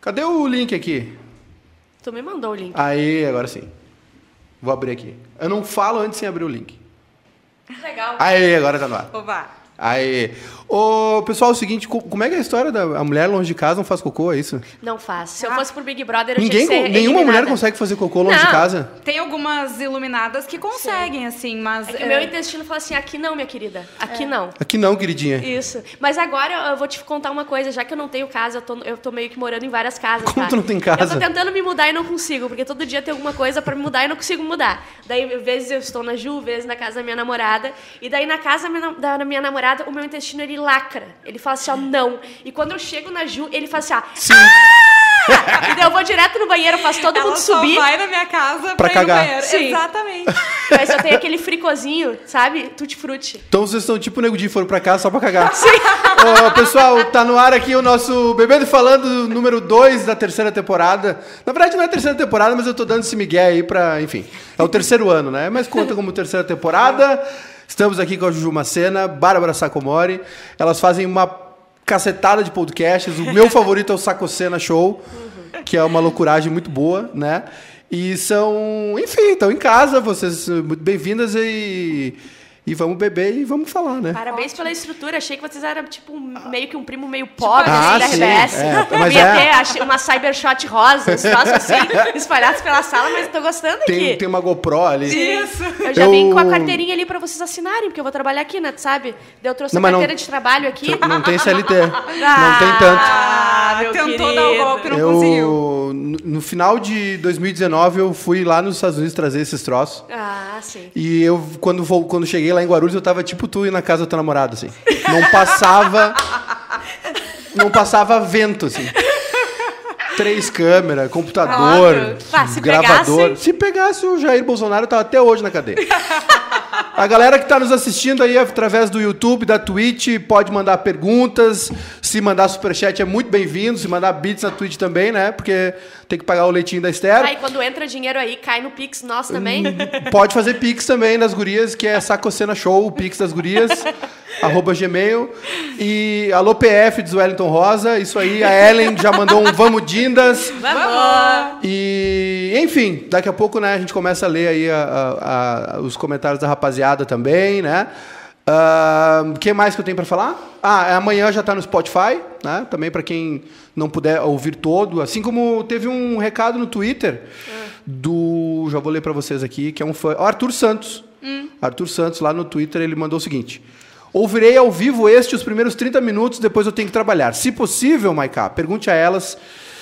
Cadê o link aqui? Tu me mandou o link. Aí, agora sim. Vou abrir aqui. Eu não falo antes sem abrir o link. Legal. Aí, agora tá no ar. Oba. Aí. Ô, pessoal, é o seguinte, co- como é que é a história da a mulher longe de casa não faz cocô, é isso? Não faz. Se eu fosse pro Big Brother, eu Ninguém, tinha que ser con- nenhuma eliminada. mulher consegue fazer cocô longe de Não, casa. Tem algumas iluminadas que conseguem, assim, mas. É que é, o meu intestino fala assim, aqui não, minha querida. Aqui não. Aqui não, queridinha. Isso. Mas agora eu vou te contar uma coisa, já que eu não tenho casa, eu tô, eu tô meio que morando em várias casas. Como tá? tu não tem casa? Eu tô tentando me mudar e não consigo, porque todo dia tem alguma coisa pra me mudar e não consigo mudar. Daí, às vezes eu estou na Ju, às vezes na casa da minha namorada. E daí, na casa minha- da minha namorada, o meu intestino ele lacra. Ele fala assim, ó, não. E quando eu chego na Ju, ele fala assim, ó, Sim. ah! E daí eu vou direto no banheiro, faço todo Ela mundo só subir. vai na minha casa Pra pra, ir cagar. no banheiro. Sim. Exatamente. Mas eu tenho aquele fricozinho, sabe? Tutti-frutti. Então vocês estão tipo o Nego Di, foram pra casa só pra cagar. Sim. pessoal, tá no ar aqui o nosso Bebendo e Falando número 2 da terceira temporada. Na verdade não é a terceira temporada, mas eu tô dando esse migué aí pra... Enfim, é o terceiro ano, né? Mas conta como terceira temporada. Estamos aqui com a Juju Macena, Bárbara Sacomori. Elas fazem uma cacetada de podcasts. O meu favorito é o Sacocena Show, que é uma loucuragem muito boa, né? E são... Enfim, estão em casa. Vocês eh, muito bem-vindas e... E vamos beber e vamos falar, né? Parabéns pela estrutura. Achei que vocês eram, tipo, um- meio que um primo meio pobre, Ah, assim, da sim, RBS. é, mas Ia é. ter achei, uma cybershot rosa, uns troços assim, espalhados pela sala, mas tô gostando Tem, aqui. tem uma GoPro ali. Isso. Eu já Eu- vim com a carteirinha ali pra vocês assinarem, porque eu vou trabalhar aqui, né, tu sabe? Daí eu trouxe Não, a mas não- carteira de trabalho aqui. Tipo, Não tem CLT. não tem tanto. Ah, meu Tentou querido. dar o golpe, não conseguiu. Eu, no, no final de 2019, eu fui lá nos Estados Unidos trazer esses troços. Ah, sim. E eu, quando, vou, quando cheguei lá em Guarulhos, eu tava tipo tu e na casa do teu namorado, assim. Não passava. não passava vento, assim. Três câmeras, computador, Óbvio. Ah, se gravador. pegassem- Se pegasse o Jair Bolsonaro, tava até hoje na cadeia. A galera que tá nos assistindo aí através do YouTube, da Twitch, pode mandar perguntas. Se mandar superchat é muito bem-vindo. Se mandar bits na Twitch também, né? Porque tem que pagar o leitinho da Esther. Aí quando entra dinheiro aí, cai no Pix nós também. Pode fazer pix também das gurias, que é Sacocena Show, o pix das gurias, arroba gmail. E alô PF diz o Wellington Rosa, isso aí, a Ellen já mandou um Vamos Dindas. Vamos! E, enfim, daqui a pouco né, a gente começa a ler aí a- a- a- os comentários da rapaziada também, né? O que mais que eu tenho pra falar? Ah, amanhã já tá no Spotify, né? Também pra quem não puder ouvir todo. Assim como teve um recado no Twitter do. Já vou ler pra vocês aqui, que é um fã. o Arthur Santos. Arthur Santos, lá no Twitter, ele mandou o seguinte. Ouvirei ao vivo este os primeiros 30 minutos, depois eu tenho que trabalhar. Se possível, Maiká, pergunte a elas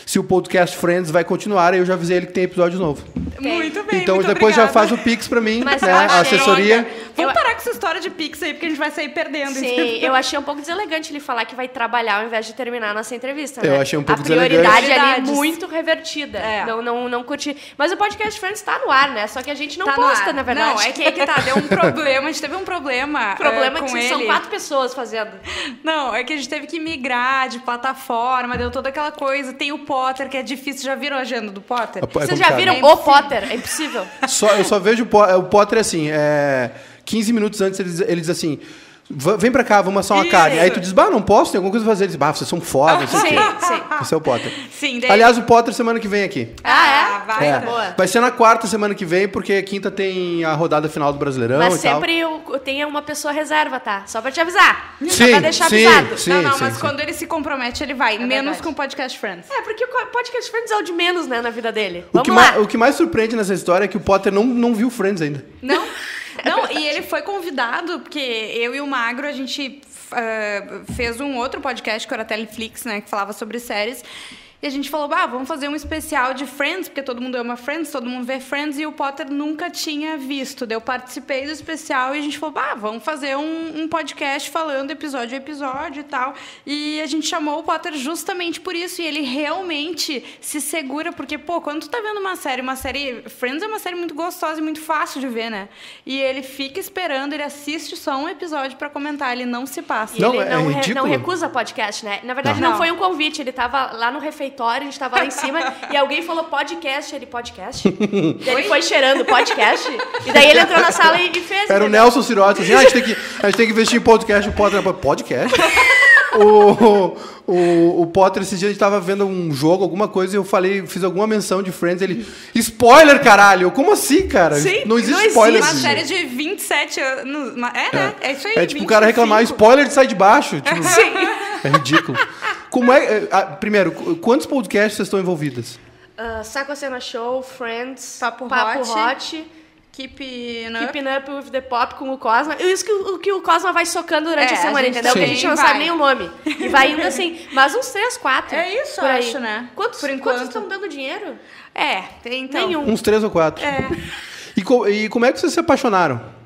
se o podcast Friends vai continuar. Eu já avisei ele que tem episódio novo. Muito bem. então muito depois já obrigada. faz o Pix pra mim, Mas né? eu A achei- assessoria. Vamos Eu- parar com essa história de Pix aí, porque a gente vai sair perdendo. Sim, entendeu? eu achei um pouco deselegante ele falar que vai trabalhar ao invés de terminar a nossa entrevista. Eu né? achei um pouco A prioridade ali é deselegante. muito revertida. É. Não, não, não curti. Mas o podcast Friends tá no ar, né? Só que a gente não Tá no posta, ar. na verdade. Não, é que, é que tá, deu um problema, a gente teve um problema. O problema eh, é com que ele. são quatro pessoas fazendo. Não, é que a gente teve que migrar de plataforma, deu toda aquela coisa. Tem o Potter, que é difícil. Já viram a agenda do Potter? É Vocês já complicado. viram É o Potter? É impossível. Só, eu só vejo o Po- o Potter assim, é, 15 minutos antes ele diz, ele diz assim. "Va- Vem pra cá, vamos assar uma Isso. carne. Aí tu diz, bah, não posso, tem alguma coisa pra fazer. Ele diz, bah, vocês são foda, não sei o Sim, quê. sim. Esse é o Potter. Sim, daí... Aliás, o Potter semana que vem aqui. Ah, é? vai. É. Boa. Boa. Vai ser na quarta semana que vem, porque quinta tem a rodada final do Brasileirão Mas e tal. sempre eu, eu tenho uma pessoa reserva, tá? Só pra te avisar. Só Sim, pra deixar sim. avisado. Sim, não, não, sim, mas sim. quando ele se compromete, ele vai. Menos É verdade. com o Podcast Friends. É, porque o podcast Friends é o de menos, né, na vida dele. O Vamos que, lá. mais, o que mais surpreende nessa história é que o Potter não, não viu Friends ainda. Não, não e ele foi convidado, porque eu e o Magro, a gente ah, fez um outro podcast, que era Teleflix, né? Que falava sobre séries. E a gente falou, bah, vamos fazer um especial de Friends, porque todo mundo ama Friends, todo mundo vê Friends, e o Potter nunca tinha visto. Daí eu participei do especial e a gente falou, bah, vamos fazer um, um podcast falando episódio a episódio e tal. E a gente chamou o Potter justamente por isso, e ele realmente se segura, porque, pô, quando tu tá vendo uma série, uma série. Friends é uma série muito gostosa e muito fácil de ver, né? E ele fica esperando, ele assiste só um episódio pra comentar, ele não se passa. E Não, ele é não, re- ridículo. não recusa podcast, né? Na verdade, Não. não. foi um convite. Ele tava lá no refeitório, a gente tava lá em cima, e alguém falou podcast, ele, podcast? Daí ele foi cheirando, podcast? E daí ele entrou na sala e, e fez. né? Era o um entendeu? Nelson Sirotes, assim, ah, a, gente tem que, a gente tem que investir em podcast. O Potter, "Pô, podcast? o, o, o Potter, esses dias, a gente tava vendo um jogo, alguma coisa, e eu falei, fiz alguma menção de Friends, ele. Spoiler, caralho! Como assim, cara? Sim, não existe não spoiler. existe. Uma nesse série jogo. de 27 anos. ma- É, né? É, isso aí. É tipo o cara reclamar, 25. spoiler de sai de baixo. Tipo, Sim. é ridículo. Como é. é, ah, Primeiro, qu- quantos podcasts vocês estão envolvidas? Ah, Saco a Cena Show, Friends, Papo Hot. Uhum. Keep né? Up. Keeping Up with the Pop com o Cosma. E Isso que o, que o Cosma vai socando durante É, a a semana, gente entendeu? Porque a sim. gente não vai. sabe nem o nome. E vai indo assim, mas uns três, quatro. É isso, por eu aí. acho, né? Quantos, Por quantos enquanto. estão dando dinheiro? É, tem então. Nenhum. Uns três ou quatro. E, co- e como é que vocês se apaixonaram?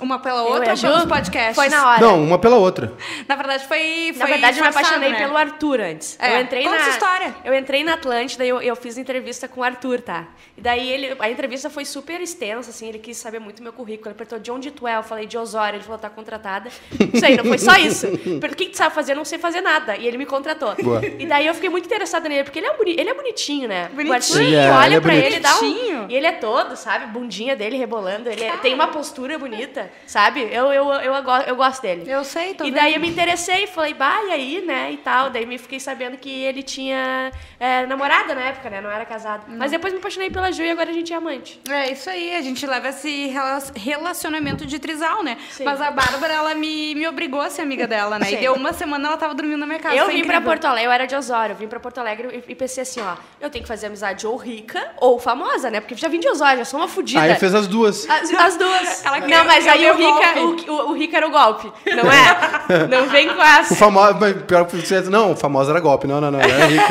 Uma pela Eu e outra a ou pelos Ju, podcasts? Foi na hora. Não, uma pela outra. Na verdade, foi. foi Na verdade, eu me disfarçado, apaixonei né? pelo Arthur antes. É, Eu entrei conta na essa história. Eu entrei na Atlântida e eu, eu fiz entrevista com o Arthur, tá? E daí ele, a entrevista foi super extensa, assim, ele quis saber muito meu currículo. Ele perguntou de onde tu é, eu falei de Osório, ele falou, tá contratada. Não sei, não foi só isso. Perguntou, o que que tu sabe fazer? Eu não sei fazer nada. E ele me contratou. Boa. E daí eu fiquei muito interessada nele, porque ele é, boni ele é bonitinho, né? Bonitinho. O Arthur Ele é- olha ele é pra bonito. ele, dá Bonitinho. um... E ele é todo, sabe? Bundinha dele rebolando. Ele é- tem uma postura bonita, sabe? Eu, eu, eu, eu, eu gosto dele. Eu sei, tô E vendo. daí eu me interessei, falei, bah, e aí, né, e tal. Daí me fiquei sabendo que ele tinha é, namorada na época, né, não era casado. Uhum. Mas depois me apaixonei pela Ju e agora a gente é amante. É isso aí, a gente leva esse rela- relacionamento de trisal, né? Sim. Mas a Bárbara, ela me, me obrigou a ser amiga dela, né? E Sim. deu uma semana, ela tava dormindo na minha casa. eu foi vim pra incrível. Porto Alegre, eu era de Osório, eu vim pra Porto Alegre e, e pensei assim, ó, eu tenho que fazer amizade ou rica ou famosa, né, porque eu já vim de Osório, já sou uma fudida. Aí fez as duas. As, as duas. Ela queria- não, mas aí queria o rica, o o, o, o rica era o golpe, não é? não vem com essa. O famoso. mas Pior que você. Não, o famoso era golpe. Não, não, não. Era rica.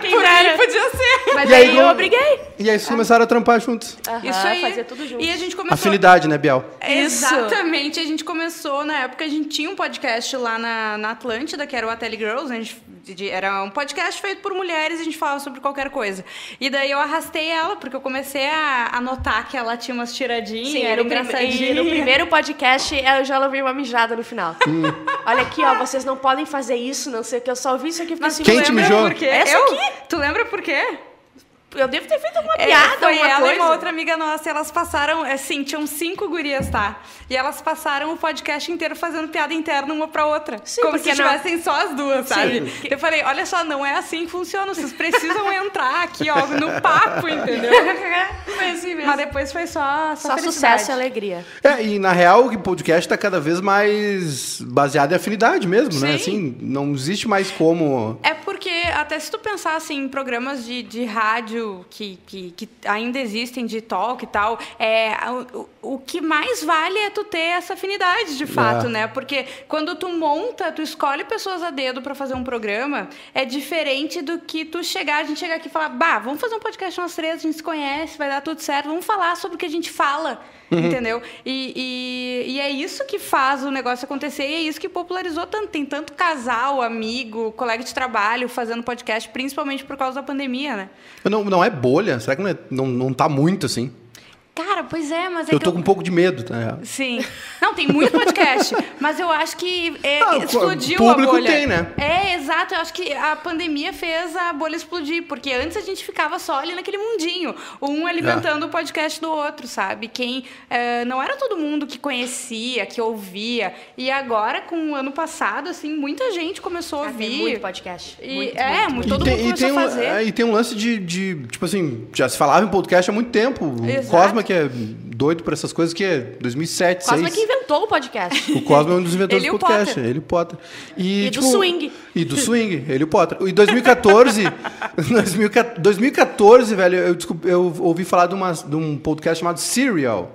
Quem Por dera. mim, podia ser. Mas É. E aí aí como- eu obriguei. E aí vocês começaram a trampar juntos. Aham, Isso aí. Fazia tudo junto. E a gente Ah, começou... Afinidade, né, Biel? Isso. Exatamente, a gente começou na época, a gente tinha um podcast lá na, na Atlântida, que era o Ateli Girls, a gente, de- de- era um podcast feito por mulheres, a gente falava sobre qualquer coisa. E daí eu arrastei ela, porque eu comecei a, a notar que ela tinha umas tiradinhas, Sim, era o engraçadinha. primeiro. No primeiro podcast, eu já ouvi uma mijada no final. Hum. Olha aqui, ó, vocês não podem fazer isso, não sei o que. Eu só ouvi isso aqui porque Mas assim, tu Quem eu te lembra mijou? por quê? Essa eu? aqui? Tu lembra por quê? Eu devo ter feito alguma É, piada, foi alguma ela coisa. e uma outra amiga nossa, e elas passaram, é, sim, tinham cinco gurias, tá? E elas passaram o podcast inteiro fazendo piada interna uma pra outra. Sim, como se porque não- tivessem só as duas, sabe? Eu falei, olha só, não é assim que funciona, vocês precisam entrar aqui, ó, no papo, entendeu? foi assim mesmo. Mas depois foi só Só felicidade. sucesso e alegria. É, e na real, o podcast tá cada vez mais baseado em afinidade mesmo, né? Assim, Sim. não existe mais como. É porque, até se tu pensar assim, em programas de, de rádio que, que, que ainda existem, de talk e tal, é, a- o, o que mais vale é tu ter essa afinidade de fato, É. né? Porque quando tu monta, tu escolhe pessoas a dedo pra fazer um programa, é diferente do que tu chegar, a gente chegar aqui e falar, bah, vamos fazer um podcast nós três, a gente se conhece, vai dar tudo certo, vamos falar sobre o que a gente fala. Uhum. Entendeu? E, e, e é isso que faz o negócio acontecer e é isso que popularizou tanto. Tem tanto casal, amigo, colega de trabalho fazendo podcast, principalmente por causa da pandemia, né? Não, não é bolha? Será que não, é- não, não tá muito assim? Cara, pois é, mas é Eu que É tô com um pouco de medo, tá? ligado? Sim. Não, tem muito podcast, mas eu acho que é, Ah, o explodiu público a bolha. tem, né? É, exato. Eu acho que a pandemia fez a bolha explodir, porque antes a gente ficava só ali naquele mundinho, um É. alimentando o podcast do outro, sabe? Quem eh, não era todo mundo que conhecia, que ouvia, e agora com o ano passado, assim, muita gente começou a Ah, tem ouvir. muito podcast. E- muito, é, muito, muito. muito. Todo e, tem, mundo e, tem começou a um, fazer. é, e tem um lance de, de, tipo assim, já se falava em podcast há muito tempo. O Exato. Cosma, que é doido por essas coisas, que é 2007, Cosma 2006. que inventou o podcast. O Cosmo é um dos inventores Ele e do o podcast. Potter. Ele e o Potter. E, tipo, E do swing. E do swing, ele e o Potter. E 2014, 2014, 2014, velho, eu, descob- eu ouvi falar de, uma- de um podcast chamado Serial.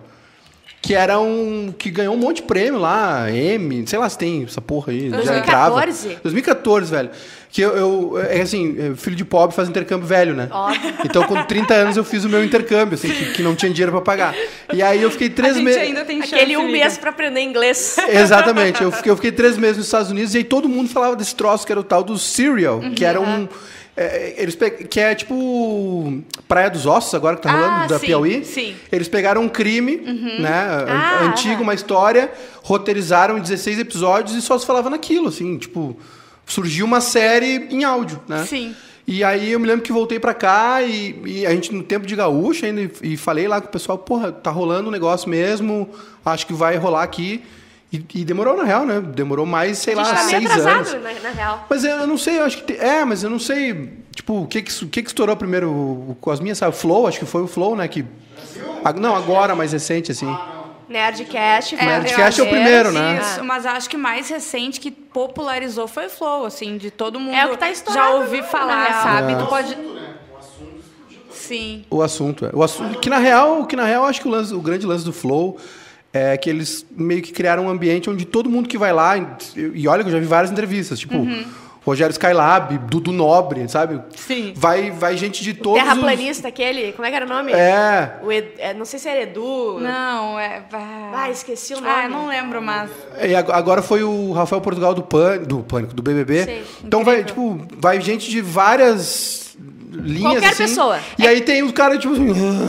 Que era um. que ganhou um monte de prêmio lá, M, sei lá se tem essa porra aí. já crava. 2014? 2014, velho. Que eu, eu- É assim, é, filho de pobre faz intercâmbio velho, né? Óbvio. Então, com 30 anos, eu fiz o meu intercâmbio, assim, que, que não tinha dinheiro pra pagar. E aí eu fiquei A três gente meses. ainda tem chance. Aquele um amiga. mês pra aprender inglês. Exatamente. Eu fiquei, eu fiquei três meses nos Estados Unidos e aí todo mundo falava desse troço que era o tal do Serial, que era Uhum. um. é, eles pe- que é tipo Praia dos Ossos, agora que tá Ah, rolando, da sim, Piauí. sim. Uhum. Eles pegaram um crime, né? an- Ah, antigo, aham. uma história, roteirizaram em 16 episódios e só se falava naquilo, assim, tipo. Surgiu uma série em áudio, né? Sim. E aí eu me lembro que voltei pra cá e, e a gente no tempo de gaúcho ainda e, e falei lá com o pessoal, porra, tá rolando um negócio mesmo, acho que vai rolar aqui. E, e demorou, na real, né? Demorou mais, sei A gente lá, tá meio seis anos. atrasado, na, na real. Mas eu não sei, eu acho que. te- É, mas eu não sei. Tipo, o que que, o que que estourou primeiro? O Cosminha, sabe? O Flow, acho que foi o Flow, né? Que. Ah, Não, agora, mais recente, assim. Nerdcast. É, Vampiros. Nerdcast é o primeiro, né? Isso, mas acho que mais recente que popularizou foi o Flow, assim, de todo mundo. É o que tá estourado Já ouvi agora, falar, na real. sabe? É. Tu pode. Sim. O assunto, é. O assunto. Que na real, que na real, acho que o, lance- o grande lance do Flow é que eles meio que criaram um ambiente onde todo mundo que vai lá. E e olha que eu já vi várias entrevistas, tipo. Uhum. Rogério Skylab, Dudu Nobre, sabe? Sim. Vai, vai gente de todos os... Terraplanista, aquele. Como é que era o nome? É. O Ed- é, não sei se era Edu. Não, é. Ah, esqueci o nome. Ah, eu não lembro, mas. E ag- agora foi o Rafael Portugal do Pânico, do, Pânico, do BBB. Sim. então vai, tipo, vai gente de várias linhas, Qualquer assim. pessoa. E aí tem os caras, tipo assim,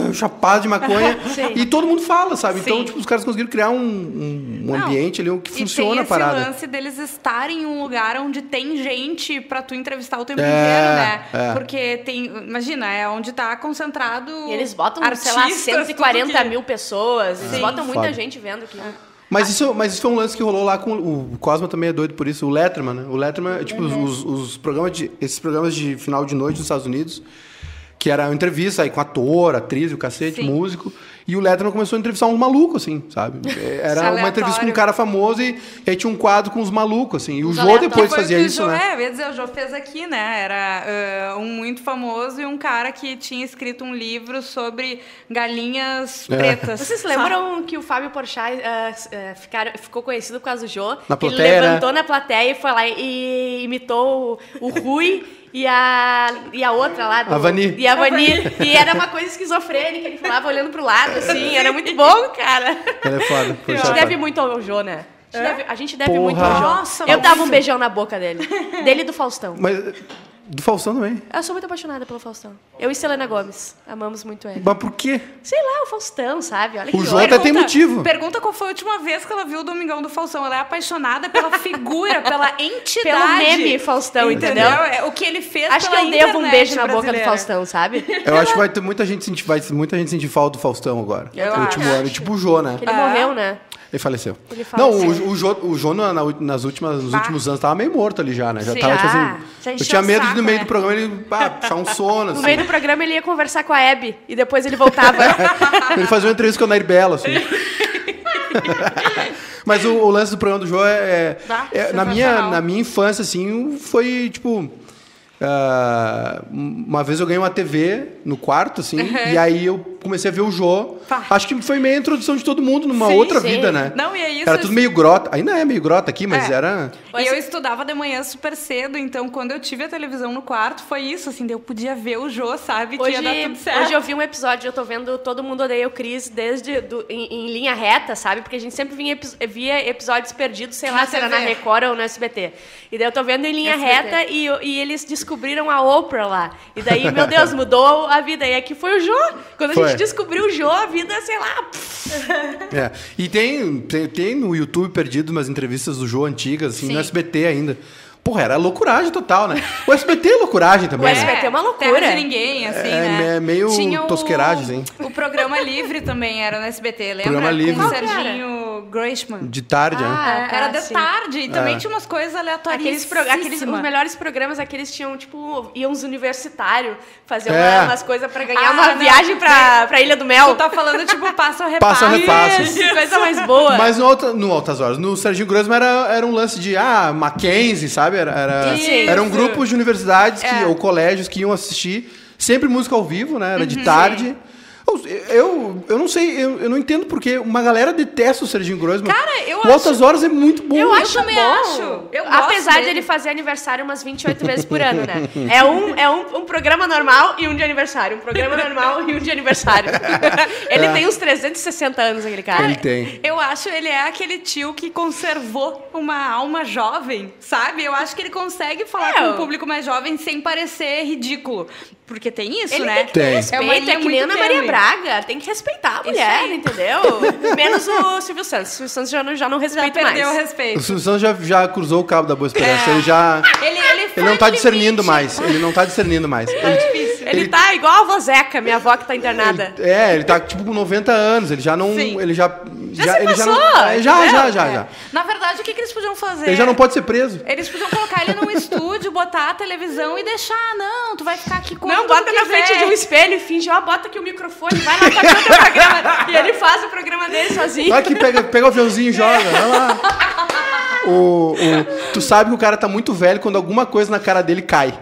"Ah, chapado de maconha. Sim. e todo mundo fala, sabe? Então, Sim. tipo, os caras conseguiram criar um, um- um Não, ambiente ali que e funciona tem a parada. esse lance deles estarem em um lugar onde tem gente pra tu entrevistar o tempo É, inteiro, né? é. Porque tem, imagina, é onde tá concentrado E eles botam, artistas, sei lá, tudo 140 que- mil pessoas. Eles Sim. botam muita Foda. gente vendo aqui. Mas isso, mas isso foi um lance que rolou lá com o Cosma também é doido por isso, o Letterman, né? O Letterman, tipo, Uhum. os, os programas de esses programas de final de noite dos Estados Unidos, que era uma entrevista aí com ator, atriz, o cacete, músico, e o Letterman começou a entrevistar uns malucos assim, sabe? Era uma é Aleatório. entrevista com um cara famoso e aí tinha um quadro com os malucos assim. E o Os Jô depois aleatórios. fazia Foi o que o isso, Jô- né? É, eu ia dizer, o Jô fez aqui, né? Era ah, um muito famoso e um cara que tinha escrito um livro sobre galinhas É. pretas. Vocês lembram que o Fábio Porchat eh, eh, ficaram- ficou conhecido por causa do Jô? Na Que plateia, Ele né? levantou na plateia e foi lá e imitou o, o Rui e a, e a outra lá. do- A Vani. E a Vani. E era uma coisa esquizofrênica, ele falava olhando pro lado, assim. Era muito bom, cara. Ele é foda. A por isso gente é deve foda. muito ao Jô, né? A gente deve, a gente deve Porra. muito ao Jô. Nossa, Eu mas- dava um beijão na boca dele. Dele e do Faustão. Mas do Faustão também. Eu sou muito apaixonada pelo Faustão. Eu e Selena Gomes. Amamos muito ele. Mas por quê? Sei lá, o Faustão, sabe? Olha O que Jô louco. até tem motivo. Pergunta qual foi a última vez que ela viu o Domingão do Faustão. Ela é apaixonada pela figura, pela entidade. Pelo meme Faustão, entendeu? É o que ele fez Acho que pela eu devo um internet beijo na boca do brasileira. Faustão, sabe? Eu acho que vai ter muita gente sentir, vai ter muita gente sentir falta do Faustão agora. Eu no último acho. ano, tipo o Jô, né? Que ele Ah. morreu, né? Ele faleceu. Ele não, faleceu. o, Jo- o, Jo- o Jô na- na- nas últimas, nos Bah. últimos anos tava meio morto ali já, né? Já Sim. Ah, tava, tipo Já. assim. Já eu encheu tinha o medo de saco, no meio né? do programa ele ah, puxar um sono, No assim. meio do programa ele ia conversar com a Abby e depois ele voltava. Ele fazia uma entrevista com a Nair Bela, assim. Mas o, o lance do programa do Jô é. é- Bah, é- na, minha, sensacional. na minha infância, assim, foi tipo. ah, uma vez eu ganhei uma TV no quarto, assim, e aí eu comecei a ver o Jô. Pá. Acho que foi meio a introdução de todo mundo numa Sim, outra sim. vida, né? Não, e é isso, Era tudo assim. meio grota. Ainda é meio grota aqui, mas É. era. E eu estudava de manhã super cedo, então quando eu tive a televisão no quarto, foi isso, assim, daí eu podia ver o Jô, sabe, que Hoje, ia dar tudo certo. hoje eu vi um episódio, eu tô vendo Todo Mundo Odeia o Chris desde do- em, em linha reta, sabe? Porque a gente sempre vinha epi- via episódios perdidos, sei lá, Na se era na TV. Record ou no SBT. E daí eu tô vendo em linha SBT. reta e, eu- e eles descobriram a Oprah lá. E daí, meu Deus, mudou a vida. E aqui foi o Jô. Quando a Foi. gente descobriu o Jô, a vida, sei lá, pff, É. E tem, tem, tem no YouTube perdido umas entrevistas do Jô antigas, assim, no SBT ainda. Porra, era loucuragem total, né? O SBT é loucuragem também, O né? SBT é uma loucura. Terra de ninguém, assim, É, né? é meio Tinha o- tosqueiragem, assim, hein? O programa livre também era no SBT, lembra? Programa Com Livre. o Qual que era? Serginho Groisman. De tarde, né? Ah, É, era tá, de sim. tarde, e É. também tinha umas coisas aleatórias. Aqueles, pro- aqueles- os melhores programas, aqueles tinham, tipo, iam os universitários fazer É. uma- umas coisas pra ganhar Ah, uma não. viagem pra, pra Ilha do Mel. Tu tá falando, tipo, passa ou repasso. Passa ou repasso. Isso. Coisa mais boa. Mas no, alta, no Altas Horas, no Serginho Grossman era, era um lance de, ah, Mackenzie, sabe? Era, era, Isso. eram grupos de universidades que, ou colégios que iam assistir, sempre música ao vivo, né? Era de tarde. Eu, eu, eu não sei, eu, eu não entendo porque uma galera detesta o Serginho Grossman. Cara, eu O Altas Horas é muito bom. eu acho também bom. acho. Eu gosto Apesar de dele. ele fazer aniversário umas 28 vezes por ano, né? É um, é um, um programa normal e um de aniversário. Um programa normal e um de aniversário. ele tem uns 360 anos, aquele cara. Ele tem. Eu acho ele é aquele tio que conservou uma alma jovem, sabe? Eu acho que ele consegue falar É, com eu- o público mais jovem sem parecer ridículo. Porque tem isso, Ele né? tem que ter Tem. respeito, é, uma linha que nem a muito Ana Maria tênue. Braga. Tem que respeitar a mulher, aí. entendeu? Menos o Silvio Santos. O Silvio Santos já não, já não Já respeita perdeu o mais. O respeito. Silvio Santos já, já cruzou o É. cabo da Boa Esperança. Ele já. Ele, ele, foi Ele não tá no discernindo É limite. mais. Ele não tá discernindo mais. Ele, difícil. Ele, tá igual a vozeca, minha avó que tá internada. Ele- é, ele tá tipo com 90 anos, ele já não. Sim. Ele já. Já se ele já, passou, não, é, já, entendeu? já, já, já. Na verdade, o que, que eles podiam fazer? Ele já não pode ser preso. Eles podiam colocar ele num estúdio, botar a televisão e deixar. "Ah, Não, tu vai ficar aqui com Não, bota na frente de um espelho e finge, ó, bota aqui o microfone, vai lá fazer o teu programa. E ele faz o programa dele sozinho. Vai que pega, pega o aviãozinho e joga. Vai lá. O, o- tu sabe que o cara tá muito velho quando alguma coisa na cara dele cai.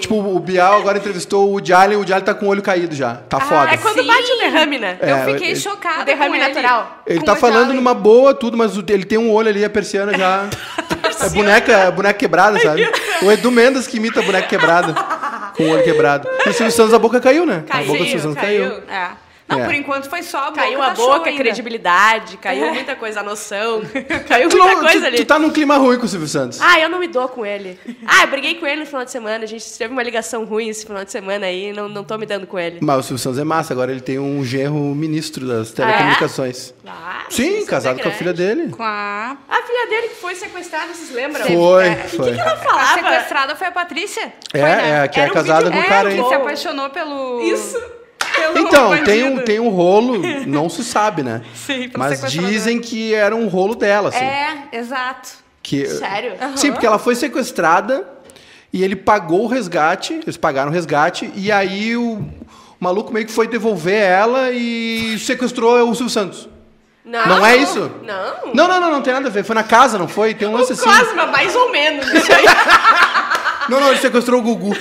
Tipo, o Bial agora entrevistou o Woody Allen, o Woody Allen tá com o olho caído já. Tá foda. É quando Sim. bate o derrame, né? Eu É, fiquei ele- chocada. O derrame com ele. natural. Ele Com tá o falando Jalen. numa boa, tudo, mas o- ele tem um olho ali, a persiana já. Tá, é assim, boneca, é boneca quebrada, sabe? O Edu Mendes que imita boneca quebrada. Com o olho quebrado. E o Silvio Santos, a boca caiu, né? a Caiu, boca do Silvio Santos caiu. É. Não, É. por enquanto foi só a boca. Caiu tá a show boca, É. a ainda. credibilidade, caiu muita coisa, a noção, caiu Tu, muita não- coisa tu- ali. tu tá num clima ruim com o Silvio Santos. Ah, eu não me dou com ele. Ah, eu briguei com ele no final de semana, a gente teve uma ligação ruim esse final de semana aí, não, não tô me dando com ele. Mas o Silvio Santos é massa, agora ele tem um genro ministro das telecomunicações. Ah, Sim, é? isso é casado com a grande. filha dele. Com a. A filha dele que foi sequestrada, vocês lembram? Foi, É. O foi. que, que ela A falava? sequestrada foi a Patrícia? É, Foi, né? é, a que é Era um casada vídeo- com o é, cara, um hein? que se Bom. apaixonou pelo. Isso. Pelo Então, tem um, bandido. tem um rolo, não se sabe, né? Sim, pra Mas sequestrador. dizem que era um rolo dela, assim. É, exato. Que... Sério? Sim, porque ela foi sequestrada e ele pagou o resgate, eles pagaram o resgate, e aí o, o maluco meio que foi devolver ela e sequestrou o Silvio Santos. Não, Não é isso? Não. Não, não, não, não tem nada a ver. Foi na casa, não foi? Tem um lance assim. Cosma, mais ou menos. Isso aí. Não, não, ele sequestrou o Gugu.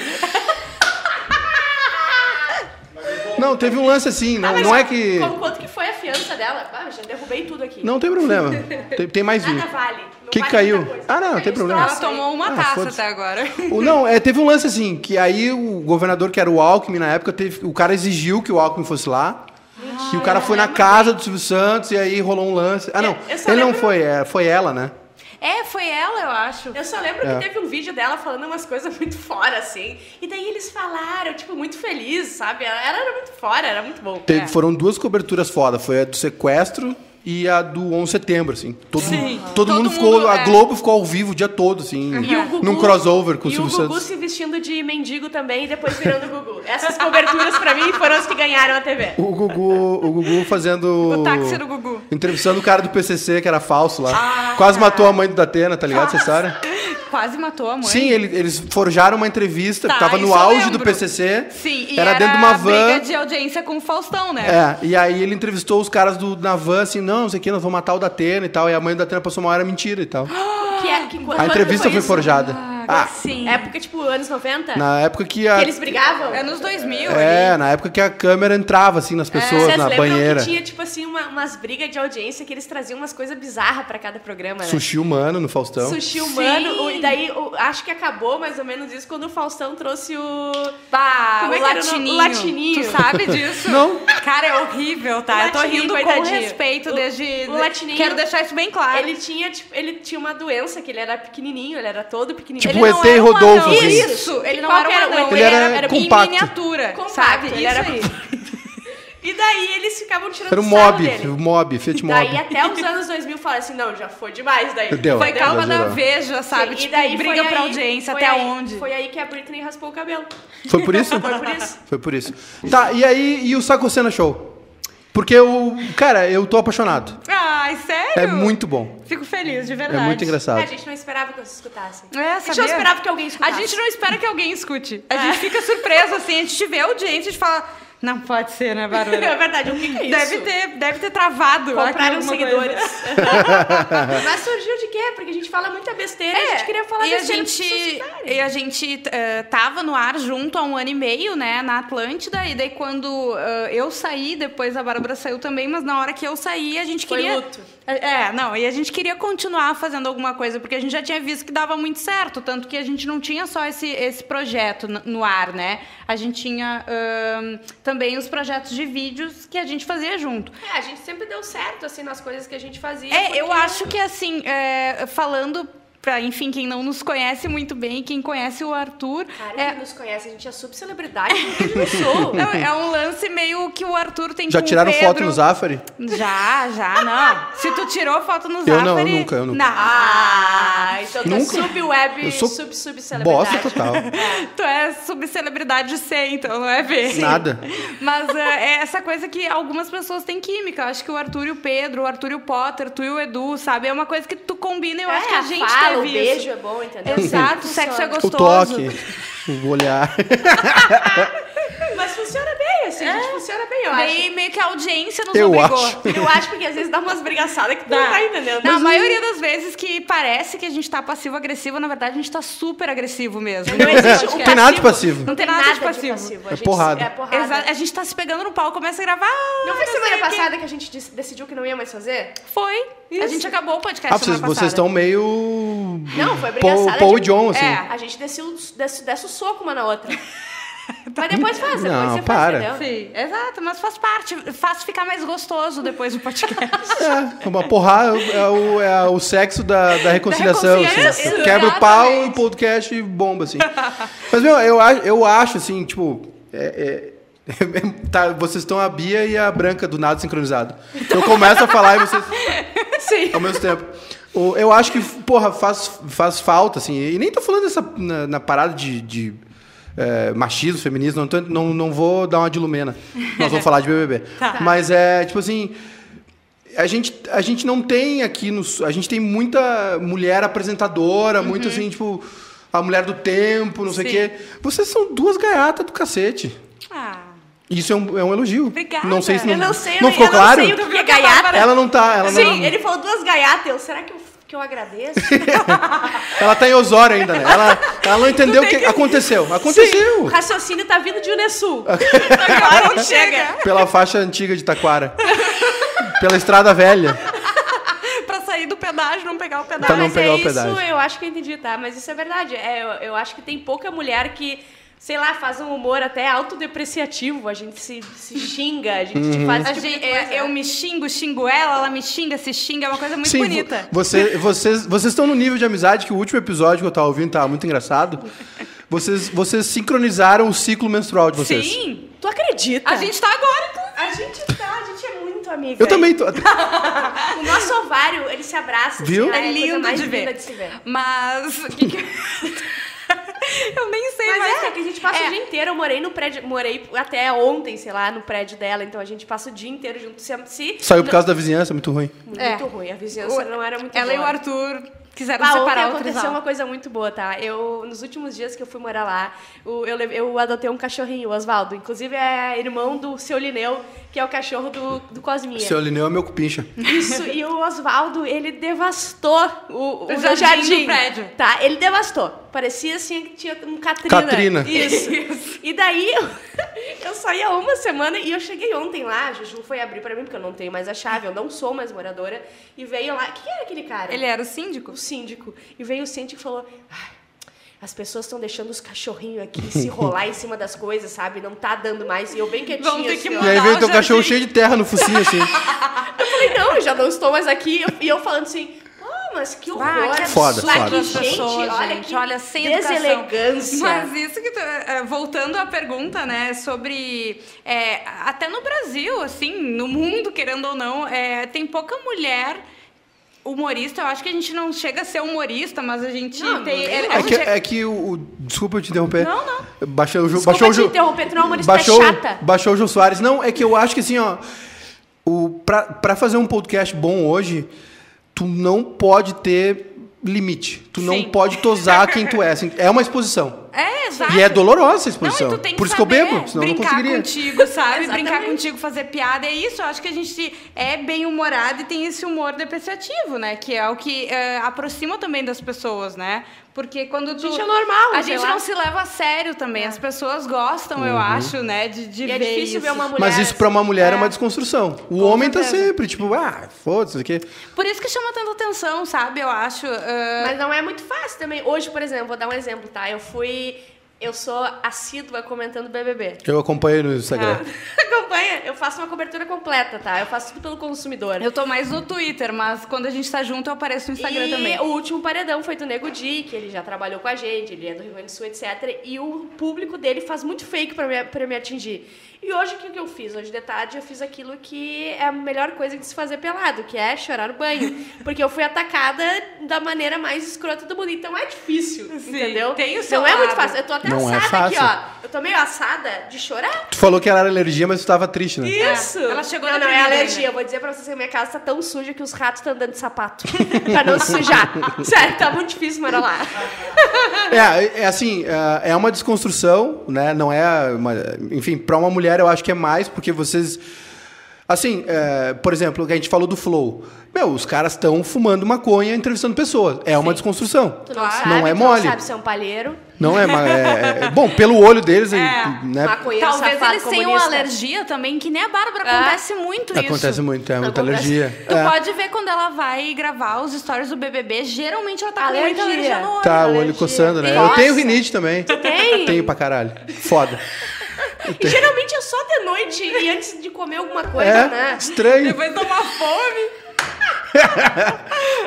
Não, teve um lance assim, não, Ah, Mas não é que. como- quanto que foi a fiança dela? Ah, já derrubei tudo aqui. Não tem problema. Tem, tem mais um. Nada vale. Não Que vale caiu? muita coisa. Ah, não, não tem problema. Ela troço aí. tomou uma Ah, taça foda-se. até agora. O- Não, é, teve um lance assim, que aí o governador, que era o Alckmin na época, teve, o cara exigiu que o Alckmin fosse lá. e o cara foi na casa do Silvio Santos e aí rolou um lance. Ah, não. Eu só Ele não lembro- foi, é, foi ela, né? É, foi ela, eu acho. Eu só lembro É. que teve um vídeo dela falando umas coisas muito fora, assim. E daí eles falaram, tipo, muito feliz, sabe? Ela ela era muito fora, era muito bom. É. Teve- Foram duas coberturas foda. Foi a do sequestro e a do 11 de setembro, assim. Todo, Sim. todo, Todo mundo ficou. mundo, A é. Globo ficou ao vivo o dia todo, assim. E o Gugu- num crossover com o E o Silvio Gugu Santos. se vestindo de mendigo também e depois virando o Gugu. Essas coberturas, pra mim, foram as que ganharam a TV. O Gugu, o Gugu fazendo. O táxi do Gugu. Entrevistando o cara do PCC, que era falso lá. Quase matou a mãe do Datena, tá ligado? Essa história? Quase matou a mãe. Sim, ele- eles forjaram uma entrevista, Tá, tava isso no eu auge do lembro. PCC. Sim, e era, era, dentro de uma a briga van. de audiência com o Faustão, né? É, e aí ele entrevistou os caras do, na van, assim, não, não sei o que, nós vamos matar o Datena e tal. E a mãe do Datena passou uma hora mentira e tal. Que é, que, A entrevista foi, forjada. Ah, Ah, sim. Época, tipo, anos 90? na época que a. Que eles brigavam? É nos 2000 É, ali. na época que a câmera entrava, assim, nas pessoas, Vocês na lembram banheira. que tinha, tipo assim, uma- umas brigas de audiência que eles traziam umas coisas bizarras pra cada programa, né? Sushi humano no Faustão. Sushi Sim. humano, o- e daí o- acho que acabou mais ou menos isso quando o Faustão trouxe o. Bah, Como o é que era o nome? latininho. O latininho. Tu sabe disso? Não. Cara, é horrível, tá? O Eu tô latininho, rindo com coitadinho. respeito O- desde... o latininho- Quero deixar isso bem claro. Ele tinha, tipo, ele tinha uma doença que ele era pequenininho, ele era todo pequenininho. Tipo ele o não ET era um Rodolfo, anão. assim. Isso, ele não Qual era um que era o anão, ET? ele Ele era, era em compacto. miniatura, Compacto, sabe? ele Isso era- um aí. E daí eles ficavam tirando Era um sarro mob, dele. o mob, Fiat Mob. Daí até os anos 2000 falaram assim, não, já foi demais daí. Deu. Foi Deu. calma da Exagerou. veja, Sim, sabe? e tipo, daí briga foi pra aí- audiência, foi até aí- onde? Foi aí que a Britney raspou o cabelo. Foi por isso? Foi por isso. Foi por isso. Tá, e aí, e o Sacocena Show? Porque eu, cara, eu tô apaixonado. Ai, sério? É muito bom. Fico feliz, de É verdade. muito A engraçado. gente não esperava que vocês escutassem. É, a gente sabia? não esperava que alguém A escutasse. gente não espera que alguém escute. A É. gente fica surpreso, assim, a gente vê a audiência e fala... Não pode ser, né, É Bárbara? verdade, o que, que é isso? Deve ter, deve ter travado. aqui Compraram alguma seguidores. coisa. Mas surgiu de quê? Porque a gente fala muita besteira e a gente queria falar É, e a besteira pras pessoas gente, escutarem. e a gente eh, tava no ar junto há um ano e meio, né, na Atlântida, e daí quando eh, eu saí, depois a Bárbara saiu também, mas na hora que eu saí, a gente Foi queria... luto. É, não, e a gente queria continuar fazendo alguma coisa, porque a gente já tinha visto que dava muito certo, tanto que a gente não tinha só esse, esse projeto no, no ar, né, a gente tinha ahn, também os projetos de vídeos que a gente fazia junto. É, a gente sempre deu certo, assim, nas coisas que a gente fazia. É, eu porque- acho que assim, é, falando Pra, enfim, quem não nos conhece muito bem, quem conhece o Arthur. Cara, é, quem nos conhece, a gente é subcelebridade, porque eu não sou. não, é um lance meio que o Arthur tem Já com o tiraram Pedro. foto no Zafari? Já, já, não. Se tu tirou foto no Eu não, eu Zafari- nunca, eu nunca. Não. Ah, então tu é Nunca. sub-web, Eu sou sub-sub-celebridade. Bosta total. Tu é subcelebridade C, então, não é B. Nada. Mas é, é essa coisa que algumas pessoas têm química. Eu acho que o Arthur e o Pedro, o Arthur e o Potter, tu e o Edu, sabe? É uma coisa que tu combina e eu acho É, que a gente É, fala, o teve beijo isso. é bom, entendeu? Exato, o Funciona. sexo é O gostoso. toque, o olhar. Mas funciona bem, assim, a gente funciona bem, eu acho. Daí meio que a audiência nos Eu obrigou. acho. Eu acho porque às vezes dá umas brigaçadas que tu Dá. não tá entendendo. Na Mas- maioria das vezes que parece que a gente tá passivo-agressivo, na verdade a gente tá super agressivo mesmo. é Não existe um Não tem nada de passivo. Não tem nada de passivo. A É gente- porrada. É porrada. Exa- a gente tá se pegando no pau, começa a gravar. ah, Não foi sei semana o quê. passada que a gente disse- decidiu que não ia mais fazer? Foi. A Isso. gente acabou o podcast Ah, semana vocês, vocês passada. estão meio. Não, foi Hum. Paul, brigaçada Paul e de- John, assim. É. A gente desce, um- desce, desce o soco uma na outra. Mas depois faz, depois Não, você para. faz, entendeu? Sim, exato, mas faz parte. Faz ficar mais gostoso depois do podcast. É, uma porrada é o, é o sexo da, da reconciliação. reconciliação, assim. Quebra o pau e o exatamente. podcast e bomba, assim. Mas, meu, eu, acho- eu acho, assim, tipo. é- é- tá, vocês estão a Bia e a Branca do nada sincronizado. Eu começo a falar e vocês. Sim. ao mesmo tempo. O- Eu acho que, porra, faz, faz falta, assim. E nem tô falando essa na, na parada de, de, eh, machismo, feminismo, não, tô- não, não vou dar uma de Lumena. Nós vamos falar de BBB. Tá. Mas é, tipo assim. A gente, a gente não tem aqui no. Sul- A gente tem muita mulher apresentadora, muito Uhum. assim, tipo. A mulher do tempo, não sei o Sim. quê. Vocês são duas gaiatas do cacete. Ah. Isso é um, é um elogio. Obrigada. Não sei se não, Eu não sei, não eu, ficou eu claro. não sei o que é Viu que a gaiata. Bárbara- Ela não tá. Ela Sim, não... ele falou duas gaiatas. Eu, será que eu, que eu agradeço? Ela tá em Osório ainda, né? Ela, ela não entendeu o que, aconteceu. O Aconteceu! raciocínio tá vindo de Unesul. Agora não chega. chega. Pela faixa antiga de Taquara. Pela estrada velha. Pra sair do pedágio, não pegar o Pra pedágio. não mas pegar é o isso, pedágio. eu acho que eu entendi, tá? Mas isso é verdade. É, eu, eu acho que tem pouca mulher que, sei lá, faz um humor até autodepreciativo. A gente se, se xinga, a gente Uhum. faz A esse tipo gente- de coisa, é, eu né? me xingo, xingo ela, ela me xinga, se xinga, é uma coisa muito vo- bonita. Você, vocês, vocês estão no nível de amizade que o último episódio que eu tava ouvindo tava muito engraçado. Vocês, vocês sincronizaram o ciclo menstrual de vocês. Sim. Tu acredita? A gente tá agora, inclusive. a gente tá, a gente é muito amiga. Eu também tô. O nosso ovário, ele se abraça. Viu? É assim, ah, a É coisa lindo mais de linda ver. de se ver. Mas. o que que- eu nem sei, Mas, mas. é, que a gente passa o dia inteiro. Eu morei no prédio, morei até ontem, sei lá, no prédio dela. Então a gente passa o dia inteiro junto. Se, se Saiu por causa da vizinhança, muito ruim. Muito É. ruim. A vizinhança não era muito Ela boa. e o Arthur quiseram Ah, ontem É separar o aconteceu trisal. uma coisa muito boa, tá? Eu, nos últimos dias que eu fui morar lá, o- eu, leve- eu adotei um cachorrinho, o Oswaldo. Inclusive, é irmão do seu Lineu, que é o cachorro do, do Cosminha. O seu Lineu é meu cupincha. Isso, e o Oswaldo, ele devastou o, o, O meu jardim jardim. do prédio. Tá, ele devastou. Parecia assim que tinha um Catrina. Catrina. Isso. E daí eu, eu saí há uma semana e eu cheguei ontem lá, a Juju foi abrir pra mim, porque eu não tenho mais a chave, eu não sou mais moradora. E veio lá. Quem era aquele cara? Ele era o síndico? o síndico. E veio o síndico e falou. "Ai, as pessoas estão deixando os cachorrinhos aqui se rolar em cima das coisas, sabe? Não tá dando mais. E eu bem quietinha. ter que assim, ó. E aí Mudar veio o teu cachorro jardim. cheio de terra no focinho, assim. Eu falei, não, eu já não estou mais aqui. E eu- E eu falando assim, ah, mas que horror. Ah, que Foda, Mas foda. que gente, Pessoa, olha gente, que olha, sem educação. deselegância. Mas isso que tu, eh, voltando à pergunta, né, sobre eh, até no Brasil, assim, no mundo, querendo ou não, eh, tem pouca mulher humorista. Eu acho que a gente não chega a ser humorista, mas a gente Não, tem. não. eh, a É que, gente é que o, o- Desculpa eu te interromper. Não, não. Baixou o jogo. Desculpa Baixou o te jogo. interromper, tu não é uma lista baixou, chata. Baixou o Jô Soares. Não, é que eu acho que assim, ó. O, pra, pra fazer um podcast bom hoje, tu não pode ter limite. Tu não Sim. pode tosar quem tu é. assim. é uma exposição. É, exato. E é dolorosa essa Não, exposição. e tu tem que Por isso que eu saber bebo, senão eu não brincar conseguiria. contigo, sabe? Exatamente. brincar contigo, fazer piada. É isso, eu acho que a gente é bem humorado e tem esse humor depreciativo, né? Que é o que eh, aproxima também das pessoas, né? Porque quando tu... gente é normal, A sei gente lá. não se leva a sério também. As pessoas gostam, Uhum. eu acho, né? De, de É. E é ver difícil isso. ver uma mulher... Mas isso pra uma mulher é, uma desconstrução. O homem tá certeza. sempre, tipo, ah, foda-se, isso aqui. Por isso que chama tanta atenção, sabe? Eu acho. eh, assim. Mas não é muito fácil também. Hoje, por exemplo, vou dar um exemplo, tá? Eu fui Eu sou assídua comentando BBB. Eu acompanhei no Instagram. Ah. Acompanha, eu faço uma cobertura completa, tá? Eu faço tudo pelo consumidor. Eu tô mais no Twitter, mas quando a gente tá junto, eu apareço no Instagram e também. o último paredão foi do Nego Di, que ele já trabalhou com a gente, ele é do Rio Grande do Sul, etc. E o público dele faz muito fake pra me, pra me atingir. E hoje, o que, que eu fiz? Hoje de tarde, eu fiz aquilo que é a melhor coisa de se fazer pelado, que é chorar no banho. Porque eu fui atacada da maneira mais escrota do mundo. Então é difícil, Sim, entendeu? tem o seu Não é muito lado. fácil. Eu tô até Não é assada fácil. aqui, ó. Eu tô meio assada de chorar. Tu falou que era alergia, mas tu tava triste, né? Isso! Ela chegou não, na não, é primeira, alergia. né? Eu vou dizer pra vocês que a minha casa tá tão suja que os ratos estão andando de sapato. pra não se sujar. Sério, tá muito difícil morar lá. É, é assim, é- é uma desconstrução, né? Não é uma. Enfim, pra uma mulher eu acho que é mais, porque vocês. Assim, é, por exemplo, que a gente falou do Flow. Meu, os caras estão fumando maconha entrevistando pessoas. É uma desconstrução. Tu não Claro. sabe, Não é tu mole. não sabe se é um palheiro. Não é, ma- é- é- Bom, pelo olho deles, né? Maconheiro, Talvez safado, eles tenham comunista. alergia também, que nem a Bárbara. Ah. Acontece muito isso. Acontece muito, Tá é muita Acontece. alergia. Tu É. pode ver quando ela vai gravar os stories do BBB, geralmente ela tá com muita Alergia. alergia no olho. Tá, o olho alergia. coçando, né? Eu Nossa. tenho rinite também. tem? Tenho pra caralho. Foda. E geralmente é só de noite e antes de comer alguma coisa, É, né? estranho. Depois dá uma fome.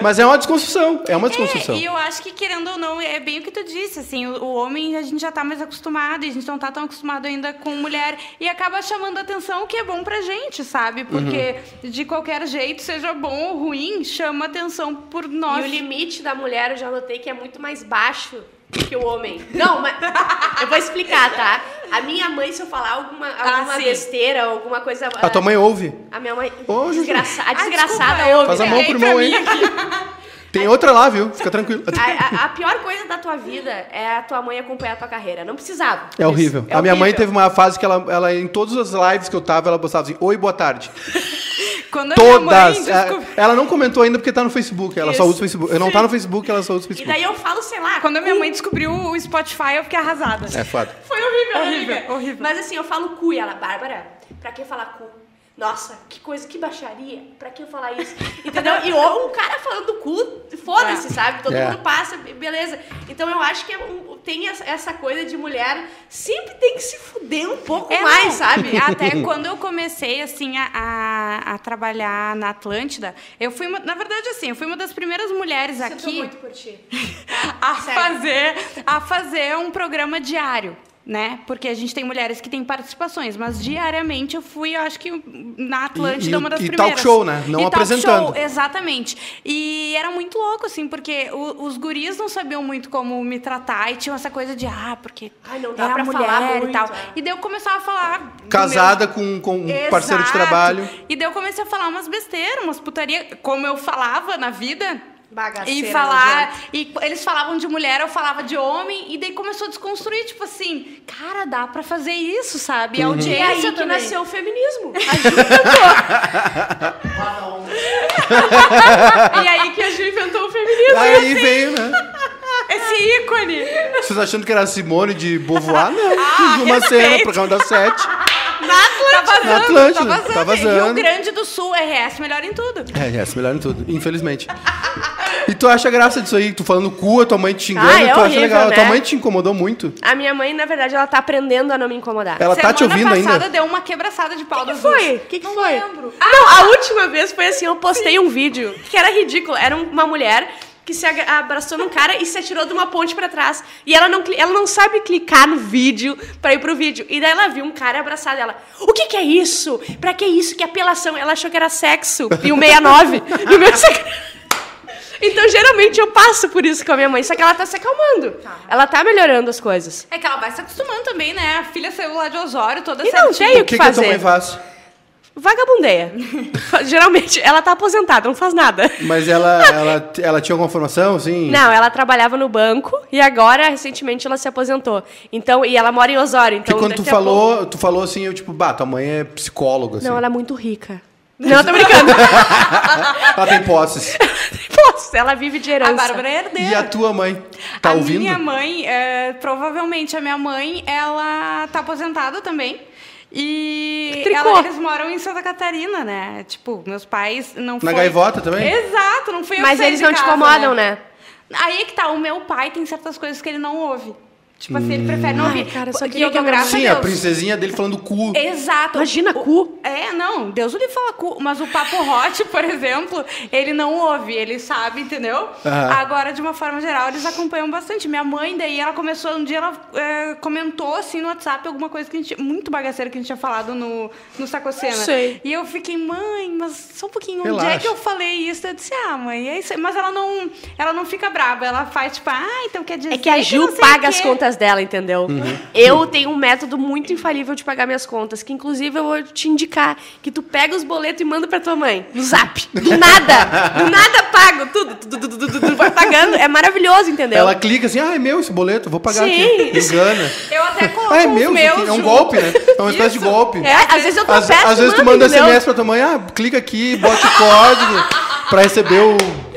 Mas é uma desconstrução. É uma É, desconstrução. e eu acho que, querendo ou não, é bem o que tu disse, assim, o, o homem a gente já tá mais acostumado, e a gente não tá tão acostumado ainda com mulher, e acaba chamando atenção o que é bom pra gente, sabe? Porque, Uhum. de qualquer jeito, seja bom ou ruim, chama atenção por nós. E o limite da mulher, eu já notei que é muito mais baixo que o homem. Não, mas eu vou explicar, tá? A minha mãe, se eu falar alguma, alguma sim. besteira, alguma coisa... A tua mãe ouve. A minha mãe... Ô, Juju. Desgraça- A Ah, desgraçada desculpa, eu ouve. Faz a mão né? pro irmão aí. Tem outra lá, viu? Fica tranquilo. A, a- a pior coisa da tua vida é a tua mãe acompanhar a tua carreira. Não precisava. É horrível. Isso, é a minha mãe horrível. teve uma fase que ela, ela, em todas as lives que eu tava, ela postava assim, oi, boa tarde. Quando a minha mãe Todas. descobriu- É, Ela não comentou ainda porque tá no Facebook. Ela só Isso. usa o Facebook. Eu não tá no Facebook, ela só usa o E Facebook. daí eu falo, sei lá. Quando a minha cu. mãe descobriu o Spotify, eu fiquei arrasada. É foda. Foi horrível, é Horrível, né, amiga. horrível. Mas assim, eu falo cu e ela, Bárbara, pra que falar cu? Nossa, que coisa, que baixaria. Pra que eu falar isso? Entendeu? E o, o cara falando cu, foda-se, É. sabe? Todo É. mundo passa, be- beleza. Então eu acho que é um- tem essa- essa coisa de mulher sempre tem que se fuder um pouco É, mais, não. sabe? Até quando eu comecei, assim, a, a, a trabalhar na Atlântida, eu fui uma... Na verdade, assim, eu fui uma das primeiras mulheres Sinto aqui... muito por ti. a Sério. fazer a fazer um programa diário. Né? Porque a gente tem mulheres que têm participações, mas diariamente eu fui, eu acho que na Atlântida, E- e- uma das e talk primeiras. show, né? Não e talk apresentando. show, exatamente. E era muito louco, assim, porque o- os guris não sabiam muito como me tratar e tinham essa coisa de, ah, porque Ai, não dá era pra mulher falar e muito, tal. é. E daí eu começava a falar. do Casada com, com um parceiro de Exato. trabalho. E daí eu comecei a falar umas besteiras, umas putaria, como eu falava na vida. Bagaceira, E falar, e eles falavam de mulher, eu falava de homem, e daí começou a desconstruir, tipo assim, cara, dá pra fazer isso, Uhum. sabe? E a E audiência aí que também. nasceu o feminismo. E aí que a Ju inventou o feminismo, Aí veio, né? esse ícone. Vocês achando que era a Simone de Beauvoir? Não. Uma cena, programa das sete. Tá vazando, Na Atlântida, tá vazando. tá vazando. Rio Grande do Sul, RS, melhor em tudo. É, é, se melhor em tudo, infelizmente. E tu acha graça disso aí? Tu falando cu, a tua mãe te xingando, Ah, é tu acha horrível, legal. A tua né? mãe te incomodou muito. A minha mãe, na verdade, ela tá aprendendo a não me incomodar. Ela tá Semana te ouvindo passada ainda. deu uma quebraçada de pau O que dos foi? O dois. que, que Não foi? lembro. Ah, não, a última vez foi assim, eu postei um vídeo que era ridículo. Era um- uma mulher que se aga- abraçou num cara e se atirou de uma ponte pra trás. E ela não, cli- ela não sabe clicar no vídeo pra ir pro vídeo. E daí ela viu um cara abraçado ela. O que que é isso? Pra que isso? Que apelação? Ela achou que era sexo. E o 69 no meu Instagram. Então, geralmente, eu passo por isso com a minha mãe. Só que ela tá se acalmando. Ela tá melhorando as coisas. É que ela vai se acostumando também, né? A filha saiu lá de Osório, toda E certinha. não tem o O que, que que a tua mãe fazer. faz? Vagabundeia. Fa- Geralmente, ela tá aposentada, não faz nada. Mas ela, ela, ela tinha alguma formação, assim? Não, ela trabalhava no banco e agora, recentemente, ela se aposentou. Então, e ela mora em Osório, Porque então... quando daqui tu a pouco- falou, tu falou assim, eu tipo, bah, tua mãe é psicóloga, assim. Não, ela é muito rica. Não, tô brincando. Ela tem posses. Nossa, ela vive de herança. A Bárbara é herdeira. E a tua mãe? Tá a ouvindo? minha mãe, é, provavelmente a minha mãe, ela tá aposentada também. E É Tricô. ela- eles moram em Santa Catarina, né? Tipo, meus pais não Na foi- gaivota também? Exato, não fui eu que Mas saí eles de não te é casa, né? incomodam, né? Aí é que tá, o meu pai tem certas coisas que ele não ouve. Tipo assim, ele prefere não ouvir. cara, eu só E queria que a Então. minha autografa Hum. Sim, é a Deus. princesinha dele falando cu. Exato. Imagina, O- cu. É, não, Deus o livre fala cu, mas o papo hot, por exemplo, ele não ouve, ele sabe, entendeu? Aham. Agora, de uma forma geral, eles acompanham bastante. Minha mãe, daí, ela começou, um dia ela eh, comentou, assim, no WhatsApp, alguma coisa que a gente, muito bagaceira que a gente tinha falado no, no Sacocena. Não sei. E eu fiquei, mãe, mas só um pouquinho, onde Relaxa. é que eu falei isso? Eu disse, ah, mãe, é isso. aí." Mas ela não, ela não fica brava, ela faz, tipo, ah, então quer dizer É que a Ju não sei o paga quê." as contas dela, entendeu? Uhum. Eu tenho um método muito infalível de pagar minhas contas, que inclusive eu vou te indicar, que tu pega os boletos e manda pra tua mãe, no zap. Do nada, do nada pago tudo, tudo, tudo, tudo, tudo, vai pagando, é maravilhoso, entendeu? Ela clica assim, ah, é meu esse boleto, vou pagar Sim. aqui. Engana. Eu até coloco Ah, é os meu, isso meus aqui. é um junto. golpe, né? É uma espécie de Isso. golpe. É, às vezes eu Às, tropeço, às vezes tu mando, manda entendeu? SMS pra tua mãe, ah, clica aqui, bote o código pra receber o,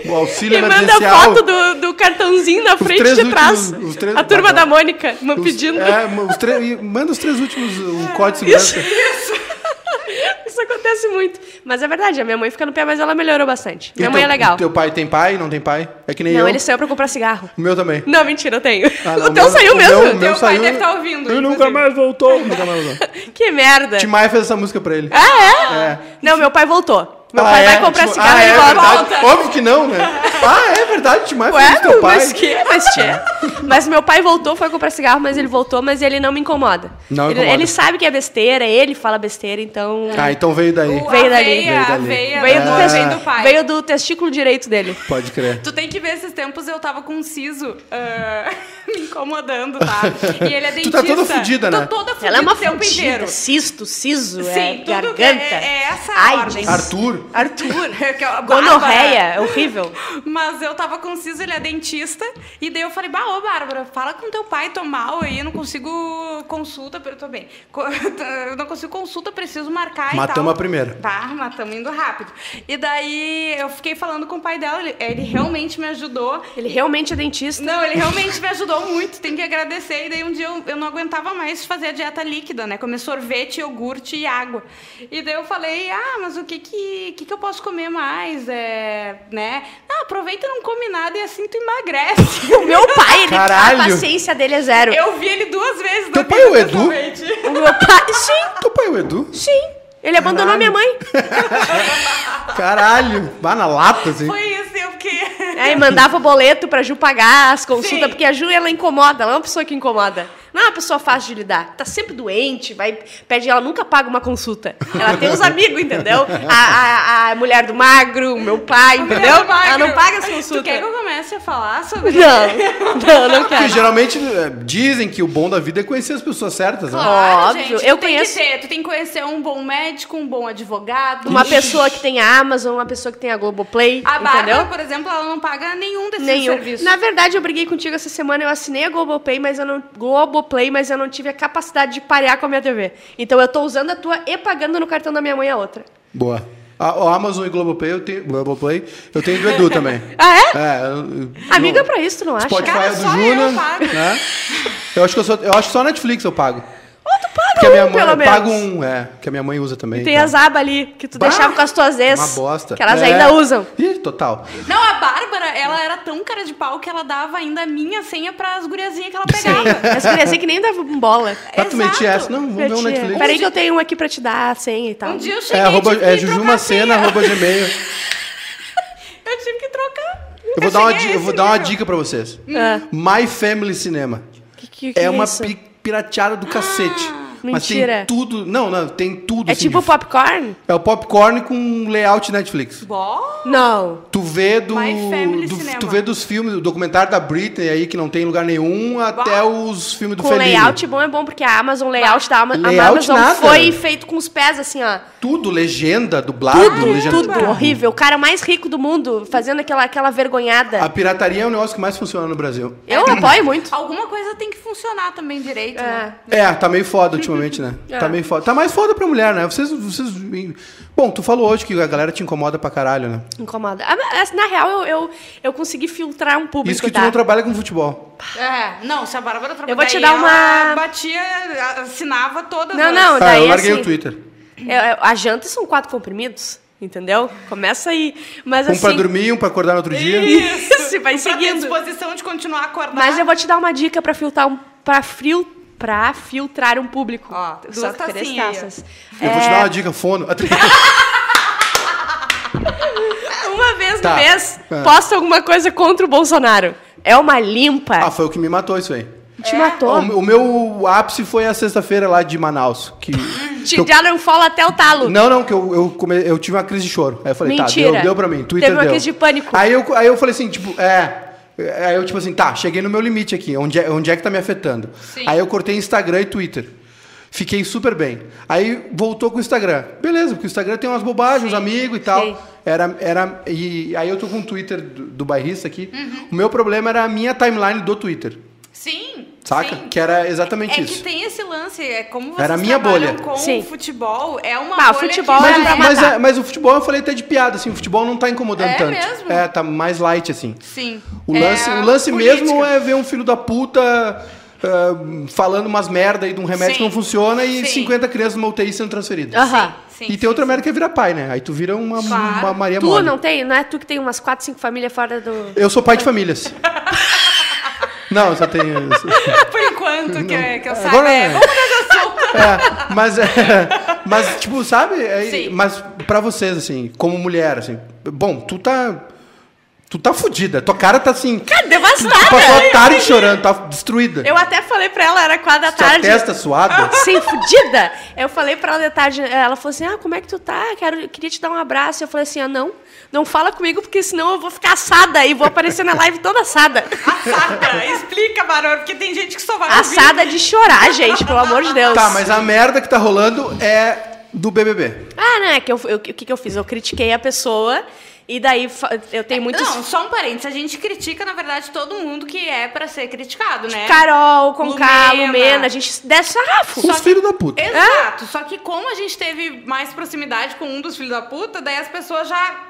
o auxílio E manda emergencial. foto do, do cartãozinho na frente três de trás. últimos- os três- a turma Bacana. da Mônica, uma Os- pedindo. é, os três- e manda os três últimos, o código de segurança. Isso acontece muito. Mas é verdade, a minha mãe fica no pé, mas ela melhorou bastante. Minha E mãe teu- é legal. Teu pai tem pai? Não tem pai? É que nem Não, Então, eu. ele saiu pra comprar cigarro. O meu também. Não, mentira, eu tenho. Ah, não, o teu meu- saiu o mesmo? meu- o meu Teu pai saiu- deve tá ouvindo, Eu nunca inclusive. mais voltou. Nunca mais Tipo, voltou. Que merda. Tim Maia fez essa música pra ele. Ah, é? É. Não, meu pai voltou. Meu Ah, pai é? vai comprar Tipo, cigarro ah, e é volta. verdade. Óbvio que não, né? Ah, é verdade, Tim Maia fez isso Ué, com teu pai. mas que? Mas tchê. Mas meu pai voltou, foi comprar cigarro, mas ele voltou, mas ele não me incomoda. Não ele, incomoda. ele sabe que é besteira, ele fala besteira, então. Ah, então veio daí. O- Veio a dali. veia, Veio a dali. veia veio, do- do Ah. tes- veio do pai. veio do testículo direito dele. Pode crer. Tu tem que ver esses tempos eu tava com um siso ah, me incomodando, tá? E ele é Tu tá dentista. toda fudida, né? Tô toda fudida Ela é uma o tempo fodida. inteiro. Cisto, siso, Sim, é tudo garganta. é- é essa a Ai, ordem. gente. Arthur. Arthur, que é a Bárbara. Gonorreia, é horrível. Mas eu tava com o siso, ele é dentista. E daí eu falei, bah, ô Bárbara, fala com teu pai, tô mal aí, eu não consigo consulta, eu tô bem. Co- Eu não consigo consulta, preciso marcar e tal. Matamos a primeira. Bah, matamos indo rápido. E daí eu fiquei falando com o pai dela, ele- ele realmente me ajudou. Ele realmente é dentista. Não, ele realmente me ajudou muito, tem que agradecer. E daí um dia eu, eu não aguentava mais fazer a dieta líquida, né? Comer sorvete, iogurte e água. E daí eu falei, ah, mas o que que, que, que eu posso comer mais? É, né? Ah, aproveita e não come nada e assim tu emagrece. O meu pai, ele, Caralho. a paciência dele é zero. Eu vi ele duas vezes. Teu na pai é o vida do Edu? sorvete. O meu pai, sim, Teu pai é o Edu? sim. Ele abandonou Caralho. minha mãe. Caralho. Vá na lata, assim. Foi isso, eu fiquei... Aí mandava o boleto pra Ju pagar as consultas, Sim. porque a Ju, ela incomoda, ela é uma pessoa que incomoda. Não é uma pessoa fácil de lidar. Tá sempre doente, vai, pede, ela nunca paga uma consulta. Ela tem os amigos, entendeu? A, a, a mulher do magro, o meu pai, entendeu? Ela não paga as Tu quer que consultas. eu comece a falar sobre... Não, não, não Porque quero. geralmente eh, dizem que o bom da vida é conhecer as pessoas certas, né? Óbvio, gente, tu eu tem conheço- Que ter, tu tem que conhecer um bom médico, um bom advogado. Uma pessoa que tem a Amazon, uma pessoa que tem a Globoplay, A entendeu? Bárbara, por exemplo, ela não paga nenhum desses Nenhum. serviços. Na verdade, eu briguei contigo essa semana, eu assinei a Globoplay, mas eu não Globoplay, mas eu não tive a capacidade de parear com a minha TV. Então eu tô usando a tua e pagando no cartão da minha mãe a outra. Boa. A, o Amazon e Globoplay, eu tenho, Globoplay, eu tenho do Edu também. Ah, é? É. eu- Amiga, no- pra isso, tu não acha? Spotify Cara, é do só eu Júnior. pago. Né? Eu acho que eu só, eu acho que só Netflix eu pago. Paga Que a minha mãe, Uh, pelo eu menos. pago um, é, que a minha mãe usa também. Tem então. as abas ali, que tu Bah, deixava com as tuas ex. Uma bosta. Que elas É. ainda usam. Ih, total. Não, a Bárbara, ela era tão cara de pau que ela dava ainda a minha senha para as guriazinhas que ela pegava. As crianças que nem davam bola. Mas tu Exato. metia essa? Não, vamos ver um Pra ti. é. Netflix. Peraí que eu tenho um aqui pra te dar a senha e tal. Um dia eu cheguei É, arroba, tive que é trocar a jujumacena, senha. arroba gmail. Eu tive que trocar. Eu vou, dar uma, cheguei di- a eu vou esse dar uma nível. dica pra vocês. Ah, Hum. My Family Cinema. que- que- que É uma isso? Ah, pi- pirateada do cacete. Mas tem mentira. tudo. Não, não, tem tudo. É assim, tipo de- popcorn? É o popcorn com um layout Netflix. Bó? Não. Tu vê do, My Family do Cinema. tu vê dos filmes, o documentário da Britney aí que não tem em lugar nenhum, até os filmes do Com Fellini. layout bom é bom, porque a Amazon, layout da Ama Layout a Amazon nada. foi feito com os pés, assim, ó. Tudo legenda, dublado, legenda. Tudo horrível. O cara mais rico do mundo, fazendo aquela, aquela vergonhada. A pirataria é o negócio que mais funciona no Brasil. Eu apoio muito. Alguma coisa tem que funcionar também direito, né? É, tá meio foda ultimamente, né? É. Tá meio foda. Tá mais foda pra mulher, né? Vocês, vocês. Bom, tu falou hoje que a galera te incomoda pra caralho, né? Incomoda. Ah, mas, Na real, eu, eu, eu consegui filtrar um público Isso que tu da... não trabalha com futebol. É, não, se a Bárbara trabalhava. Eu vou te dar uma- batia, assinava todas Não, as- não. Ah, eu daí, larguei assim, o Twitter. Eu- eu- a janta são quatro comprimidos, entendeu? Começa aí. Mas Um assim... pra dormir, um pra acordar no outro dia. Isso, vai Um Pra ter seguindo. disposição de continuar acordada. Mas eu vou te dar uma dica pra filtrar um para frio para filtrar um público. Ó, Duas, só três tacinha. taças. Eu vou te é. dar uma dica, fono. Uma vez Tá. no mês, É. posta alguma coisa contra o Bolsonaro. É uma limpa. Ah, foi o que me matou isso aí. Te matou. O, o meu ápice foi a sexta-feira lá de Manaus. Que, que Te eu- já não fala até o talo. Não, não, que eu, eu, come- eu tive uma crise de choro. Aí eu falei, Mentira. tá, deu, deu pra mim. Twitter Teve uma deu. crise de pânico. Aí eu, aí eu falei assim, tipo, é. Aí eu, tipo assim, tá, cheguei no meu limite aqui. Onde é, onde é que tá me afetando? Aí eu cortei Instagram e Twitter. Fiquei super bem. Aí voltou com o Instagram. Beleza, porque o Instagram tem umas bobagens, os amigos e tal. sim. Era, era, e aí eu tô com o Twitter do, do bairrista aqui. Uhum. O meu problema era a minha timeline do Twitter. Sim. Saca? sim. Que era exatamente É isso. que tem esse lance, é como vocês Era a minha trabalham bolha. com Sim. o futebol, é uma Bah, o bolha futebol que é Mas, já pra mas, matar. é- mas o futebol eu falei até de piada, assim, o futebol não tá incomodando É tanto. mesmo? É, tá mais light, assim. Sim. O É lance, a o lance mesmo política. é ver um filho da puta ah, falando umas merda e de um remédio que Sim. não funciona e Sim. 50 crianças numa UTI sendo transferidas. Aham. Sim, e tem sim, outra merda que é virar pai, né? Aí tu vira uma, Claro. uma Maria Tu Mole. não tem? Não é tu que tem umas quatro, cinco famílias fora do. Eu sou pai de famílias. não, eu só tenho. eu sou- Por enquanto, que, é- que eu saiba. Agora é- é. Vamos mudar de assunto. É, mas, é, mas tipo, sabe? É, Sim. mas pra vocês, assim, como mulher, assim, bom, tu tá. Tu tá fudida. Tua cara tá assim. Cara, Tu devastada! passou a tarde chorando, tá destruída. né? Eu até falei pra ela, era quatro da Tua tarde. Ah, testa suada. Sim, fudida. Eu falei pra ela de tarde, ela falou assim, ah, como é que tu tá? Quero, queria te dar um abraço. Eu falei assim, ah, não, não fala comigo, porque senão eu vou ficar assada e vou aparecer na live toda assada. Assada, explica, Barão, porque tem gente que só vai ouvir. Assada de chorar, gente, pelo amor de Deus. Tá, mas a merda que tá rolando é do BBB. Ah, não, é que eu, eu- o que, que eu fiz? Eu critiquei a pessoa e daí fa- eu tenho muitos... Não, só um parênteses. A gente critica, na verdade, todo mundo que é pra ser criticado, né? Carol, Conká, Lumena. Lumena. a gente desce sarrafo. Os filhos da puta. Exato. Só que como a gente teve mais proximidade com um dos filhos da puta, daí as pessoas já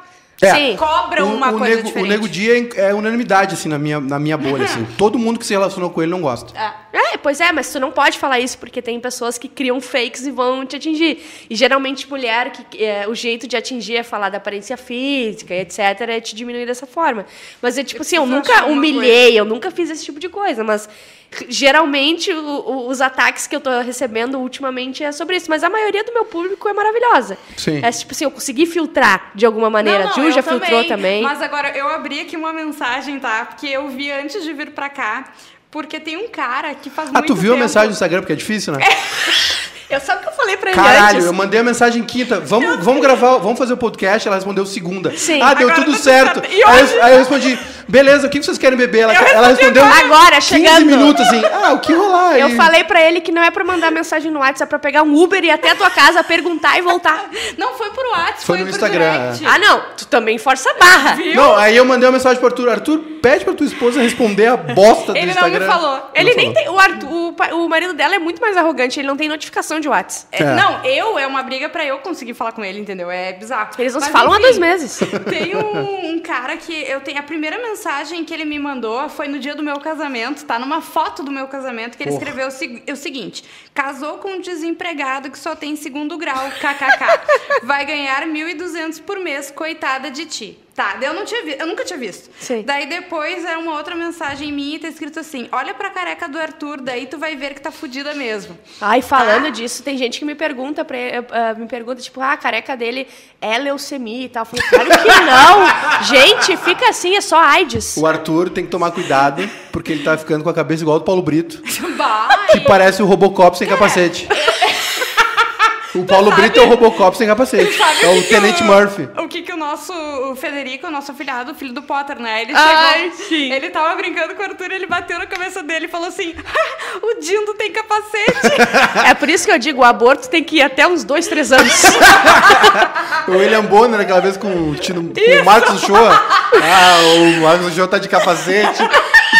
É. Sim. cobram uma o, coisa nego, o diferente. Nego Dia é é unanimidade, assim, na minha, na minha bolha, assim. Todo mundo que se relacionou com ele não gosta. É, pois é, mas tu não pode falar isso porque tem pessoas que criam fakes e vão te atingir. E geralmente mulher que é, o jeito de atingir é falar da aparência física, e etc, é te diminuir dessa forma. Mas é tipo assim, eu preciso nunca achar uma humilhei, eu nunca fiz esse tipo de coisa, mas geralmente o- o- os ataques que eu tô recebendo ultimamente é sobre isso, mas a maioria do meu público é maravilhosa. Sim. É tipo assim, eu consegui filtrar de alguma maneira. Não, a não, Ju eu já filtrou também. Mas agora, eu abri aqui uma mensagem, tá? Porque eu vi antes de vir pra cá, porque tem um cara que faz Ah, muito tu viu a tempo- mensagem do Instagram, porque é difícil, né? Eu sabe o que eu falei pra ele Caralho, antes? eu mandei a mensagem quinta. Vamos, vamos gravar, vamos fazer o podcast. Ela respondeu segunda. Sim. ah, deu Agora tudo tá tudo certo. certo. E Aí, hoje? eu, aí eu respondi, beleza, o que vocês querem beber? Ela, ela respondeu agora, 15 chegando. minutos assim. Ah, o que rolar? Eu E- falei pra ele que não é pra mandar mensagem no WhatsApp, é pra pegar um Uber e ir até a tua casa, perguntar e voltar. Não, foi pro WhatsApp, Foi foi, no pro Instagram, é. direct. Ah, não, tu também força a barra. Não, aí eu mandei uma mensagem pro Arthur. Arthur, pede pra tua esposa responder a bosta do Ele não me Instagram. falou. Não Ele nem falou. tem. O, Arthur, o, pa- o marido dela é muito mais arrogante, ele não tem notificação de WhatsApp. É, É. Não, eu é uma briga pra eu conseguir falar com ele, entendeu? É bizarro. Eles não se Mas, falam há enfim, dois meses. Tem um, um cara que eu tenho. A primeira mensagem que ele me mandou foi no dia do meu casamento, tá? Numa foto do meu casamento, que ele Porra. escreveu o, segu- o seguinte: casou com um desempregado que só tem segundo grau, kkk. Vai ganhar 1.200 por mês, coitada de ti. Tá, daí eu, não tinha vi- eu nunca tinha visto. Sim. Daí depois era uma outra mensagem minha e tá escrito assim: olha pra careca do Arthur, daí tu vai ver que tá fudida mesmo. Ai, falando disso, tem gente que me pergunta, pra, eh, me pergunta, tipo, ah, a careca dele é leucemia e tal. Eu falei, claro que não! gente, fica assim, é só AIDS. O Arthur tem que tomar cuidado, porque ele tá ficando com a cabeça igual a do Paulo Brito, Vai! que parece o Robocop sem capacete. O Paulo Brito é o Robocop sem capacete. É o que Tenente que Murphy. O que que o nosso o Federico, o nosso afilhado, o filho do Potter, né? Ele chegou, Ai, sim. ele tava brincando com o Arthur, ele bateu na cabeça dele e falou assim, "Ah, o Dindo tem capacete. É por isso que eu digo, o aborto tem que ir até uns dois, três anos. O William Bonner, aquela vez com, o Tino- com o Marcos Uchoa. Ah, o Marcos Uchoa tá de capacete.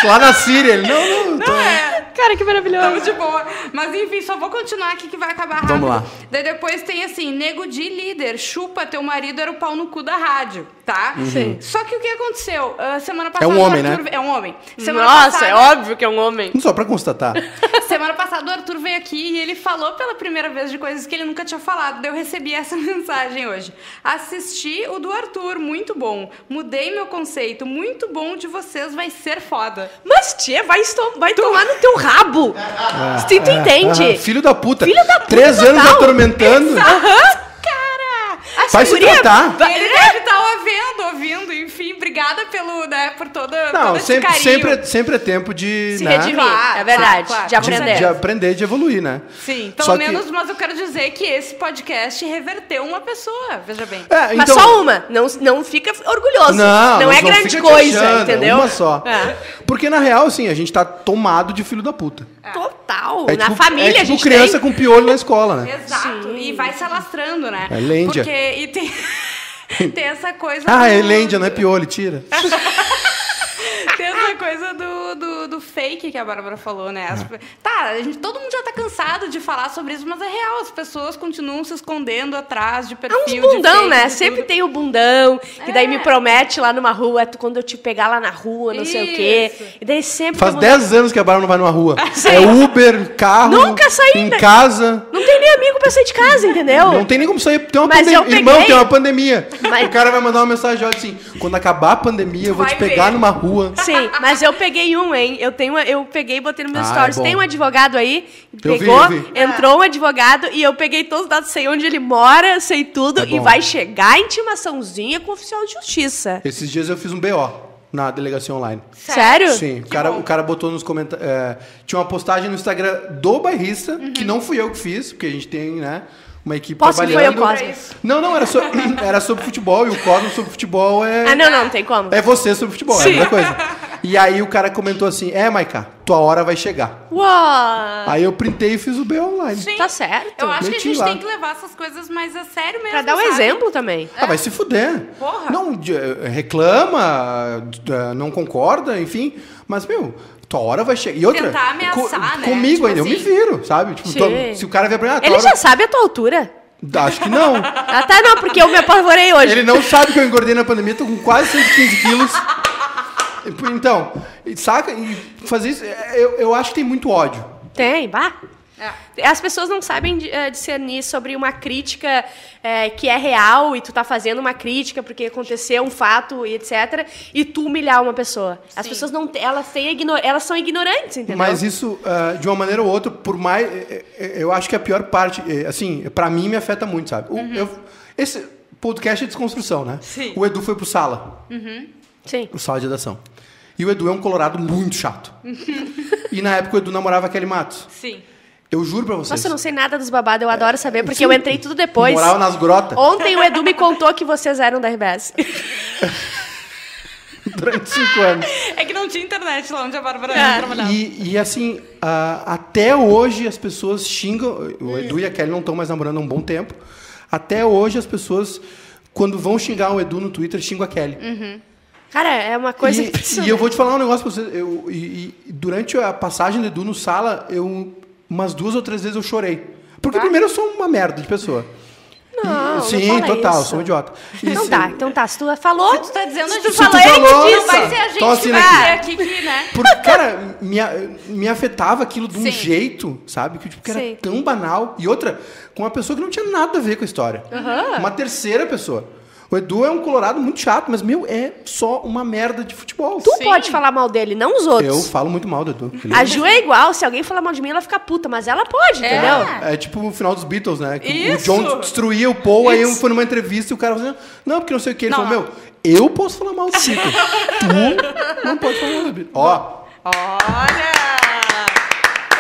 Lá na Síria, ele, não, não, eu tô- é. Cara, que Tamo maravilhoso. de boa. Mas enfim, só vou continuar aqui que vai acabar rápido. Vamos lá. Daí depois tem assim, nego de líder, chupa, teu marido era o pau no cu da rádio, tá? Sim. Só que o que aconteceu? Ah, semana passada... Uhum. um o homem, Arthur- né? É um homem. Semana Nossa, passada, é óbvio que é um homem. Só pra constatar. Semana passada o Arthur veio aqui e ele falou pela primeira vez de coisas que ele nunca tinha falado. Daí eu recebi essa mensagem hoje. Assisti o do Arthur, muito bom. Mudei meu conceito, muito bom de vocês, vai ser foda. Mas, tia, vai, esto- vai tomar no teu rabo. Se tu entende. Aham, Ah, Filho da puta. Filho da puta Três anos total. atormentando. Cara! Vai se Guria, tratar. vai- Ele deve estar ouvindo, ouvindo, enfim. Obrigada pelo, né, por toda, todo Não, esse sempre, carinho. sempre, é- sempre é tempo de. Se né? redimir, Claro, é verdade. claro, De claro. de, aprender. de aprender, de evoluir, né? Sim, pelo Só que- menos, mas eu quero dizer que esse podcast reverteu uma pessoa, veja bem. É, Mas então- só uma. Não, não fica orgulhoso. Não, é mas não grande fica te coisa, achando, é entendeu? Uma só. É. Porque na real, assim, a gente tá tomado de filho da puta. Total. É Na tipo- família é tipo a gente criança tem. com piolho na escola, né? Exato. E vai se alastrando, né? É Lândia. Porque e tem, tem essa coisa. Ah, do- é Lândia, não é piolho, tira. Tem essa coisa do, do, do fake que a Bárbara falou, né? É. As- tá, a gente, todo mundo já tá cansado de falar sobre isso, mas é real, as pessoas continuam se escondendo atrás de É perfil. uns de bundão, fake, né? de Sempre tudo. tem o bundão, que daí É. me promete lá numa rua, é tu- quando eu te pegar lá na rua, não sei o quê. Isso. E daí sempre. Faz tem um- 10 anos que a Bárbara não vai numa rua. Sim. É Uber, carro. Ah, Nunca saí Em da- casa. Não tem nem amigo pra sair de casa, entendeu? Não tem nem como sair. Tem uma Mas eu pandemia. Irmão, peguei. tem uma pandemia. Mas- O cara vai mandar uma mensagem olha assim: quando acabar a pandemia, eu vou te Vai pegar ver. numa rua. Sim, mas eu peguei um, hein? Eu tenho, eu peguei e botei no meu Ah, stories. é bom. Tem um advogado aí, Eu vi, pegou, eu vi. entrou um advogado e eu peguei todos os dados, sei onde ele mora, sei tudo, É e bom. vai chegar a intimaçãozinha com o oficial de justiça. Esses dias eu fiz um BO na delegacia online. Sério? Sim, o cara, o cara botou nos comentários. tinha uma postagem no Instagram do bairrista, que não fui eu que fiz, porque a gente tem, né? Uma equipe Uhum. Posso que foi trabalhando. o Cosmos? Não, não, era, so- era sobre futebol, e o Cosmos sobre futebol é. Ah, não, não, não tem como. É você sobre futebol, Sim. é a mesma coisa. E aí o cara comentou assim: é, Maiká, tua hora vai chegar. Uau! Aí eu printei e fiz o B online. Ah. Sim. Tá certo. Eu acho que a Meti gente lá. tem que levar essas coisas mais a sério mesmo. Pra dar um sabe? exemplo também. Ah, vai se fuder. Porra. Não, de- eh, reclama, d- eh, não concorda, enfim. Mas, meu, tua hora vai chegar. E outra, Tentar ameaçar, né? comigo Tipo ainda, eu me assim. viro, sabe? Tipo, Sim. to- se o cara vier pra mim, ah, tua Ele já hora... sabe a tua altura. Acho que não. Ah, tá, não, porque eu me apavorei hoje. Ele não sabe que eu engordei na pandemia, tô com quase 115 quilos. Então, saca? E fazer isso, eh, eu, eu acho que tem muito ódio. Tem, bah. É. As pessoas não sabem di- eh, discernir sobre uma crítica eh, que é real e tu tá fazendo uma crítica porque aconteceu um fato e etc. E tu humilhar uma pessoa. As Sim. pessoas não. têm- Elas, têm igno- elas são ignorantes, entendeu? Mas isso, ah, de uma maneira ou outra, por mais. eh, eh, Eu acho que a pior parte, eh, assim, pra mim me afeta muito, sabe? Uhum. O- eu- esse podcast é desconstrução, né? Sim. O Edu foi pro sala, Sim. pro sala de redação. E o Edu é um colorado muito chato. e na época o Edu namorava a Kelly Matos. Sim. Eu juro pra vocês. Nossa, eu não sei nada dos babados, eu adoro saber, porque Sim. eu entrei tudo depois. Oh. Morava nas grotas Ontem o Edu me contou que vocês eram da RBS. durante cinco anos. É que não tinha internet lá onde a Bárbara É. trabalhava. E, e, assim, a- até hoje as pessoas xingam. Hum. O Edu e a Kelly não estão mais namorando há um bom tempo. Até hoje as pessoas, quando vão xingar o Edu no Twitter, xingam a Kelly. Cara, é uma Uhum. coisa e, impressionante. e eu vou te falar um negócio pra você. Eu, e, e durante a passagem do Edu no sala, eu umas duas ou três vezes eu chorei. Porque primeiro eu sou uma merda de pessoa. Tá. Não, não Sim, fala total, isso. eu sou um idiota. E Então se- tá, então tá. Se tu falou, Tu tá dizendo se que tu se tu falou, ele falou, que Não disse. vai ser a gente Tô que assinando vai aqui. ser aqui que, né? Porque, cara, me, a- me afetava aquilo de um Sim. jeito, sabe? Que, tipo, que era Sim. tão banal. E outra, com uma pessoa que não tinha nada a ver com a história. Uma terceira pessoa. O Edu é um colorado muito chato, mas, meu, é só uma merda de futebol. Tu Sim. pode falar mal dele, não os Eu outros. falo muito mal do Edu. ele- um- A Ju é igual, se alguém falar mal de mim, ela fica puta, mas ela pode, É. entendeu? É tipo o final dos Beatles, né? Que o Isso! John destruía o Paul, aí Isso. foi numa entrevista e o cara falou assim, não, porque não sei o que. Ele Não, falou, meu, eu posso falar mal dos Beatles. tu não pode falar mal dos Beatles. Ó, Olha!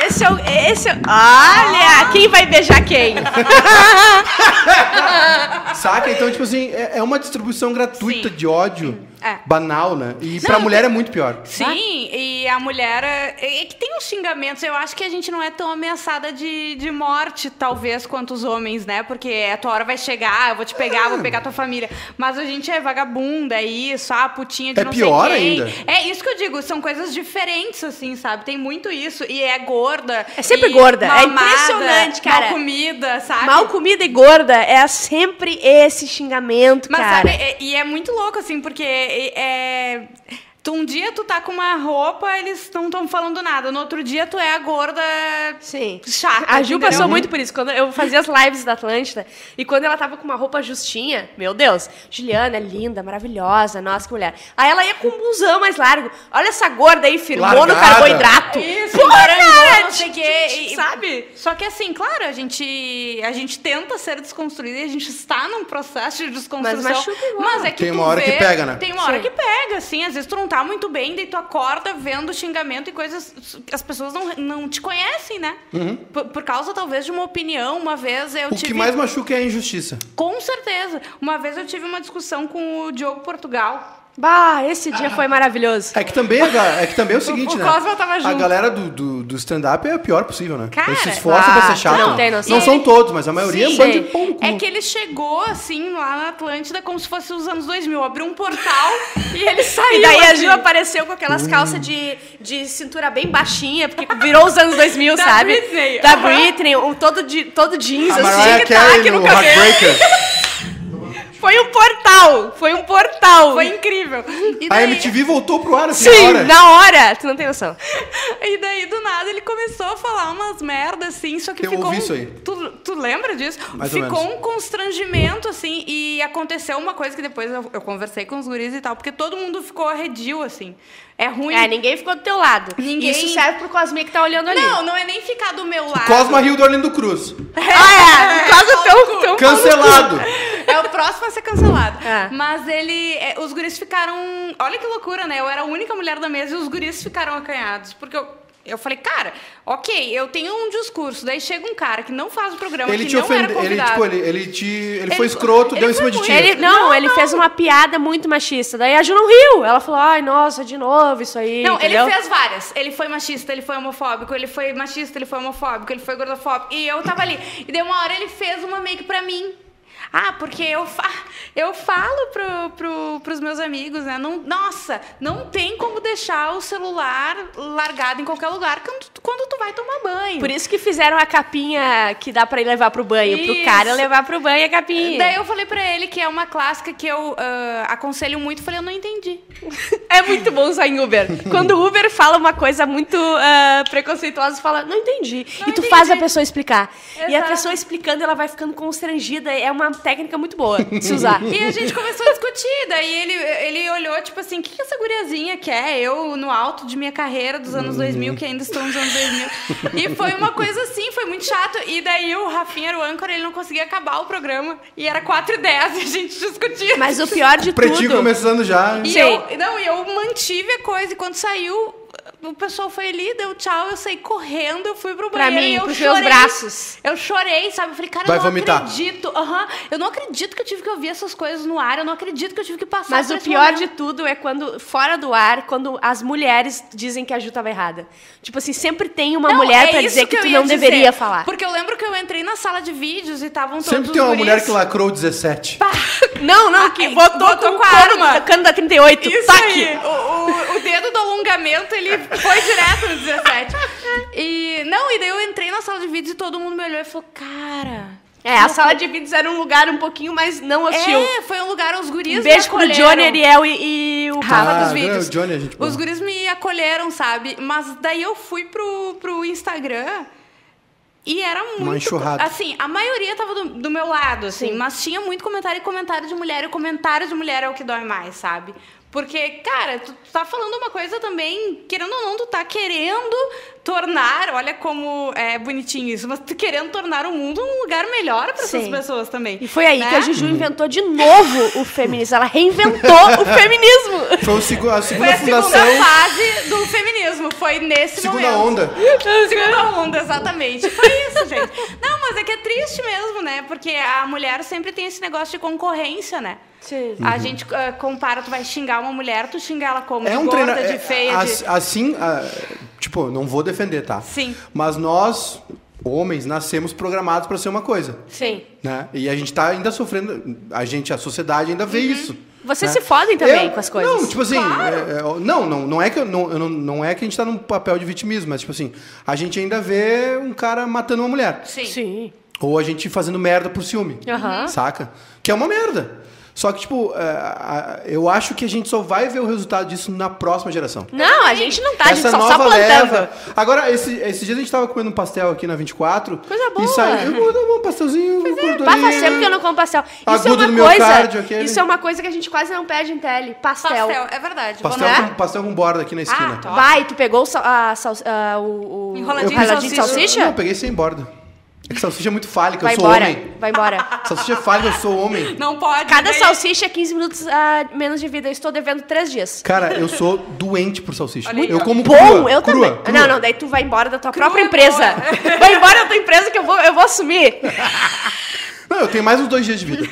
Esse é o. Esse é o- Olha! Quem vai beijar quem? saca? Então, tipo assim, é, é uma distribuição gratuita Sim. de ódio. É. Banal, né? E pra mulher é muito pior. Tá? Sim, e a mulher. É, é que tem uns xingamentos. Eu acho que a gente não é tão ameaçada de, de morte, talvez, quanto os homens, né? Porque a tua hora vai chegar, eu vou te pegar, É. vou pegar tua família. Mas a gente é vagabunda, é isso, ah, putinha de É não pior sei quem. ainda. É isso que eu digo, são coisas diferentes, assim, sabe? Tem muito isso. E é gorda. É sempre e gorda, é mamada, impressionante, cara. Mal comida, sabe? Mal comida e gorda é sempre esse xingamento, Mas cara. sabe, é- e é muito louco, assim, porque é. é- Tu, um dia tu tá com uma roupa, eles não estão falando nada. No outro dia tu é a gorda Sim. chata. A Ju entendeu? passou muito por isso. Quando eu fazia as lives da Atlântida, e quando ela tava com uma roupa justinha, meu Deus, Juliana, é linda, maravilhosa, nossa, que mulher. Aí ela ia com um blusão mais largo. Olha essa gorda aí, firmou no Largada. carboidrato. Isso, Pô, cara, cara, não sei o ti- ti- quê. ti- e- Sabe? Só que assim, claro, a gente, a gente tenta ser desconstruída e a gente está num processo de desconstrução. Mas machuca igual. Mas é que Tem tu uma hora vê- que pega, né? Tem uma hora Sim. que pega, assim. Às vezes tu não tá muito bem, daí tu acorda vendo xingamento e coisas. As pessoas não, não te conhecem, né? Por, por causa, talvez, de uma opinião. Uma vez eu Uhum. O tive. que mais machuca é a injustiça. Com certeza. Uma vez eu tive uma discussão com o Diogo Portugal. Bah, esse dia foi maravilhoso. É que também, a ga- é que também é o seguinte, o né? Cosma tava A junto. galera do, do, do stand-up é a pior possível, né? Cara, Eles se esforçam pra ser ah, chato. não tem noção. são todos, mas a maioria Sim, é um bando de sei. pão no cu. É que ele chegou, assim, lá na Atlântida, como se fosse os anos 2000. Abriu um portal e ele saiu. E daí a assim. Ju apareceu com Hum. aquelas calças de, de cintura bem baixinha, porque virou os anos 2000, Da sabe? Britney. Da Aham. Britney, um todo, de, todo jeans, a assim, Mariah que tá Carey aqui no no cabelo. Heartbreaker. Foi um portal, foi um portal. Foi incrível. E A daí, MTV voltou pro ar assim Sim, agora. na hora. Tu não tem noção. e daí, do nada, ele começou a falar umas merdas, assim, só que Eu ficou. ouvi um- isso aí. Tu, tu lembra disso? Mais ou ficou menos. um constrangimento, assim, e aconteceu uma coisa que depois eu, eu conversei com os guris e tal, porque todo mundo ficou arredio, assim. É ruim. É, ninguém ficou do teu lado. Ninguém. Isso serve pro Cosminha que tá olhando ali. Não, não é nem ficar do meu lado. Cosma Rio do Orlando Cruz. Ah, é. No caso, tão, tão Cancelado. É o próximo a ser cancelado. É. Mas ele. é, os guris ficaram. Olha que loucura, né? Eu era a única mulher da mesa e os guris ficaram acanhados. Porque eu. Eu falei, cara, ok, eu tenho um discurso, daí chega um cara que não faz o programa, Ele que te não era ofendeu. Ele, convidado. tipo, ele, ele te. Ele, foi Ele- escroto, ele é deu em cima foi de ti. muito- Ele, não, Não, ele não. fez uma piada muito machista. Daí a Ju não riu. Ela falou, ai, nossa, de novo isso aí. Não, entendeu? ele fez várias. Ele foi machista, ele foi homofóbico, ele foi machista, ele foi homofóbico, ele foi gordofóbico. E eu tava ali. E daí uma hora ele fez uma meio que pra mim. Ah, porque eu, fa eu falo pro, pro, pros meus amigos, né? Não, nossa, não tem como deixar o celular largado em qualquer lugar quando, tu- quando tu vai tomar banho. Por isso que fizeram a capinha que dá pra ir levar pro banho. Pro Isso. cara levar pro banho a capinha. Daí eu falei pra ele que é uma clássica que eu ah, aconselho muito. Falei, eu não entendi. É muito bom usar em Uber. Quando o Uber fala uma coisa muito ah, preconceituosa, fala, não entendi. Não e tu entendi. faz a pessoa explicar. E a Exato. pessoa explicando, ela vai ficando constrangida. É uma técnica muito boa de se usar. E a gente começou a discutir. Daí ele, ele olhou, tipo assim, o que que essa guriazinha quer? Eu, no alto de minha carreira dos anos 2000, que ainda estou nos anos 2000. E foi uma coisa assim, foi muito chato. E daí o Rafinha era o âncora, ele não conseguia acabar o programa. E era 4 e 10 e a gente discutia. Mas o pior de Pretinho tudo... começando já. E Sim. eu, não, e eu mantive a coisa. E quando saiu, o pessoal foi ali, deu tchau, eu saí correndo, eu fui pro Pra banheiro. mim, e eu pros meus chorei. braços. Eu chorei, sabe? Eu falei, cara, Vai eu não vomitar. acredito. Aham. Eu não acredito que eu tive que ouvir essas coisas no ar. Eu não acredito que eu tive que passar Mas por o esse pior momento. de tudo é quando, fora do ar, quando as mulheres dizem que a Ju tava errada. Tipo assim, sempre tem uma Não, mulher é pra isso dizer que, eu tu ia não dizer. deveria falar. Porque eu lembro que eu entrei na sala de vídeos e estavam todos Sempre os tem uma guris. mulher que lacrou 17. Não, não, que Ah, botou, botou com um com a corno, arma. tocando da 38. Isso taque. aí. O, o- o dedo do alongamento, ele foi direto no 17. E, não, e daí eu entrei na sala de vídeos e todo mundo me olhou e falou, cara... É, a sala de vídeos era um lugar um pouquinho mais não hostil. É, foi um lugar, os guris Um beijo me pro acolheram. Johnny, Ariel e, e o Rafa Ah, dos Johnny, vídeos. o Johnny é gente boa. os guris me acolheram, sabe? Mas daí eu fui pro, pro Instagram e era muito... enxurrada. Assim, a maioria tava do, do meu lado, assim. Mas tinha muito comentário e comentário de mulher. E comentário de mulher é o que dói mais, sabe? Porque, cara, tu tu tá falando uma coisa também, querendo ou não, tu tá querendo tornar, olha como é bonitinho isso, mas tu querendo tornar o mundo um lugar melhor pra essas Sim. pessoas também. E foi aí né? que a Juju inventou de novo o feminismo. Ela reinventou o feminismo. Foi o segu- a Foi segunda a segunda fundação. fase do feminismo, foi nesse Segunda momento. onda. Segunda onda, exatamente. Foi isso, gente. Não, mas é que é triste mesmo, né? Porque a mulher sempre tem esse negócio de concorrência, né? Sim. A gente ah, compara, tu vai xingar uma mulher, tu xinga ela Uhum. como? É de um gorda, treinamento. de feia, de... Assim, ah, tipo, não vou defender, tá? Sim. Mas nós, homens, nascemos programados pra ser uma coisa. Sim. Né? E a gente tá ainda sofrendo. A gente, a sociedade ainda Uhum. vê isso. Vocês né? se fodem também Eu- com as coisas. Não, tipo assim, é- é- não, não, não é que eu- não, eu não, não é que a gente tá num papel de vitimismo, mas tipo assim, a gente ainda vê um cara matando uma mulher. Sim. Sim. Ou a gente fazendo merda por ciúme. Aham. Saca? Que é uma merda. Só que, tipo, é, a- eu acho que a gente só vai ver o resultado disso na próxima geração. Não, a gente não tá, a gente Essa só, nova só plantando. leva. Agora, esse, esses dias a gente tava comendo um pastel aqui na 24. Coisa boa. E saiu um pastelzinho, um gordurinho. Pá, faz tempo que eu não como pastel. Isso é Agudo uma do meu coisa. cardio, aquele. Isso é uma coisa que a gente quase não pede em tele. Pastel. Pastel. É verdade. Pastel, Boné. né? com, pastel com borda Ah, aqui na esquina. top. Vai, tu pegou o sal- a sal- a- o, o Enroladinho de de salsicha. salsicha? Não, eu peguei sem borda. É que salsicha é muito fálica, Vai eu sou embora. homem. Vai embora. Salsicha é fálica, eu sou homem. Não pode. Cada né? salsicha é 15 minutos a menos de vida. Eu estou devendo 3 dias. Cara, eu sou doente por salsicha. Olha aí, eu ó. como Bom, crua, eu crua, também. crua. Não, não, daí tu vai embora da tua Crua própria é empresa. boa. Vai embora da tua empresa que eu vou, eu vou assumir. Não, eu tenho mais uns dois dias de vida.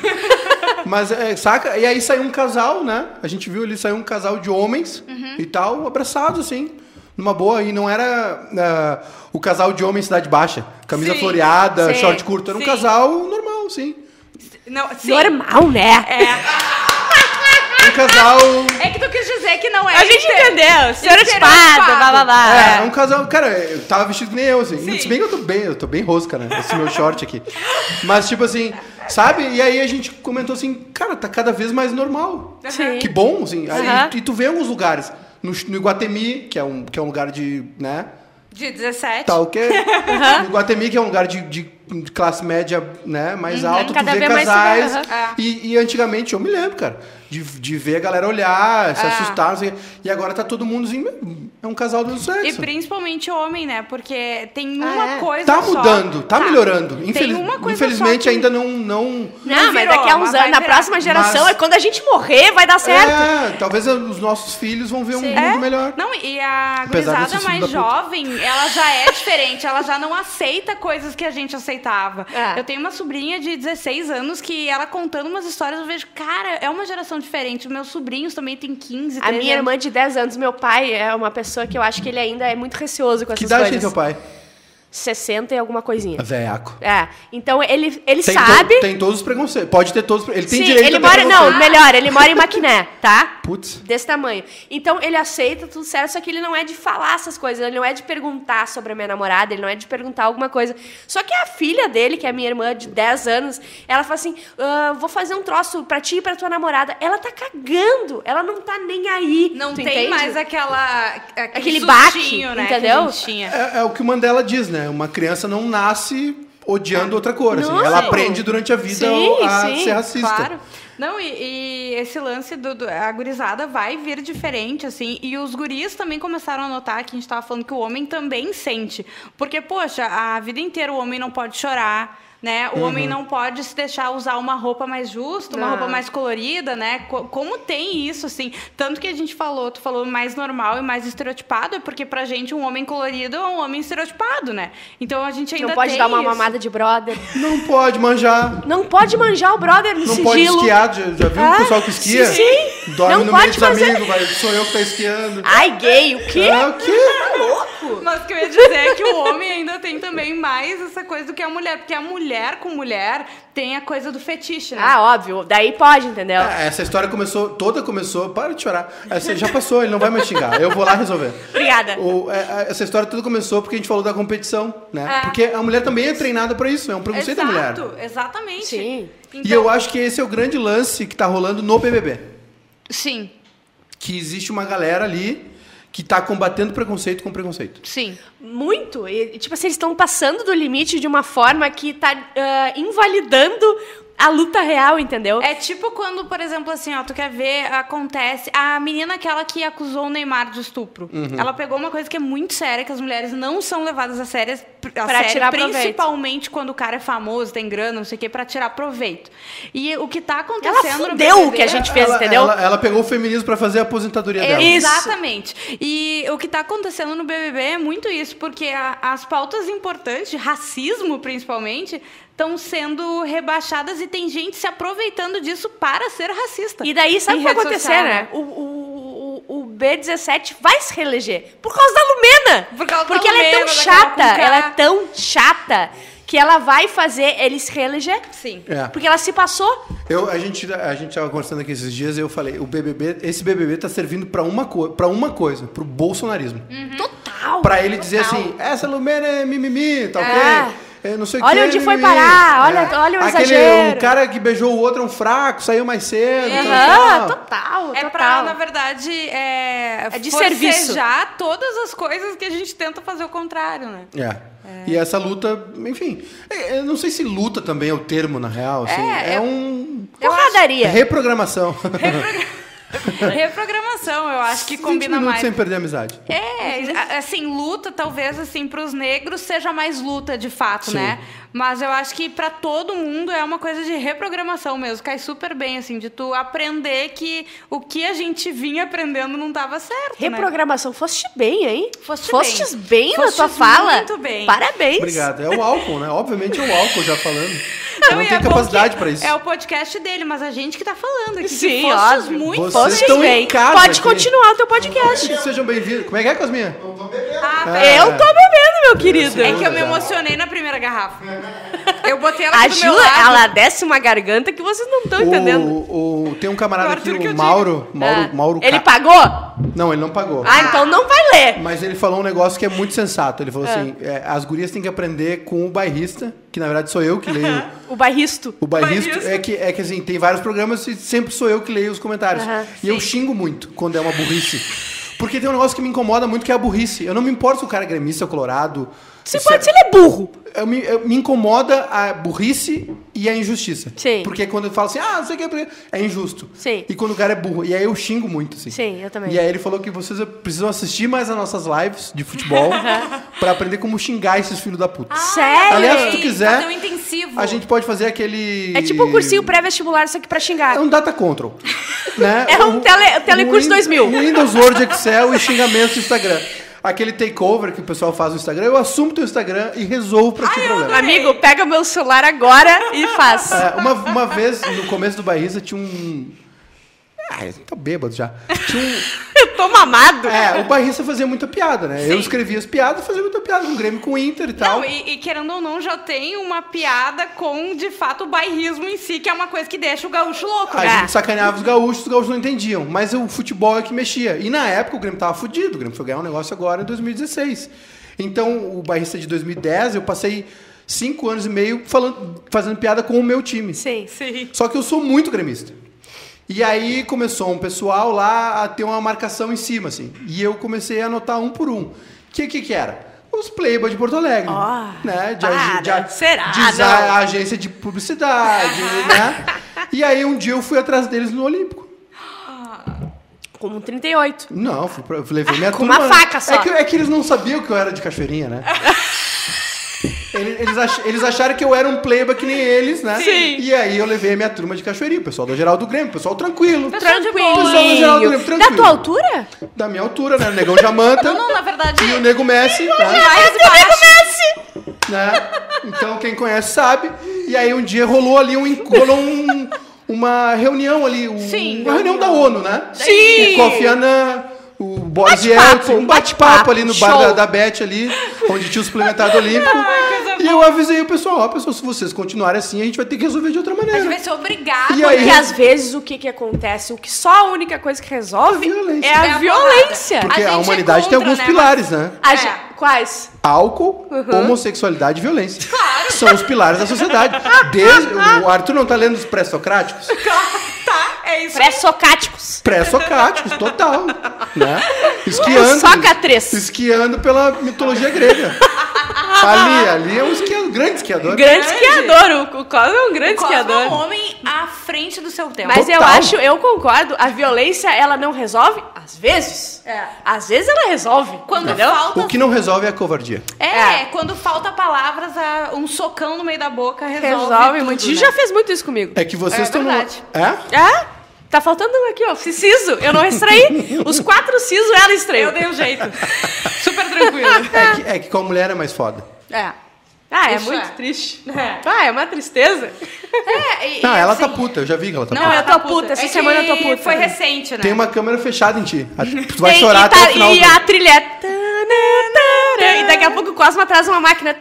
Mas, é, saca? E aí saiu um casal, né? A gente viu ali, saiu um casal de homens Uhum. e tal, abraçados, assim. Numa boa, e não era ah, o casal de homem Cidade Baixa. Camisa Sim. floreada, Sim. short curto. Era um Sim. casal normal, sim. Não, sim. Normal, né? É. Um casal. É que tu quis dizer que não é. A gente inter- entendeu. Senhora de Estereotipado. espada, blá blá blá. É, um casal. Cara, eu tava vestido que nem eu, assim. Sim. Se bem que eu tô bem, eu tô bem rosca, né? Esse meu short aqui. Mas, tipo assim, sabe? E aí a gente comentou assim, cara, tá cada vez mais normal. Sim. Que bom, assim. Aí, Aham. e tu vê em alguns lugares. No, no Iguatemi, que é, um, que é um lugar de, né? De 17. Tal que. é. No Iguatemi, que é um lugar de, de- de classe média, né? Mais alta, tu Uhum. Cada vê vez mais casais. lugar, aham. e, e antigamente, eu me lembro, cara, de, de ver a galera olhar, Ah. se É. assustar, não sei o quê. E agora tá todo mundo assim, é um casal do mesmo E sexo. principalmente homem, né? Porque tem uma é. coisa Tá só. mudando, tá, melhorando. Infeliz- uma coisa Infelizmente só que- ainda não. não... Não, Não mas virou, daqui a uns mas vai anos, na virar. próxima geração, Mas- é quando a gente morrer, vai dar certo. É, talvez os nossos filhos vão ver um Sim. mundo É. melhor. Não, e a Apesar de ser gurizada filho da mais puta. jovem, ela já é diferente, ela já não aceita coisas que a gente aceitava. É. Eu tenho uma sobrinha de 16 anos que ela contando umas histórias, eu vejo, cara, é uma geração diferente. Meus sobrinhos também têm 15, 13 A minha anos. irmã de 10 anos, meu pai é uma pessoa que eu acho que ele ainda é muito receoso com que essas idade tem teu coisas. pai? Ah. 60 e alguma coisinha. Veaco. É. Então ele, ele Tem, to- sabe. tem todos os preconceitos. Pode ter todos. os pre- Ele tem Sim, direito ele a ter mora. Não, preconceito. melhor, ele mora em Maquiné, tá? Putz. Desse tamanho. Então ele aceita tudo certo, só que ele não é de falar essas coisas, ele não é de perguntar sobre a minha namorada, ele não é de perguntar alguma coisa. Só que a filha dele, que é a minha irmã de 10 anos, ela fala assim: "Ah, vou fazer um troço pra ti e pra tua namorada. Ela tá cagando, ela não tá nem aí. Não tu tem entende? mais aquela, Aquele aquele, baque, sustinho, né? entendeu? Que a gente tinha. É, é o que o Mandela diz, né? Uma criança não nasce odiando outra cor. assim. Não. Ela aprende durante a vida Sim, a sim, ser racista. Claro. Não, e, e esse lance do, do- A gurizada vai vir diferente, assim. E os guris também começaram a notar que a gente tava falando que o homem também sente. Porque, poxa, a vida inteira o homem não pode chorar. Né? O homem não pode se deixar usar uma roupa mais justa, uma Ah. roupa mais colorida, né? Co- Como tem isso, assim? Tanto que a gente falou, tu falou mais normal e mais estereotipado, é porque pra gente um homem colorido é um homem estereotipado, né? Então a gente ainda Não pode tem dar uma isso. mamada de brother. Não pode manjar. Não pode manjar o brother no Não sigilo. pode esquiar. Já, já viu Ah, o pessoal que esquia? sim, sim. Dorme Não no pode meio dos fazer- amigos. Vai, sou eu que tá esquiando. Ai, gay, o quê? É o quê? Mas o que eu ia dizer é que o homem ainda tem também mais essa coisa do que a mulher, porque a mulher com mulher tem a coisa do fetiche, né? Ah, óbvio. Daí pode, entendeu? Ah, Essa história começou, toda começou. Para de chorar. Essa já passou, ele não vai mais xingar. Eu vou lá resolver. Obrigada. O- é, é, essa história toda começou porque a gente falou da competição, né? Porque a mulher também é treinada pra isso, é um preconceito da mulher. Exato, exatamente. Então, Sim. E Então- eu acho que esse é o grande lance que tá rolando no BBB. Sim, Que existe uma galera ali que tá combatendo preconceito com preconceito. sim. Muito. E, e, tipo assim, eles estão passando do limite de uma forma que tá ah, invalidando a luta real, entendeu? É tipo quando, por exemplo, assim, ó, tu quer ver, acontece. A menina aquela que acusou o Neymar de estupro. Uhum. Ela pegou uma coisa que é muito séria, que as mulheres não são levadas a sério, a Pra sério, tirar proveito. principalmente quando o cara é famoso, tem grana, não sei o quê, pra tirar proveito. E o que tá Ela acontecendo no fudeu o BBB que a gente fez, ela, entendeu? Ela, ela pegou o feminismo pra fazer a aposentadoria dela. Isso. É, Exatamente. E o que está acontecendo no BBB é muito isso, porque a- as pautas importantes, de racismo principalmente, estão sendo rebaixadas e tem gente se aproveitando disso para ser racista. E daí, sabe o que Em vai rede acontecer, social, né? O, o, o- o B17 vai se reeleger por causa da Lumena. Por causa da Porque ela é Lumena, tão da chata, Carol com K. ela é tão chata, que ela vai fazer ele se reeleger. Sim. É. Porque ela se passou. Eu, a gente a gente tava conversando aqui esses dias e eu falei, o BBB, esse BBB tá servindo pra uma co para uma coisa, pro bolsonarismo. Total. Pra ele dizer total. assim, essa Lumena é mimimi, tá ok? É. É, não sei Olha quem, onde foi e- parar, olha- olha o É. Aquele, exagero. O cara que beijou o outro é um fraco, saiu mais cedo. tal, Aham, tal. total, É pra, total. na verdade, é, É de forcejar todas as coisas que a gente tenta fazer o contrário, né? É. E essa luta, enfim. é- Eu não sei se luta também é o termo, na real. Assim, é, é- um. Porradaria. Reprogramação. Reprogramação, eu acho que 20 combina minutos mais. sem perder a amizade. É, a- assim, luta talvez assim para os negros seja mais luta de fato, Sim. né? Mas eu acho que para todo mundo é uma coisa de reprogramação mesmo, cai super bem assim, de tu aprender que o que a gente vinha aprendendo não tava certo, né? Reprogramação, foste bem, hein? Foste Fostes bem, bem. na Fostes tua fala. muito bem. Parabéns. Obrigado. É o álcool, né? Obviamente é o álcool já falando. Eu Não, não e tenho é bom capacidade que pra isso. É o podcast dele, mas a gente que tá falando aqui. Sim, que fostes óbvio. muito Vocês Fostes estão bem. em casa Pode aqui. continuar o teu podcast. Sejam bem-vindos. Como é que é, Cosminha? Ah, É. Eu tô bebendo, meu querido. É que eu me emocionei na primeira garrafa. Eu botei ela A aqui do meu Gila, lado. ela desce uma garganta que vocês não estão entendendo. O, o- tem um camarada Arthur aqui, que eu o digo. Mauro. Mauro, Ah, Mauro Ele Ca- pagou? Não, ele não pagou. Ah, então não vai ler. Mas ele falou um negócio que é muito sensato. Ele falou assim: é, as gurias têm que aprender com o bairrista, que na verdade sou eu que leio. O barristo. O bairrista Bairrista. é que, é que assim, tem vários programas e sempre sou eu que leio os comentários. Aham, e eu xingo muito quando é uma burrice. Porque tem um negócio que me incomoda muito que é a burrice. Eu não me importo se o cara é gremista ou colorado. Se Isso é- pode, se ele é burro. eu me, eu- me incomoda a burrice e a injustiça. Sim. Porque quando eu falo assim, ah, não sei o que, é porque- é injusto. Sim. E quando o cara é burro. E aí eu xingo muito, assim. Sim, eu também. E aí ele falou que vocês precisam assistir mais as nossas lives de futebol pra aprender como xingar esses filhos da puta. Ah, Sério? Aliás, se tu quiser, Fazer um intensivo. A gente pode fazer aquele... É tipo um cursinho pré-vestibular, só que pra xingar. É um data control. né? É um tele- telecurso Win- 2000. Windows, Word, Excel e xingamento do Instagram. Aquele takeover que o pessoal faz no Instagram, eu assumo teu Instagram e resolvo pra ti o problema. Amigo, pega meu celular agora e faz. É, uma, uma vez, no começo do Barrista, tinha um. Ah, eu tô bêbado já. Tinha um... Eu tô mamado. É, o Barrista fazia muita piada, né? Eu escrevia as piadas e fazia muita piada com o Grêmio, com o Inter e tal. Então- Não, e, e querendo ou não, já tem uma piada com, de fato, o bairrismo em si, que é uma coisa que deixa o gaúcho louco, A né? gente sacaneava os gaúchos, os gaúchos não entendiam. Mas o futebol é que mexia. E na época o Grêmio tava fudido. O Grêmio foi ganhar um negócio agora em 2016. Então, o Barrista de 2010, eu passei cinco anos e meio falando, fazendo piada com o meu time. Sim. Sim. Só que eu sou muito gremista. E aí começou um pessoal lá a ter uma marcação em cima, assim. E eu comecei a anotar um por um. O que, que que era? Os Playboy de Porto Alegre. Ah, né? De, para. Será? de Não. a- a agência de publicidade, né? E aí um dia eu fui atrás deles no Olímpico. Como um 38. Não, fui pra, levei minha Ah, Com turma. uma faca só. É que, é que eles não sabiam que eu era de cachoeirinha, né? Ele- Eles, ach- eles acharam que eu era um pleba que nem eles, né? Sim. E aí eu levei a minha turma de cachoeirinha, o pessoal do Geral do Grêmio, o pessoal tranquilo. Pessoal de Tranquilo. boa. Pessoal no geral do Grêmio, Da tranquilo. tua altura? Da minha altura, né? O Negão Jamanta. Não, na verdade, E o Nego Messi, é né? mais baixo. Né? Então quem conhece sabe. E aí um dia rolou ali um encolou um, uma reunião ali, um- Sim, uma reunião da ONU, né? Sim. O Kofi Annan, o Boris Bate-papo, Yeltsin, um bate-papo bate-papo, ali no bar show. da, da Beth ali, onde tinha o suplementado olímpico. E eu avisei o pessoal, ó, pessoal, se vocês continuarem assim, a gente vai ter que resolver de outra A gente maneira. vai ser obrigado. E aí? Porque às vezes o que que acontece? O que só a única coisa que resolve A violência. é É a a violência. porrada. Porque a a, gente é humanidade tem contra, alguns né, Uhum. pilares, né? A É. gen- Quais? álcool, homossexualidade e violência. São os pilares da sociedade. Desde, o Arthur não tá lendo os pré-socráticos? Tá, é isso. Pré-socáticos. Pré-socráticos, total. Né? Esquiando. Sócrates. Esquiando pela mitologia grega. Ali, ali é um esquiador, grande esquiador. Grande esquiador. O, o Cosmo é um grande Cosmo é um esquiador. homem à frente do seu tempo. Mas eu Total. acho, eu concordo, a violência ela não resolve, às vezes. É. Às vezes ela resolve. quando entendeu? falta. O que não resolve é a covardia. É, É. quando falta palavras, a- um socão no meio da boca resolve. resolve tudo, muito. né? E já fez muito isso comigo. É que vocês É estão. numa- verdade. É? É? Tá faltando um aqui, ó. Ciso. Eu não extraí. Os quatro sisos ela extraiu. Eu dei um jeito. Super tranquilo. É que, é que com a mulher é mais foda. É. Ah, é Isso muito é. triste. É. Ah, é uma tristeza. É, e- Não, e ela assim- tá puta, eu já vi que ela tá Não, puta. ela ela tá tá puta. puta. Essa É semana que eu tô puta. Foi recente, né? Tem uma câmera fechada em ti. Tu vai Tem- chorar e, tá- até o final. e a trilha. é- E daqui a pouco o Cosma traz uma máquina.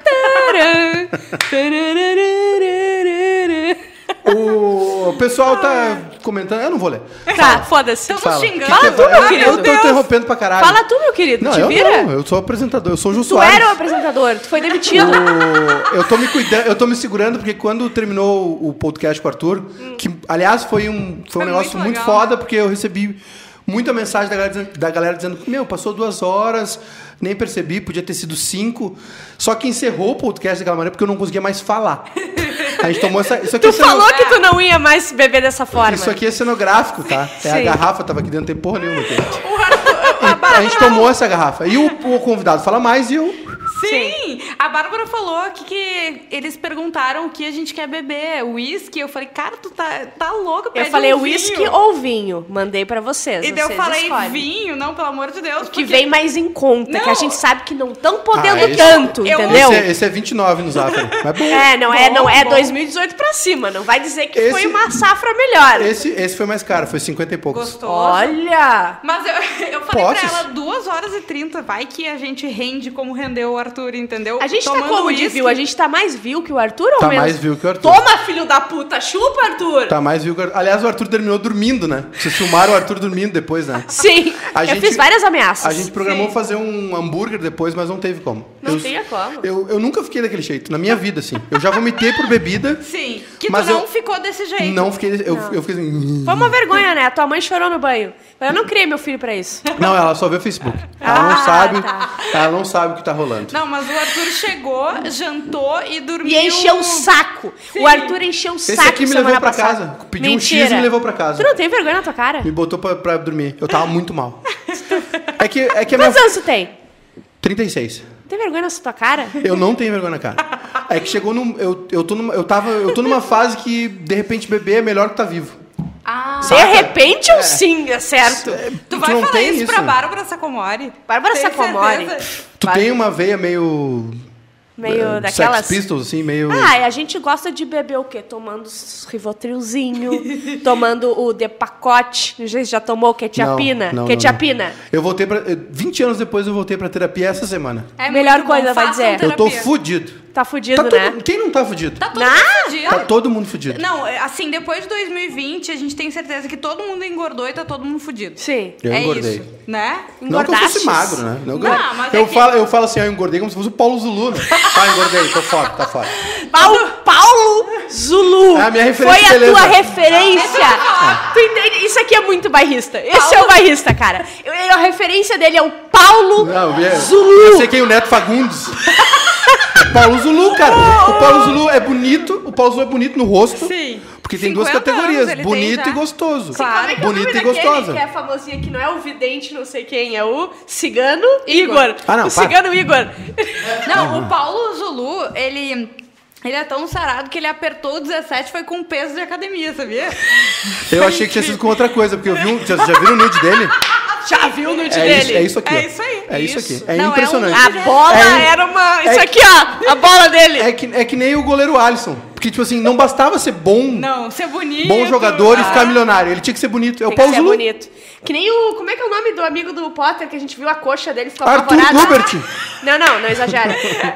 O pessoal tá comentando. Eu não vou ler. Tá, foda-se. Estamos Fala. xingando. Fala tu, meu eu, querido. eu tô interrompendo pra caralho. Fala tu, meu querido. Não, Te eu vira. não. Eu sou apresentador. Eu sou o Ju Tu Soares. era o apresentador, tu foi demitido. O- eu tô me cuidando, eu tô me segurando porque quando terminou o podcast com o Arthur, que aliás foi um, foi Foi um negócio muito muito, legal, foda, porque eu recebi muita mensagem da galera, dizendo- da galera dizendo: Meu, passou duas horas, nem percebi, podia ter sido cinco. Só que encerrou o podcast daquela maneira porque eu não conseguia mais falar. A gente tomou essa. Isso aqui, é Tu ceno- falou que tu não ia mais beber dessa forma. isso aqui é cenográfico, tá? É a Sim. garrafa tava aqui dentro, não tem porra nenhuma. aqui. A gente tomou essa garrafa. E o, o convidado fala mais e eu. Sim! A Bárbara falou aqui que eles perguntaram o que a gente quer beber. Whisky? Eu falei, cara, tu tá, tá louco, Eu pede falei um uísque vinho. ou vinho. Mandei pra vocês. E daí eu vocês falei, escolhem. vinho, não, pelo amor de Deus. Que porque- vem mais em conta, que a Não. gente sabe que não estão podendo Ah, esse- tanto, eu- entendeu? Esse é, esse é 29 no zap. Mas bom. É, não é, Bom, não é bom. 2018 pra cima. Não vai dizer que foi Esse- uma safra melhor. Esse, esse foi mais caro, foi 50 e poucos. Gostoso. Olha! Mas eu, eu falei pra Posses? ela 2 horas e 30, vai que a gente rende como rendeu o Arthur, entendeu? A gente tá Tomando como de uísque. view? A gente tá mais view que o Arthur ou Tá menos? mais view que o Arthur. Toma, filho da puta! Chupa, Arthur! Tá mais viu. que o Arthur- Aliás, o Arthur terminou dormindo, né? Vocês filmaram o Arthur dormindo depois, né? Sim, A eu gente- fiz várias ameaças. A gente programou fazer um hambúrguer depois, mas não teve como. Não tinha como. Eu, eu nunca fiquei daquele jeito, na minha vida, assim. Eu já vomitei por bebida. Sim, que Mas tu não eu- ficou desse jeito. Não fiquei. Eu, eu fiquei assim. Foi uma vergonha, né? A tua mãe chorou no banho. Eu não criei meu filho pra isso. Não, ela só vê o Facebook. Ela Ah, não sabe. tá. Ela não sabe o que tá rolando. Não, mas o Arthur chegou, jantou e dormiu. E encheu o saco. O Arthur encheu o Esse saco aqui me semana levou pra passada. casa. Pediu um Mentira. X e me levou pra casa. Tu não tem vergonha na tua cara? Me botou pra, pra dormir. Eu tava muito mal. É que, é que a minha. Quantos anos tu tem? 36. Tem vergonha na tua cara? Eu não tenho vergonha na cara. É que chegou num. Eu, eu, tô numa, eu, tava, eu tô numa fase que, de repente, beber é melhor que tá vivo. Ah, Saca? De repente um sim, é certo. tu vai não falar tem isso pra Bárbara Sacomori? Bárbara Tem Sacomori. certeza? Tu tem uma veia meio. Meio eh, daquelas... Sex Pistols, assim, meio. Ah, e a gente gosta de beber o quê? Tomando os Rivotrilzinho, tomando o de pacote. Não sei se já tomou ketchupina. Não, não, não, ketchupina. não. Eu voltei pra. eh, 20 anos depois eu voltei pra terapia essa semana. É Melhor muito bom, coisa, vai façam dizer. Eu tô terapia. fudido. Tá fudido, Tá todo- né? Quem não tá fudido? Tá, Tá todo Nah. mundo fudido. todo mundo fudido. Não, é, assim, depois de 2020, a gente tem certeza que todo mundo engordou e tá todo mundo fudido. Sim. Eu é engordei. isso, né? Não que eu Engordastes? fosse magro, né? Não, que eu- Não, mas é eu, que- falo, eu falo assim, ah, eu engordei como se fosse o Paulo Zulu. né? Tá, engordei, tô fora, tá fora. Pau- Paulo Zulu. É a minha referência Foi a de beleza. tua referência. tu entende? Isso aqui é muito bairrista. Esse é o bairrista, cara. Eu- eu- a referência dele é o Paulo Não, eu- Eu Zulu. sei quem é o Neto Fagundes. O Paulo Zulu, Oh, cara. O Paulo Zulu é bonito. O Paulo Zulu é bonito no rosto. Sim. Porque tem duas 50 categorias: anos ele bonito tem já. e gostoso. Claro. Como é que é o nome bonita e daquele gostosa. que é famosinha, que não é o vidente, não sei quem, é o cigano Igor. Igor. Ah, não, o para. cigano Igor. Não, o Paulo Zulu, ele. Ele é tão sarado que ele apertou o 17 foi com peso de academia, sabia? é Eu achei que tinha sido com outra coisa, porque eu vi um. Já, já viram o nude dele? Já viu o nude É dele? isso, é isso aqui. É ó. isso aí. É isso, aqui. É Não, é um impressionante. A bola É- era uma... é- Isso aqui, ó. A bola dele. É que, é que nem o goleiro Alisson. Porque, tipo assim, não bastava ser bom, Não, ser bonito. ah, bom jogador e ficar milionário. Ele tinha que ser bonito. É o Ah. Tem que Paulo ser Zulu. bonito. Que nem o. Como é que é o nome do amigo do Potter que a gente viu a coxa dele ficou Arthur apavorada? Gubert. Não, não, não exagera.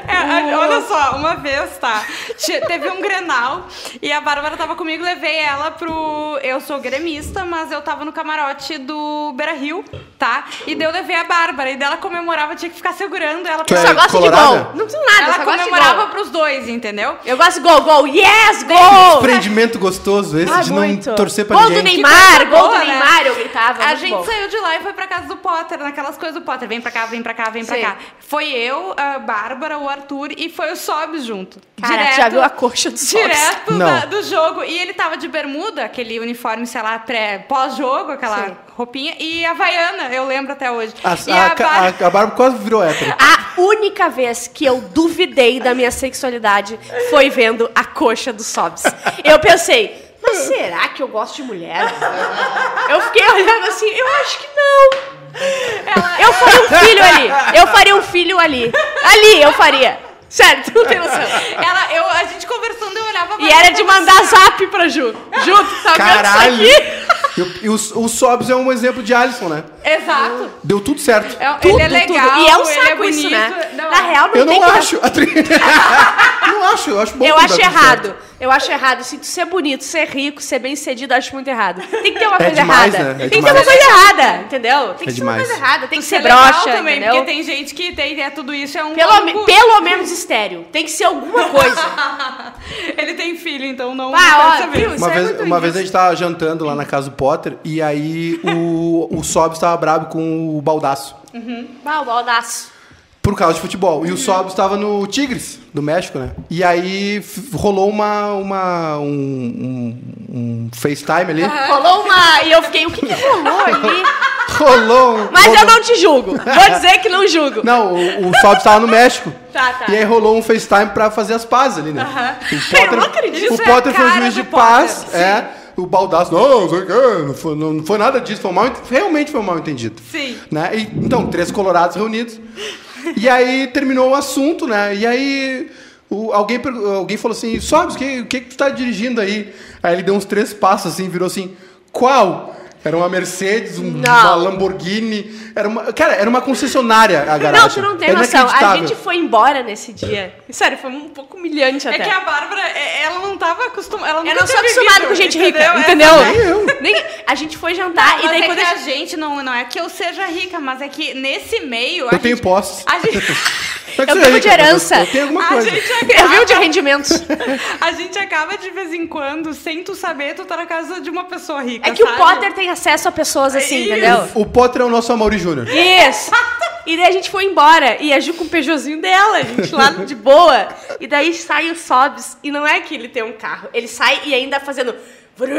É, a- olha só, uma vez, tá? Che- Teve um Grenal e a Bárbara tava comigo, levei ela pro. Eu sou gremista, mas eu tava no camarote do Beira Rio, tá? E daí eu levei a Bárbara, e dela comemorava, tinha que ficar segurando ela. Tu é só gosto colorada? de gol. Não precisa nada, ela só gosto de comemorava gol. pros dois, entendeu? Eu gosto de gol, gol. Yes, gol! Prendimento Um gostoso esse Ah, de não muito. torcer pra gol ninguém. do Neymar, Que coisa gol do boa, né? Neymar, eu gritava. A muito gente bom. saiu de lá e foi pra casa do Potter, naquelas coisas do Potter. Vem pra cá, vem pra cá, vem pra Sim. cá. Foi eu, a Bárbara, o Arthur e foi o Sobs junto. Cara, Direto- já viu a coxa do Sobs? Direto Não. da- do jogo. E ele tava de bermuda, aquele uniforme, sei lá, pré, pós-jogo, aquela Sim. roupinha. E a Havaiana, eu lembro até hoje. A, e a, Bár- a, a Bárbara quase virou hétero. A única vez que eu duvidei da minha sexualidade foi vendo a coxa do Sobs. Eu pensei, mas será que eu gosto de mulher? Eu fiquei olhando assim, eu acho que não. Eu faria um filho ali. Eu faria um filho ali. Ali eu faria. Sério, tu não tem noção. Ela, eu, a gente conversando, eu olhava a E era de Bárbara e mandar zap pra Ju. Ju, tu tá vendo Caralho! isso aqui? E, o- e o, o Sobs é um exemplo de Alisson, né? Exato. Deu tudo certo. É- Tudo, ele é tudo. legal, E é um ele saco é isso, bonito. né? Não, Na real, não eu tem não que dar acho. Atri- não acho, eu acho bom. Eu que dá acho tudo errado. certo. Eu acho errado. Se tu ser bonito, ser rico, ser bem cedido, eu acho muito errado. Tem que ter uma É coisa demais, errada. né? É tem que ter uma demais. coisa errada, entendeu? Tem que É ser uma demais. coisa errada. Tem que Tu ser ser legal broxa, também, entendeu? porque tem gente que tem, é tudo isso, é um Pelo, me- maluco. pelo menos estéreo. Tem que ser alguma coisa. Ele tem filho, então não, Ah, não ó, quero saber. viu? Isso Uma, é vez, muito uma vez a isso. gente tava jantando lá na casa do Potter e aí o, o Sobs tava brabo com o Baldaço. Bah, o baldaço. Por causa de futebol. E o Sobs estava no Tigres, do México, né? E aí f- rolou uma, uma, um, um, um FaceTime ali. Rolou uma. E eu fiquei, o que, que rolou ali? Rolou um. Mas rolou- eu não te julgo. Vou dizer que não julgo. Não, o, o Sobs estava no México. Tá, tá. E aí rolou um FaceTime pra fazer as pazes ali, né? O Potter, não acredito, O isso é Potter a foi o cara juiz de do Potter, paz. É. O Baldaço, não, não sei o quê, não foi, não foi nada disso, foi um mal, realmente foi mal entendido. Sim. Né? E, então, três colorados reunidos. E aí terminou o assunto, né? E aí o- alguém, pergu- alguém falou assim, Sobs, o que, o que, que tu tá dirigindo aí? Aí ele deu uns três passos assim, virou assim, qual? Era uma Mercedes, um- Não. uma Lamborghini. Era uma, cara, era uma concessionária a garagem. Não, tu não tem é noção. A inacreditável. gente foi embora nesse dia. Sério, foi um pouco humilhante até. É que a Bárbara, é- ela não tava acostumada. Ela Eu nunca não sou tinha acostumada vivido, com gente entendeu? rica, É- entendeu? Nem eu. Nem- a gente foi jantar e Mas daí é quando que a a gente... gente não, não é que eu seja rica, mas é que nesse meio. a Eu tenho gente- posses. A gente, Não é que Ah, Eu seja tenho rico, de herança. Ah, Eu tenho alguma A coisa. gente é Eu vi o de rendimentos. a gente acaba de vez em quando, sem tu saber, tu tá na casa de uma pessoa rica. É que o sabe? Potter tem acesso a pessoas assim, Isso. entendeu? O Potter é o nosso Amaury Júnior. Isso! E daí a gente foi embora. E a Ju com o Peugeotzinho dela, a gente lá de boa. E daí sai o Sobs. E não é que ele tem um carro. Ele sai e ainda tá fazendo... vrum,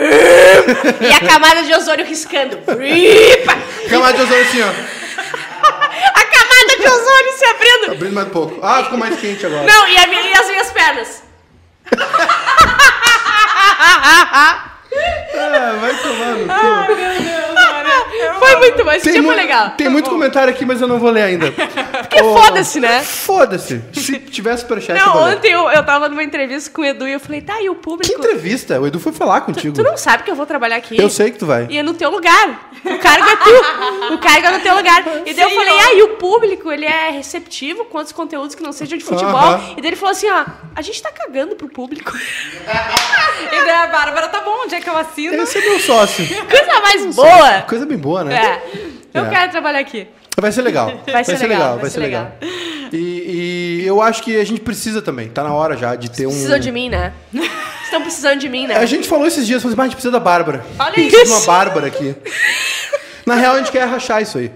E a camada de ozônio riscando. Vripa! Camada de ozônio assim, ó. A camada de ozônio se abrindo. Abrindo mais um pouco. Ah, ficou mais quente agora. Não, e, a minha- e as minhas pernas. Ah, vai tomando. Foi muito bom. Ah, Esse Tem, dia foi muito- legal. Tá tem muito comentário aqui, mas eu não vou ler ainda. Porque foda-se, né? Foda-se. Se tiver superchat, eu Não, vou ler. ontem eu, eu tava numa entrevista com o Edu e eu falei, tá, e o Que público? entrevista? O Edu foi falar contigo. Tu não sabe que eu vou trabalhar aqui? Eu sei que tu vai. E é no teu lugar. O cargo é tu. O cargo é no teu lugar. E daí eu Sim, falei, ó. ah, e o público, ele é receptivo com outros conteúdos que não sejam de futebol? Aham. E daí ele falou assim, ó, a gente tá cagando pro público. E daí a Bárbara, tá bom, onde é que eu assino? Esse é meu sócio. Coisa mais boa. Coisa bem boa, né? É. Eu É. quero trabalhar aqui. Vai ser legal. Vai ser legal, vai ser E, e eu acho que a gente precisa também. Tá na hora já de ter um. Precisam de mim, né? Estão precisando de mim, né? A gente falou esses dias, falou assim, "Bah, a gente precisa da Bárbara. Olha a gente precisa de uma isso. Bárbara aqui. Na real, a gente quer rachar isso aí.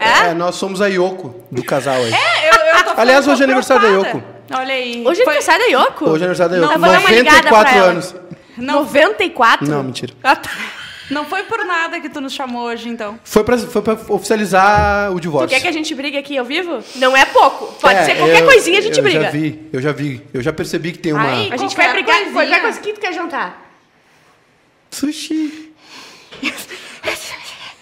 É? nós somos a Yoko do casal aí. Eu, eu tô Aliás, ficando hoje é aniversário da preocupada. Yoko. Olha aí. Hoje é Foi- aniversário da Yoko. Hoje é aniversário da Yoko. Eu vou dar uma ligada pra 94 ela. anos. 94? Não, mentira. é Ah, tá. Não foi por nada que tu nos chamou hoje, então. Foi pra, foi pra oficializar o Tu divórcio. quer que a gente brigue aqui ao vivo? Não é pouco. Pode É, ser qualquer eu- coisinha a gente eu briga. já vi, eu já vi. Eu já percebi que tem uma... Aí, a gente Qualquer vai brigar coisinha. qualquer coisa. O que tu quer jantar? Sushi.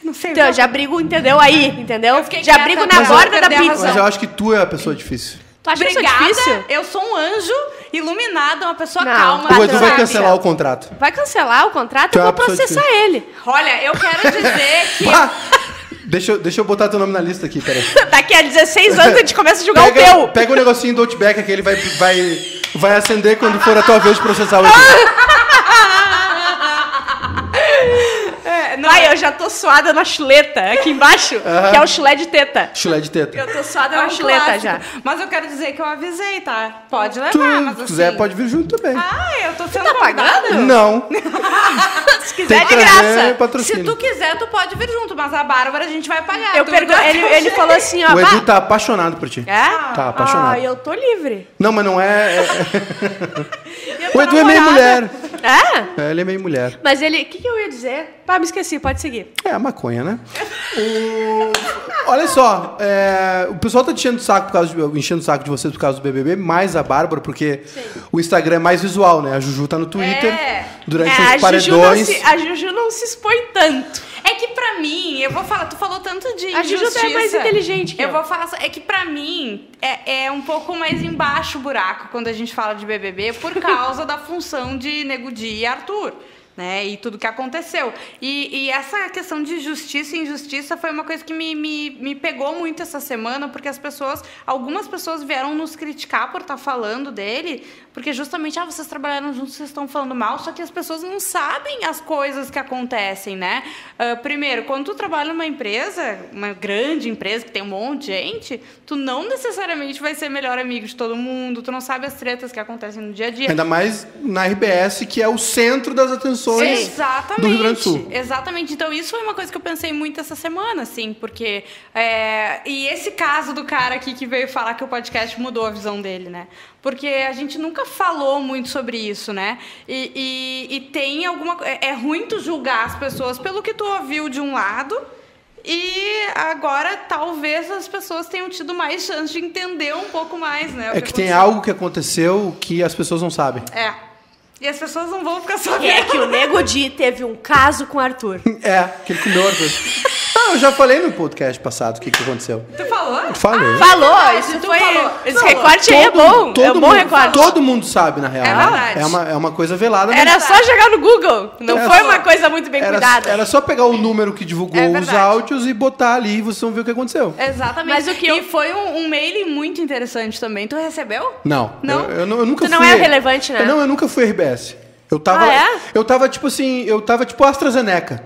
Não sei. Então, eu já brigo, entendeu? Aí, entendeu? fiquei Já quieta brigo pra na não borda da perder a pizza. Mas eu acho que tu é a pessoa difícil. Tu acha que isso é Obrigada. difícil? Eu sou um anjo iluminado, uma pessoa Não. calma. Patrão, o Edu vai sabe? cancelar o contrato. Vai cancelar o contrato? Tu é Eu vou uma pessoa processar ele. Olha, eu quero dizer que Bah! Ah! deixa, eu, deixa eu botar teu nome na lista aqui, peraí. Daqui a 16 anos a gente começa a julgar o Pega, teu. pega o negocinho do Outback que ele vai, vai, vai acender quando for a tua vez de processar o Edu. Ah! É, não, Ai, eu já tô suada na chuleta aqui embaixo, que é o chulé de teta. Tá Chulé de teta. Eu tô suada é na um chuleta clássico. já. Mas eu quero dizer que eu avisei, tá? Pode levar, Tu, mas se assim... quiser, pode vir junto também. Ah, eu tô sendo tá convidada? pagando? Não. Se quiser, é que de trazer graça. patrocínio. Se tu quiser, tu pode vir junto, mas a Bárbara a gente vai pagar. Eu Tu- pergun- ele, ele falou assim, ó... O "Bah, Edu tá apaixonado por ti. É? Tá apaixonado. Ah, eu tô livre. Não, mas não é. é- E a O tua Edu é meio namorada? mulher. É? É, ele é meio mulher. Mas ele... O que, que eu ia dizer? Pá, me esqueci, pode seguir. É a maconha, né? O- Olha só, é, o pessoal tá enchendo o saco por causa de, enchendo o saco de vocês por causa do BBB, mais a Bárbara, porque o Instagram é mais visual, né? A Juju tá no Twitter É. durante É, os a, Juju não paredões. se, a Juju não se expõe tanto. É que pra mim, eu vou falar, tu falou tanto de A Juju injustiça. é mais inteligente que eu. eu. vou falar, só- é que pra mim é, é um pouco mais embaixo o buraco quando a gente fala de BBB por causa da função de Nego Di e Arthur. né? E tudo que aconteceu. E, e essa questão de justiça e injustiça foi uma coisa que me, me, me pegou muito essa semana, porque as pessoas, algumas pessoas vieram nos criticar por estar falando dele, porque justamente, ah, vocês trabalharam juntos, vocês estão falando mal, só que as pessoas não sabem as coisas que acontecem, né? Ah, primeiro, quando tu trabalha numa empresa, uma grande empresa que tem um monte de gente, tu não necessariamente vai ser melhor amigo de todo mundo, tu não sabe as tretas que acontecem no dia a dia. Ainda mais na RBS, que é o centro das atenções Exatamente. do Rio Grande do Sul. Exatamente. Então, isso foi uma coisa que eu pensei muito essa semana, assim, porque. é, e esse caso do cara aqui que veio falar que o podcast mudou a visão dele, né? Porque a gente nunca falou muito sobre isso, né? E, e, e tem alguma. co- é- É ruim tu julgar as pessoas pelo que tu ouviu de um lado. E agora talvez as pessoas tenham tido mais chance de entender um pouco mais, né? o É que tem aconteceu. algo que aconteceu que as pessoas não sabem. É. E as pessoas não vão ficar Que é sabendo. que o Nego Di teve um caso com o Arthur. É, aquele comeu outra Ah, eu já falei no podcast passado o que, que aconteceu. Tu falou? Falei. Ah, Falou, verdade, isso tu foi. falou. Esse Falou. recorte aí é bom. é um bom mundo, recorte. todo mundo sabe, na real. É né? verdade. É uma, é uma coisa velada, mas Era só jogar no Google. Não Era foi só- uma coisa muito bem era, cuidada. era só pegar o número que divulgou É os verdade. áudios e botar ali e vocês vão ver o que aconteceu. Exatamente. Mas o que eu- E foi um, um mail muito interessante também. Tu recebeu? Não. Não? Eu, eu nu- eu nunca Tu não fui- é relevante, né? Eu não, eu nunca fui RBS. Eu tava. Ah, é? Eu tava tipo assim, eu tava tipo AstraZeneca.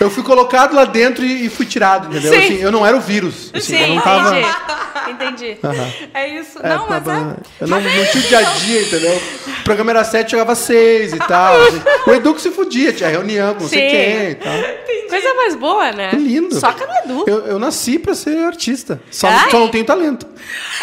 Eu fui colocado lá dentro e, e fui tirado, entendeu? Sim. Assim, eu não era o vírus. assim, eu Sim, não tava. Ah. entendi. Entendi. Aham. É isso. É, não, mas tava- é. Eu não, não tinha o dia a então. dia, entendeu? O programa era sete, chegava às seis e tal. assim. O Edu que se fudia, tinha reunião com não sei Sim. quem e tal. Coisa mais boa, né? Que lindo. Só que no Edu. Eu, eu nasci pra ser artista. Só, Ai. só não tenho talento.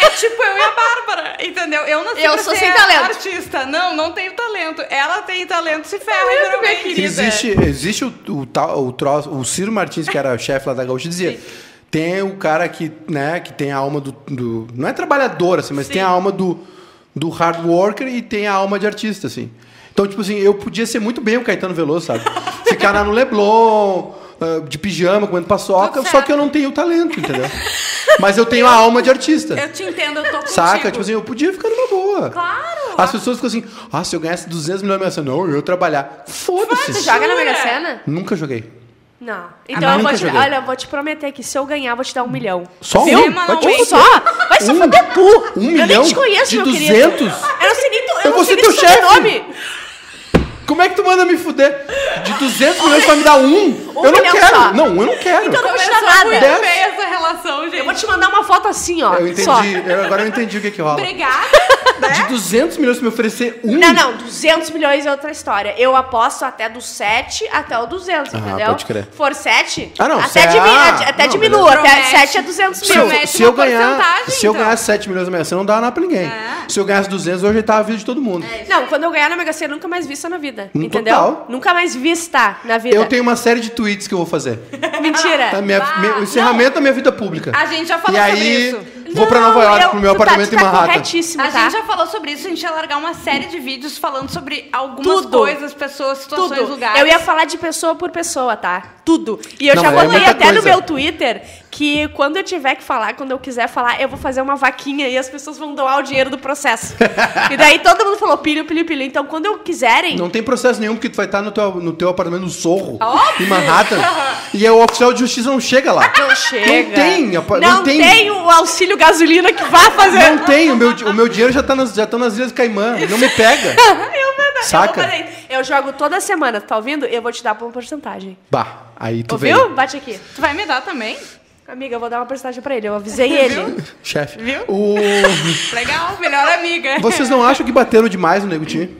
É tipo eu e a Bárbara, entendeu? Eu nasci Eu pra sou ser sem talento. artista. Não, não tenho talento. Ela tem talento, se ferra, Talento, minha geralmente. querida. Existe, existe o, o, tal- o, troço- o Ciro Martins, que era o chefe lá da Gaúcha, dizia. Tem o cara que, né, que tem a alma do, do- Não é trabalhador, assim, mas tem a alma do, do hard worker e tem a alma de artista, assim. Então, tipo assim, eu podia ser muito bem o Caetano Veloso, sabe? Ficar lá no Leblon, ah, de pijama, comendo paçoca, Tudo só certo. que eu não tenho o talento, entendeu? Mas eu tenho a alma de artista. Eu te entendo, eu tô contigo. Saca? Tipo assim, eu podia ficar numa boa. Claro. As pessoas ficam assim, ah, se eu ganhasse 200 milhões, eu ia ser, não, eu ia trabalhar. Foda-se. Tu joga na Jura? Mega Sena? Nunca joguei. Não. Então eu nunca vou te. joguei. Olha, eu vou te prometer que se eu ganhar, eu vou te dar um milhão. Só Viu? um? Mas Vai não te tem. fuder. Só! Vai se Um- fuder tu! Um eu milhão nem te conheço, de meu 200? querido. Eu não sei nem tu. Eu, Eu não vou sei ser nem teu chefe. sobrenome. Como é que tu manda me fuder? De 200 milhões pra me dar um? Um eu não milhão quero. só. Não, eu não quero. Então não vou te dar Começou muito nada. Dez. feia essa relação, gente. Eu vou te mandar uma foto assim, ó. eu entendi. Só. Eu- agora eu entendi o que que rola. Obrigada. De 200 milhões pra me oferecer um? Não, não, 200 milhões é outra história. Eu aposto até do 7 até o 200, Ah, entendeu? pode crer. For 7, Ah, não, até, se- diminui, ah, até não, diminuo, beleza. até Promete. 7 é 200 Se eu, mil. Promete se eu uma ganhar, porcentagem, se eu então. ganhar 7 milhões amanhã, você não dá nada pra ninguém. É. Se eu ganhasse 200, eu ajeitava a vida de todo mundo. Não, quando eu ganhar na Mega Sena, eu nunca mais vista na vida, Hum, entendeu? total. Nunca mais vista na vida. Eu Tá- tenho uma série de tweets que eu vou fazer. Mentira. A minha- meu- o encerramento da minha vida pública. A gente já E falou sobre aí, isso. vou pra Nova York, pro meu tu tá- apartamento tu em tá Manhattan. corretíssimo, A tá? gente já falou sobre isso, a gente ia largar uma série de vídeos falando sobre algumas Tudo. coisas, pessoas, situações, Tudo. lugares. Eu ia falar de pessoa por pessoa, tá? Tudo. E eu Não, já mas é botei muita até no coisa. meu Twitter que quando eu tiver que falar, quando eu quiser falar, eu vou fazer uma vaquinha e as pessoas vão doar o dinheiro do processo. e daí todo mundo falou pilho, pilho, pilho. Então quando eu quiserem. Não tem processo nenhum, porque tu vai estar no teu, no teu apartamento no Sorro, em Manhattan, e o oficial de justiça não chega lá. Não chega. Não tem, apa- Não, não tem. tem. o auxílio gasolina que vá fazer. Não tem, o meu, di- o meu dinheiro já tá, nas, já tá nas Ilhas Caimã, não me pega. Eu, verdade, Saca? Eu, vou fazer isso. eu jogo toda semana, tá ouvindo? Eu vou te dar uma porcentagem. Bah, aí tu Ouviu? veio. Bate aqui. Tu vai me dar também? Amiga, eu vou dar uma porcentagem pra ele. Eu avisei ele. Chefe. Viu? O... Legal, melhor amiga. Vocês não acham que bateram demais no Nego Di?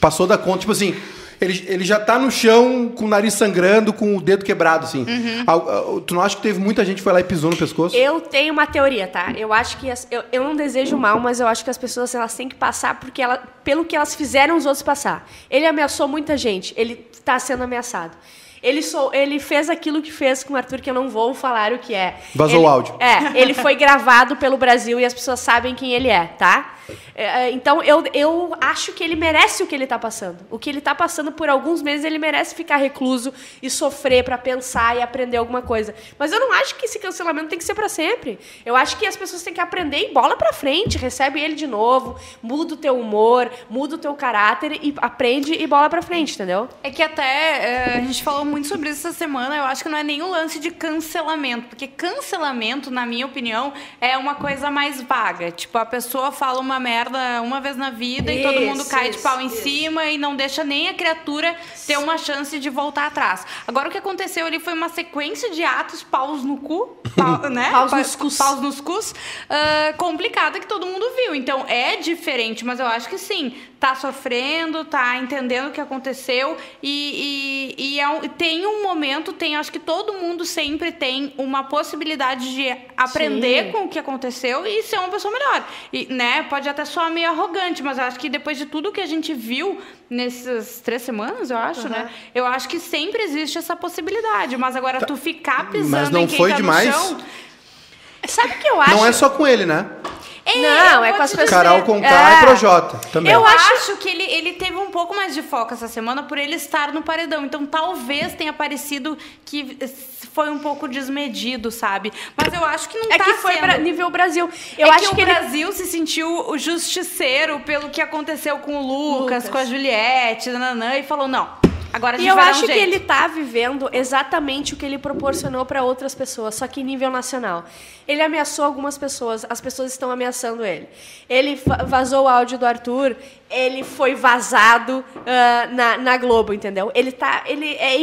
Passou da conta, tipo assim... Ele, ele já tá no chão com o nariz sangrando, com o dedo quebrado, assim. Al- al- tu não acha que teve muita gente que foi lá e pisou no pescoço? Eu tenho uma teoria, tá? Eu acho que as- eu, eu não desejo mal, mas eu acho que as pessoas elas têm que passar porque ela, pelo que elas fizeram os outros passar. Ele ameaçou muita gente, ele tá sendo ameaçado. Ele, sou, ele fez aquilo que fez com o Arthur, que eu não vou falar o que é. Vazou Ele- o áudio. É, ele foi gravado pelo Brasil e as pessoas sabem quem ele é, tá? É, é, Então, eu, eu acho que ele merece o que ele tá passando. O que ele tá passando por alguns meses, ele merece ficar recluso e sofrer pra pensar e aprender alguma coisa. Mas eu não acho que esse cancelamento tem que ser pra sempre. Eu acho que as pessoas têm que aprender e bola pra frente. Recebe ele de novo, muda o teu humor, muda o teu caráter e aprende e bola pra frente, entendeu? É que até eh, a gente falou muito sobre isso essa semana. Eu acho que não é nenhum lance de cancelamento, porque cancelamento, na minha opinião, é uma coisa mais vaga. Tipo, a pessoa fala uma merda uma vez na vida e todo Isso, mundo cai de isso, pau em isso. cima e não deixa nem a criatura ter uma chance de voltar atrás. Agora, o que aconteceu ali foi uma sequência de atos, paus no cu, pau, né? Paus Pa- nos cus. Paus nos cus, ah, complicada que todo mundo viu. Então é diferente, mas eu acho que sim, tá sofrendo, tá entendendo o que aconteceu e, e- e é um- tem um momento, tem, acho que todo mundo sempre tem uma possibilidade de aprender Sim. com o que aconteceu e ser uma pessoa melhor. E, né, pode até soar meio arrogante, mas eu acho que depois de tudo que a gente viu nessas três semanas, eu acho, né? Eu acho que sempre existe essa possibilidade, mas agora tu ficar pisando Tá. Mas não em quem foi tá demais? no chão, Sabe o que eu acho? Não é só com ele, né? Ei, Não, eu é vou com as te pessoas. dizer- Carol Conká É. e Projota também. Eu Eu acho, acho- que ele, ele teve um pouco mais de foco essa semana por ele estar no paredão. Então talvez tenha parecido que eh, foi um pouco desmedido, sabe? Mas eu acho que não É tá que foi sendo. pra nível Brasil. Eu é acho que, que o ele Brasil se sentiu o justiceiro pelo que aconteceu com o Lucas, com a Juliette, nananã, e falou, não, agora a gente E eu vai dar um acho que jeito. ele tá vivendo exatamente o que ele proporcionou para outras pessoas, só que em nível nacional. Ele ameaçou algumas pessoas, as pessoas estão ameaçando ele. Ele fa- vazou o áudio do Arthur, ele foi vazado ah, na, na Globo, entendeu? Ele tá, ele é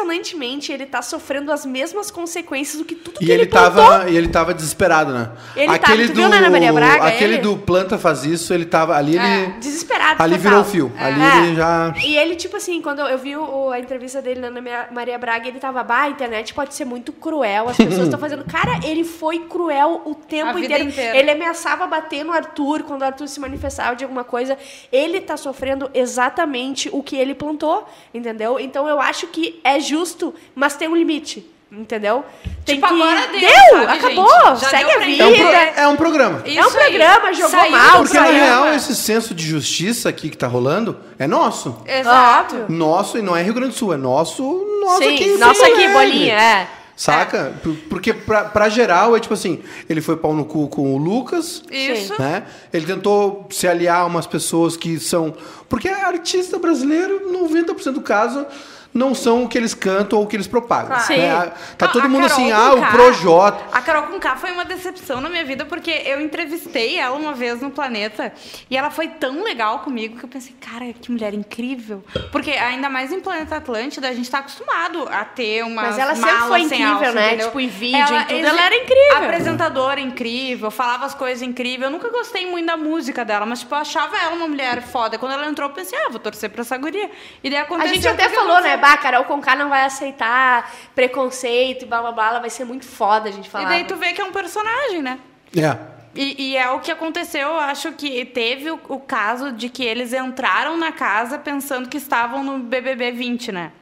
impressionantemente, ele tá sofrendo as mesmas consequências do que tudo E que ele, ele, tava, e ele tava desesperado, né? Ele tava- tu viu né, na Ana Maria Braga, aquele ele? É, do planta faz isso, ele tava ali, ele desesperado. ali total. virou o fio. Ali É. ele já E ele, tipo assim, quando eu vi o- a entrevista dele na Ana Mia- Maria Braga, ele tava, bah, a internet pode ser muito cruel, as pessoas estão fazendo. Cara, ele foi cruel o A tempo vida inteiro. inteira. Ele ameaçava bater no Arthur quando o Arthur se manifestava de alguma coisa. Ele tá sofrendo exatamente o que ele plantou, entendeu? Então eu acho que é justo, mas tem um limite. Entendeu? Tem Tipo, que... agora deu, sabe, acabou! gente? Já Segue deu a pra vida! é um, pro- é um programa. É um Isso aí. programa, jogou Saiu mal, Porque na saiu. né? real esse senso de justiça aqui que tá rolando é nosso. Exato. Óbvio. Nosso e não é Rio Grande do Sul, é nosso, nosso Sim, aqui. em nosso Porto aqui, Alegre. bolinha, é. Saca? Por- Porque pra, pra geral é tipo assim, ele foi pau no cu com o Lucas, Isso. né? Ele tentou se aliar a umas pessoas que são. Porque artista brasileiro, 90% do caso, não são o que eles cantam ou o que eles propagam. Claro. né? Sim. A- Tá Não, todo a mundo Carol assim, ah, Conká- o Projota. A Carol Conká foi uma decepção na minha vida, porque eu entrevistei ela uma vez no Planeta e ela foi tão legal comigo que eu pensei, cara, que mulher incrível. Porque ainda mais em Planeta Atlântida, a gente tá acostumado a ter uma. Mas ela sempre foi incrível, né? Tipo, em vídeo, em tudo, ela era incrível. Apresentadora incrível, falava as coisas incríveis. Eu nunca gostei muito da música dela, mas, tipo, eu achava ela uma mulher foda. Quando ela entrou, eu pensei, ah, vou torcer pra essa guria. E daí A aconteceu. gente até tudo que falou, né? aconteceu. Bah, Carol Conká não vai aceitar preconceito e blá blá blá, ela vai ser muito foda a gente E falar. daí tu vê que é um personagem, né? É. E, e é o que aconteceu, eu acho que teve o, o caso de que eles entraram na casa pensando que estavam no BBB 20, né?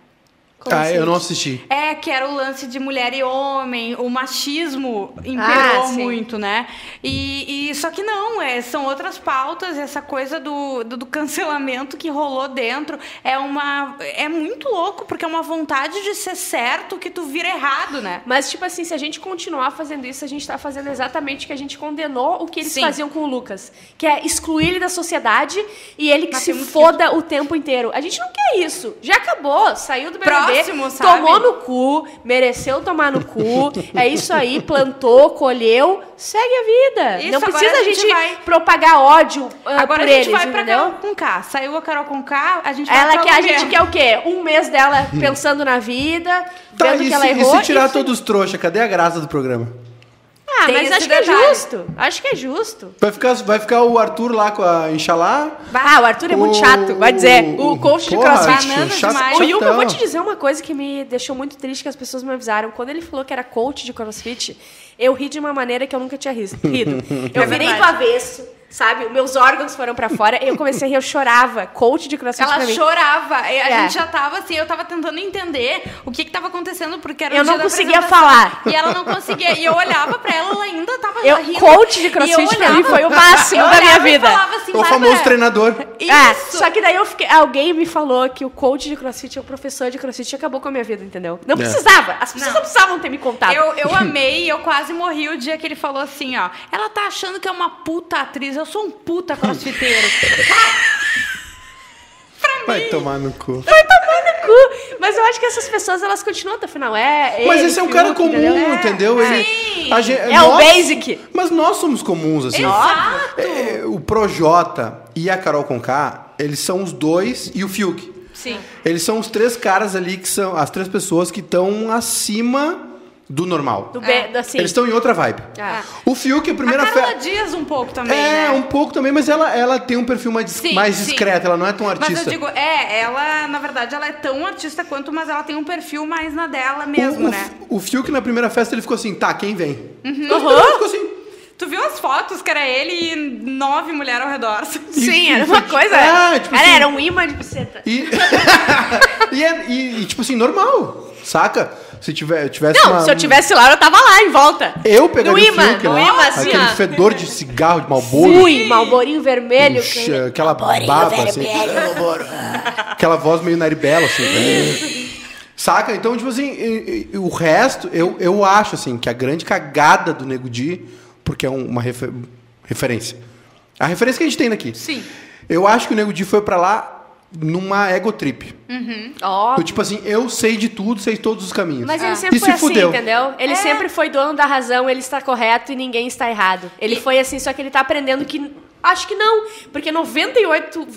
ah, assim? eu não assisti. É, que era o lance de mulher e homem, o machismo Ah, imperou sim. muito, né? E, e- só que não, é, são outras pautas, essa coisa do, do, do cancelamento que rolou dentro é uma é muito louco porque é uma vontade de ser certo que tu vira errado, né? Mas, tipo assim, se a gente continuar fazendo isso, a gente tá fazendo exatamente o que a gente condenou o que eles Sim. faziam com o Lucas. Que é excluir ele da sociedade e ele que Mas se tem muito foda o tempo inteiro. A gente não quer isso. Já acabou, saiu do BBB, Próximo, sabe? tomou no cu, mereceu tomar no cu. é isso aí, plantou, colheu, segue a vida. Isso, não agora precisa a a gente gente, vai- propagar ódio ah, Agora a por gente eles, vai pra entendeu? Carol Conká. Saiu a Carol Conká, a gente vai Ela pra que a Lumena. gente tá quer o quê? Um mês dela pensando na vida, Tá, vendo e que se, ela e errou. se tirar e- todos os trouxas, cadê a graça do programa? Ah, Tem mas esse acho que detalhe. é justo. Acho que é justo. Vai ficar, vai ficar o Arthur lá com a Inxalá? Ah, o Arthur é muito chato, vai dizer. "É, O coach de Porra, crossfit. Banana chato- demais. O Yuma, eu vou chatão. te dizer uma coisa que me deixou muito triste, que as pessoas me avisaram. Quando ele falou que era É coach de crossfit, eu ri de uma maneira que eu nunca tinha ris- rido. Eu virei do avesso, sabe? Meus órgãos foram pra fora. Eu comecei a rir, eu chorava. Coach de crossfit Ela Tipo, pra mim. chorava. E A É. gente já tava assim, eu tava tentando entender o que que tava acontecendo, porque era o Eu dia não da conseguia apresentação. falar. E ela não conseguia. E eu olhava pra ela, ela ainda tava Eu, rindo. coach de E eu crossfit pra mim olhava- foi o máximo eu da minha olhava e vida. falava assim, O famoso "Bárbara, treinador. É, Isso. só que daí eu fiquei. Alguém me falou que o coach de crossfit é o professor de crossfit e acabou com a minha vida, entendeu? É. Não precisava. As pessoas não, precisavam ter me contado. Eu, eu amei e eu quase morri o dia que ele falou assim, ó. Ela tá achando que é uma puta atriz, eu sou um puta crossfiteiro. Vai tomar no cu. Cu. Uh, Mas eu acho que essas pessoas, elas continuam até o final. É. Mas ele, esse é um cara Fiuk, comum, entendeu? É. entendeu? Ele- a gente- É o basic. Mas nós somos comuns, assim. Exato. É, o Projota e a Carol Conká, eles são os dois e o Fiuk. Sim. Eles são os três caras ali que são as três pessoas que estão acima do normal. Do É. be- assim. Eles estão em outra vibe. Ah. O Fiuk, a primeira a Carla fe- Dias um pouco também, É, né? um pouco também, mas ela, ela tem um perfil mais, dis- Sim, mais sim. discreto, ela não é tão artista. Mas eu digo, é, ela, na verdade, ela é tão artista quanto, mas ela tem um perfil mais na dela mesmo, o, o, né? o Fiuk na primeira festa ele ficou assim, tá, quem vem? uhum. Ele ficou assim. Tu viu as fotos que era ele e nove mulheres ao redor? Sim, era uma coisa. É, tipo Ela assim- era um imã de buceta. E, e, é- e- e, tipo assim, normal, saca? Se tiver, tivesse Não, uma- se eu tivesse lá, eu tava lá, em volta. Eu pegaria No imã, o Fiuk no lá, imã, assim, aquele ó. fedor de cigarro, de malboro. Fui, malborinho vermelho. que- Puxa, aquela baba, assim. aquela voz meio naribela, assim. Saca? Então, tipo assim, e- e- o resto, eu, eu acho, assim, que a grande cagada do Nego Di, porque é um- uma refer- referência. A referência que a gente tem daqui. Sim. Eu acho que o Nego Di foi pra lá numa ego trip. Ó, Do tipo assim, eu sei de tudo, sei todos os caminhos. Mas ele E sempre se foi assim, fudeu. entendeu? Ele sempre foi dono da razão, ele está correto e ninguém está errado. Ele foi assim, só que ele tá aprendendo que. Acho que não, porque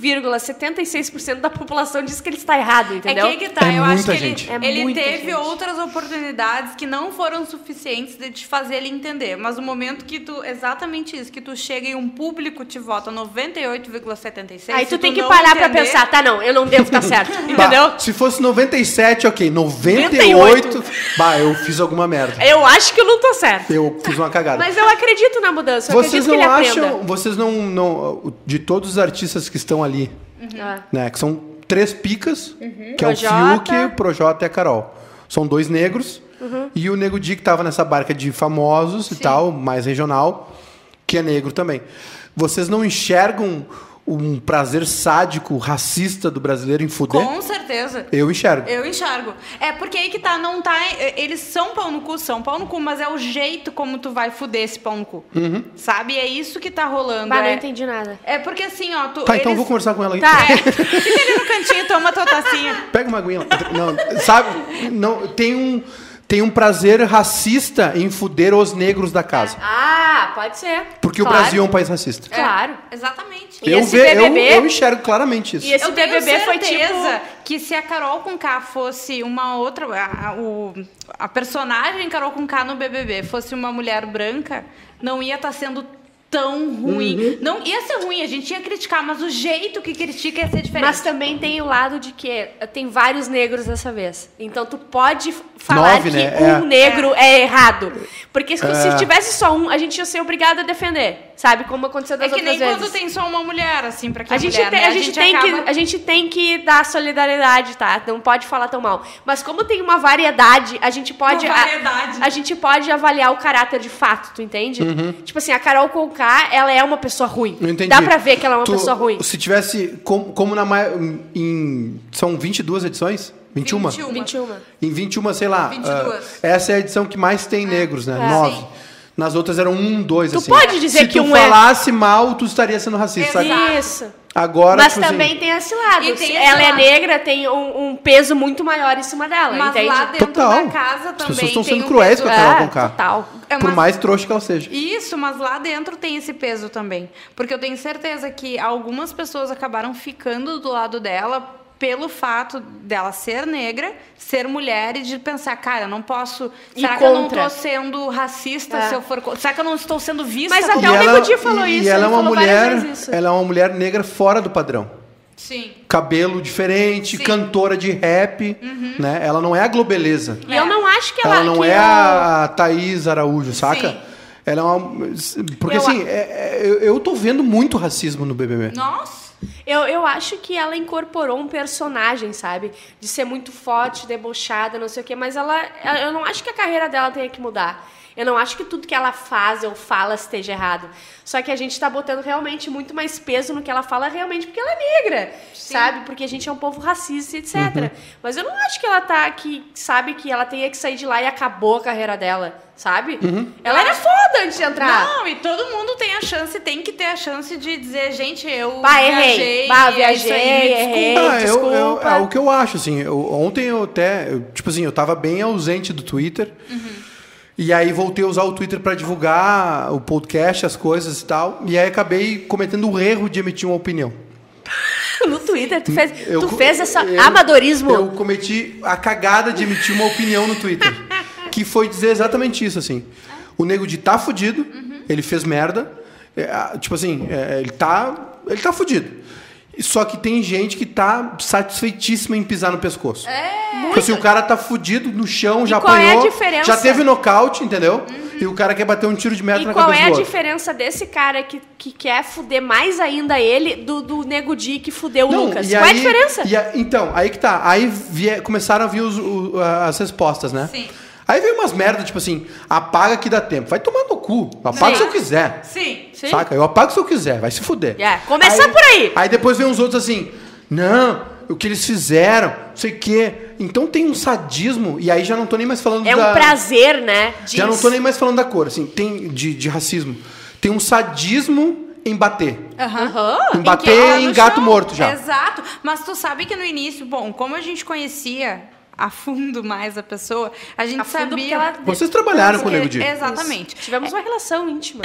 98,76% da população diz que ele está errado, entendeu? É que, é que tá, É eu acho que muita ele, gente. É ele muita teve gente. outras oportunidades que não foram suficientes de te fazer ele entender. Mas o momento que tu, exatamente isso, que tu chega e um público te vota 98,76. Aí se tu tem que não parar pra entender- pensar, tá, não, eu não devo estar certo, Bah, entendeu? se fosse 97, ok. 98, 98. Bah, eu fiz alguma merda. Eu acho que eu não tô certo. Eu fiz uma cagada. Mas eu acredito na mudança, eu vocês acredito que não ele acham. aprenda. Vocês não, não. De todos os artistas que estão ali, Ah. né? Que são três picas, que é o Uhum. Projota. Fiuk, o Projota e a Carol. São dois negros. Uhum. E o Nego Di, que tava nessa barca de famosos e tal, mais regional, que é negro também. Vocês não enxergam um prazer sádico, racista do brasileiro em fuder? Com certeza. Eu enxergo. Eu enxergo. É porque aí que tá, não tá. Eles são pau no cu, são pau no cu, mas é o jeito como tu vai fuder esse pau no cu. Uhum. Sabe? É isso que tá rolando. Bah, não é... entendi nada. é porque assim, ó, tu. Tá, então eu eles- vou conversar com ela aí. Tá, É, fica ali no cantinho, toma tua tacinha. Pega uma aguinha. lá. Não, sabe? Não, tem um tem um prazer racista em fuder os negros da casa. Ah, pode ser. Porque Claro, o Brasil é um país racista. Claro. Exatamente. E eu, esse ve- eu- BBB? eu enxergo claramente isso. E esse eu tenho BBB foi certeza tipo... que se a Carol com K fosse uma outra, a, a- o, a personagem Carol com K no BBB fosse uma mulher branca, não ia estar sendo tão ruim. Uhum. Não ia ser ruim, a gente ia criticar, mas o jeito que critica ia ser diferente. Mas também tem o lado de que eh, tem vários negros dessa vez. Então tu pode f- falar Nove, que né? um É. negro é. errado. Porque se, se É. tivesse só um, a gente ia ser obrigado a defender. Sabe? Como aconteceu é das que nem outras vezes. quando tem só uma mulher assim para que A gente, mulher, tem, né? a, gente tem acaba- que, a gente tem que dar solidariedade, tá? Não pode falar tão mal. Mas como tem uma variedade, a gente pode. Uma a- variedade. A, gente pode avaliar o caráter de fato, tu entende? Tipo assim, a Carol Conká, ela é uma pessoa ruim. Uhum. Eu entendi. Dá pra ver que ela é uma Tu- pessoa ruim. Se tivesse. Como, como na mai- em. São 22 edições? 21? 21. 21. Em 21, sei lá. 22. ah, essa é a edição que mais tem negros, né? Nove. Sim. Nas outras eram um, dois, É. Tu assim. pode dizer Se que tu um é- falasse mal, tu estaria sendo racista. saca? Exato. Isso. Agora, Mas tipo assim, também tem esse lado. E tem Se esse ela é lado. negra, tem um, um peso muito maior em cima dela, Mas entende? lá dentro Total. da casa As também. pessoas estão tem sendo um cruéis peso- com a Carol É, Conká. total. É, Por mas- mais trouxa que ela seja. Isso, mas lá dentro tem esse peso também. Porque eu tenho certeza que algumas pessoas acabaram ficando do lado dela pelo fato dela ser negra, ser mulher e de pensar, cara, eu não posso. E Será que eu não contra. tô sendo racista É. se eu for. co- Será que eu não estou sendo vista? Mas como... até o Nego Di falou e, isso, E ele ela é uma falou várias mulher, vezes isso. ela é uma mulher negra fora do padrão. Sim. Cabelo diferente, cantora de rap, Uhum. né? Ela não é a Globeleza. E eu não acho que ela. Ela não que é o- a Thaís Araújo, saca? Sim. Ela é uma. Porque Eu assim, a- é- é- eu, eu tô vendo muito racismo no BBB. Nossa! Eu, eu acho que ela incorporou um personagem, sabe? De ser muito forte, debochada, não sei o quê, mas ela. ela- Eu não acho que a carreira dela tenha que mudar. Eu não acho que tudo que ela faz ou fala esteja errado. Só que a gente tá botando realmente muito mais peso no que ela fala, realmente porque ela é negra, sabe? Porque a gente é um povo racista, etc. Uhum. Mas eu não acho que ela tá aqui, sabe, que ela tenha que sair de lá e acabou a carreira dela, sabe? Uhum. Ela era foda antes de entrar. Não, e todo mundo tem a chance, tem que ter a chance de dizer, gente, eu é Bah, errei. Bah, viajei, errei. Ei, Ah, eu- eu- desculpa. é o que eu acho, assim. Eu- ontem eu até. eu, tipo assim, eu tava bem ausente do Twitter. Uhum. E aí voltei a usar o Twitter pra divulgar o podcast, as coisas e tal. E aí acabei cometendo o erro de emitir uma opinião. No Twitter, tu fez, Hum, Eu tu co- fez essa eu- amadorismo. Eu cometi a cagada de emitir uma opinião no Twitter. que foi dizer exatamente isso, assim. O nego de tá fudido, Uhum. ele fez merda. é, a- tipo assim, é, ele tá. Ele tá fudido. Só que tem gente que tá satisfeitíssima em pisar no pescoço. É. Porque assim, o cara tá fudido no chão, já qual é a apanhou. diferença? Já Uhum. teve nocaute, entendeu? E o cara quer bater um tiro de meta E na qual cabeça é a do outro. diferença desse cara que, que quer fuder mais ainda ele do, do Nego Di que fudeu o Não, Lucas? e Qual é a aí- diferença? e a- então, aí que tá. Aí vie- começaram a vir os- o- a- as respostas, né? Sim. Aí veio umas merdas, tipo assim, apaga que dá tempo. Vai tomar no cu. Apaga Sim. se eu quiser. Sim. Sim. Saca? Eu apago se eu quiser, vai se fuder. É, começar por aí. Aí depois vem uns outros assim, não, o que eles fizeram, não sei o quê. Então tem um sadismo, e aí já não tô nem mais falando É da- um prazer, né? de- já não tô nem mais falando da cor, assim, tem de, de racismo. Tem um sadismo em bater. Aham. Em bater que- Ah, em no gato morto já. Exato. Mas tu sabe que no início, bom, como a gente conhecia a fundo mais a pessoa, a gente A fundo porque sabia... ela- Vocês trabalharam com o Porque- Nego Di. Exatamente. Tivemos uma relação íntima.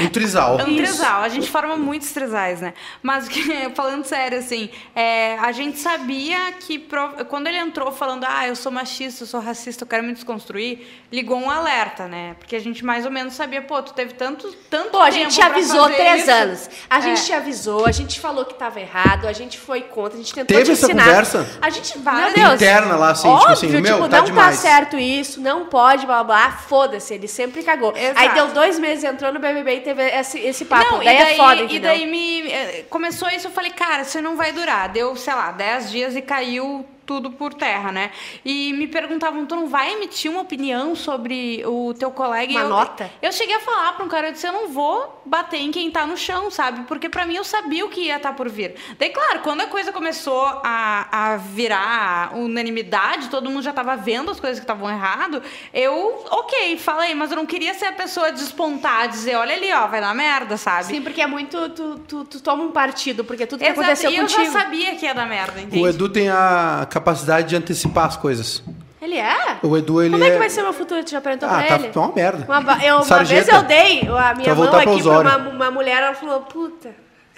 Um trisal. É um trisal. A gente forma muitos trisais, né? Mas o que- falando sério, assim, é, a gente sabia que pro- quando ele entrou falando, ah, eu sou machista, eu sou racista, eu quero me desconstruir, ligou um alerta, né? Porque a gente mais ou menos sabia, pô, tu teve tanto, tanto Pô, a gente tempo te pra avisou fazer três isso. anos. A gente É. te avisou, a gente falou que tava errado, a gente foi contra, a gente tentou Teve te essa ensinar. conversa? A gente, meu Várias. Deus. Interna lá, assim, tipo Óbvio, assim, meu, tipo, tá não demais. tá certo isso, não pode, blá, blá, blá, foda-se, ele sempre cagou. Exato. Aí deu dois meses, entrou no BBB e teve esse, esse papo. Não, daí, e daí, é foda, e entendeu? daí me eh, começou isso, eu falei, cara, isso não vai durar. Deu, sei lá, 10 dias e caiu tudo por terra, né? E me perguntavam, tu não vai emitir uma opinião sobre o teu colega? E Uma eu, nota? Eu cheguei a falar pra um cara, eu disse, eu não vou bater em quem tá no chão, sabe? Porque pra mim eu sabia o que ia estar por vir. Daí, claro, quando a coisa começou a, a virar unanimidade, todo mundo já tava vendo as coisas que estavam errado, eu, ok, falei, mas eu não queria ser a pessoa a despontar, dizer, olha ali, ó, vai dar merda, sabe? Sim, porque é muito. Tu, tu, tu toma um partido, porque tudo que Exato, aconteceu e contigo. eu já sabia que ia dar merda, O entende? Edu tem a capacidade de antecipar as coisas. Ele é? O Edu, ele Como é que é- vai ser o meu futuro? Tu já perguntou ah, pra tá, ele? tá uma merda. Uma, ba- eu, uma Sarjeta. vez eu dei Pra a minha mão voltar pra aqui pra Osório. uma, uma mulher, ela falou, puta.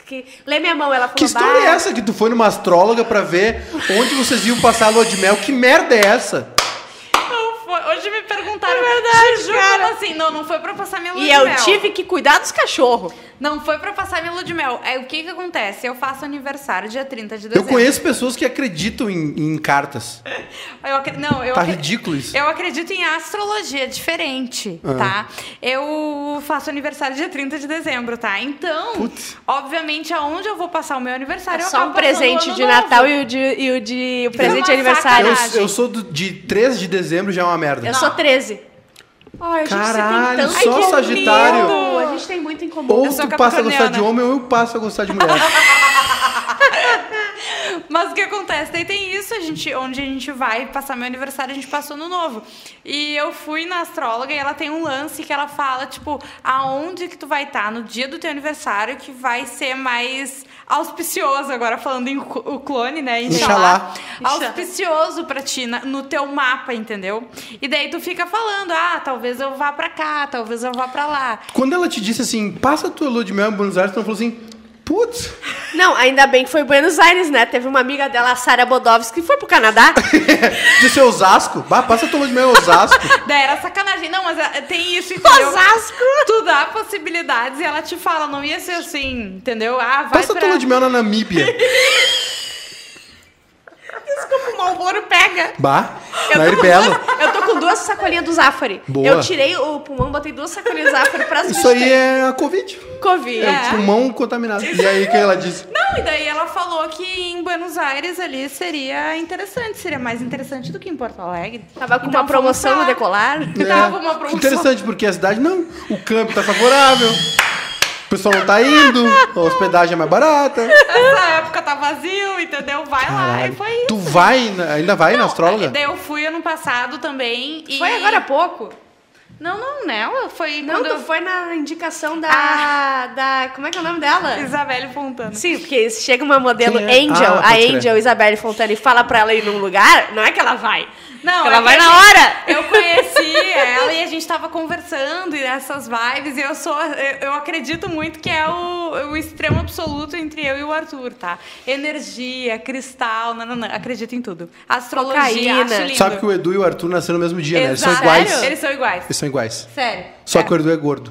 Que... Lê minha mão, ela falou, Que história é "Bah, essa que tu foi numa astróloga pra ver onde vocês iam passar a lua de mel? Que merda é essa? Não foi. Hoje me perguntaram. É verdade, Juju falou assim: não, não foi pra passar minha lua E é tipo- de eu mel. tive que cuidar dos cachorros. Não foi pra passar minha lua de mel. Aí o que que acontece? Eu faço aniversário dia 30 de Eu dezembro. conheço pessoas que acreditam em, em cartas. Eu acre- Não, eu Tá acre- ridículo isso. Eu acredito em astrologia diferente, Ah. tá? Eu faço aniversário dia 30 de dezembro, tá? Então, Putz. obviamente, aonde eu vou passar o meu aniversário eu Só um acabo passando o presente ano de novo. Natal e o de, e o de o presente de uma aniversário. Eu, sacanagem. eu sou do- de 3 de dezembro já é uma merda. Eu sou 13. Ai, a gente Caralho, se tem tanto. só Ai, que Sagitário. lindo. A gente tem muito em comum. Ou eu sou tu passa a gostar de capricorniana. homem ou eu passo a gostar de mulher. Mas o que acontece? Daí tem isso, a gente, onde a gente vai passar meu aniversário, a gente passou no novo. E eu fui na astróloga e ela tem um lance que ela fala, tipo, aonde que tu vai estar no dia do teu aniversário que vai ser mais auspicioso, agora falando em cu- o clone, né? Inxalá. Inxalá. Auspicioso pra ti, na- no teu mapa, entendeu? E daí tu fica falando, ah, talvez eu vá pra cá, talvez eu vá pra lá. Quando ela te disse assim, passa a tua lua de mel em Buenos Aires, tu não falou assim, putz, Não, ainda bem que foi Buenos Aires, né? Teve uma amiga dela, a Sara Bodovski, que foi pro Canadá. de ser Osasco? Bah, passa a tua lua de mel em Osasco. Daí era sacanagem. Não, mas é, tem isso, entendeu? Osasco! Tu dá possibilidades e ela te fala, não ia ser assim, entendeu? Ah, vai Passa a pra... tua lua de mel na Namíbia. Desculpa, o mau humor pega. Bah, Eu na tô com Bela. dois- Eu tô com com duas sacolinhas do Zafari. Boa. Eu tirei o pulmão, botei duas sacolinhas do Zafari pras Isso aí é a Covid. Covid. É, o pulmão contaminado. E aí, o que ela disse? Não, e daí ela falou que em Buenos Aires ali seria interessante, seria mais interessante do que em Porto Alegre. Tava com Então uma promoção no vamos lá. decolar. Tava uma promoção. É. Interessante, porque a cidade não. O câmbio tá favorável. O pessoal não tá indo. A hospedagem é mais barata. Essa época tá vazio, entendeu? Vai lá, e Caralho. foi isso. é, Tu vai, na- ainda vai na E astróloga? daí eu fui ano passado também. e- Foi agora há pouco? Não, não, não. Foi Não, quando tu foi na indicação da, Ah. da. Como é que é o nome dela? Isabelle Fontana. Sim, porque se chega uma modelo Quem é? Angel, Ah, a pode crer. Angel Isabelle Fontana e fala pra ela ir num lugar, não é que ela vai. Não, ela é vai que na a gente- hora. Eu conheci ela e a gente tava conversando e essas vibes. E eu sou. Eu, eu acredito muito que é o, o extremo absoluto entre eu e o Arthur, tá? Energia, cristal, não, não, não. Acredito em tudo. Astrologia, Cocaína. acho lindo. Sabe que o Edu e o Arthur nasceram no mesmo dia, né? Eles são Exato. iguais. Sério? Eles são iguais. Eles são iguais. Sério. Só É. que o Edu é gordo.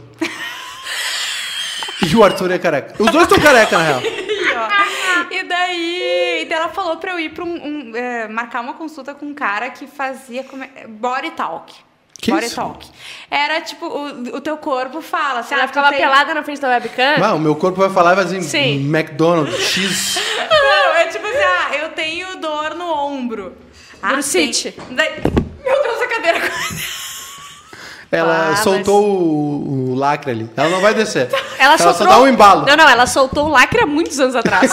E o Arthur é careca. Os dois estão careca, na real. Ó. E daí, e daí ela falou pra eu ir pra um, um, eh, marcar uma consulta com um cara que fazia como é- body talk. Que body isso? talk. Era tipo, o, o teu corpo fala. assim, ah, Ela tu ficava tem- pelada na frente da webcam. Ah, o meu corpo vai falar e vai dizer Sim. McDonald's, X. Não, é tipo assim, ah, eu tenho dor no ombro. Ah, Bursite. tem. Daí- Meu Deus, a cadeira. Ela Ah, soltou o, o lacre ali. Ela não vai descer. Ela, soltou... só dá um embalo. Não, não, ela soltou o lacre há muitos anos atrás.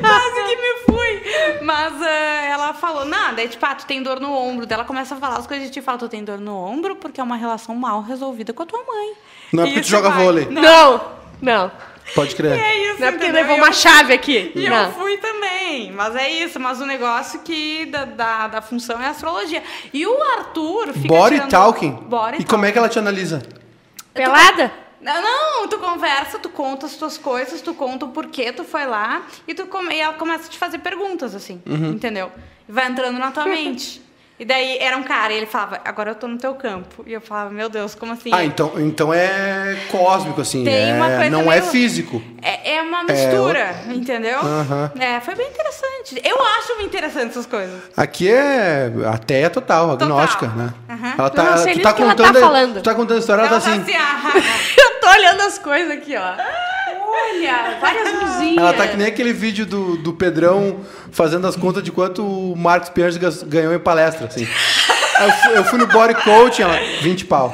Quase que me fui. Mas ah, ela falou, nada, é tipo, ah, tu tem dor no ombro. Daí ela começa a falar as coisas e te fala, tu tem dor no ombro porque é uma relação mal resolvida com a tua mãe. Não é porque Isso tu joga vai. vôlei. não, não. Pode crer. É isso, Não é porque entendeu? levou E uma eu- chave aqui. E eu Não. fui também, mas é isso, mas o negócio que da, da, da função é a astrologia. E o Arthur fica Body tirando- talking. Body e como é que ela te analisa? Pelada? Não, não, tu conversa, tu conta as tuas coisas, tu conta o porquê tu foi lá e, tu come- e ela começa a te fazer perguntas, assim, Uhum. entendeu? E vai entrando na tua mente. E daí era um cara e ele falava, agora eu tô no teu campo. E eu falava, meu Deus, como assim? Ah, então, então é cósmico, assim. Tem é- uma coisa não é meio- físico. É, é uma mistura, entendeu? Aham. É, foi bem interessante. Eu acho interessante essas coisas. Aqui é ateia total, agnóstica, né? Aham. Ela tá, Eu não sei tu nem tá do que ela tá contando, a- falando. Tu tá contando a história, ela, Ela tá assim. assim, ah, Eu tô olhando as coisas aqui, ó. Olha, várias Ah, luzinhas. Ela é. tá que nem aquele vídeo do, do Pedrão fazendo as contas de quanto o Marcos Pierce gas- ganhou em palestra, assim. Eu fui, eu fui no body coaching, ela, 20 pau.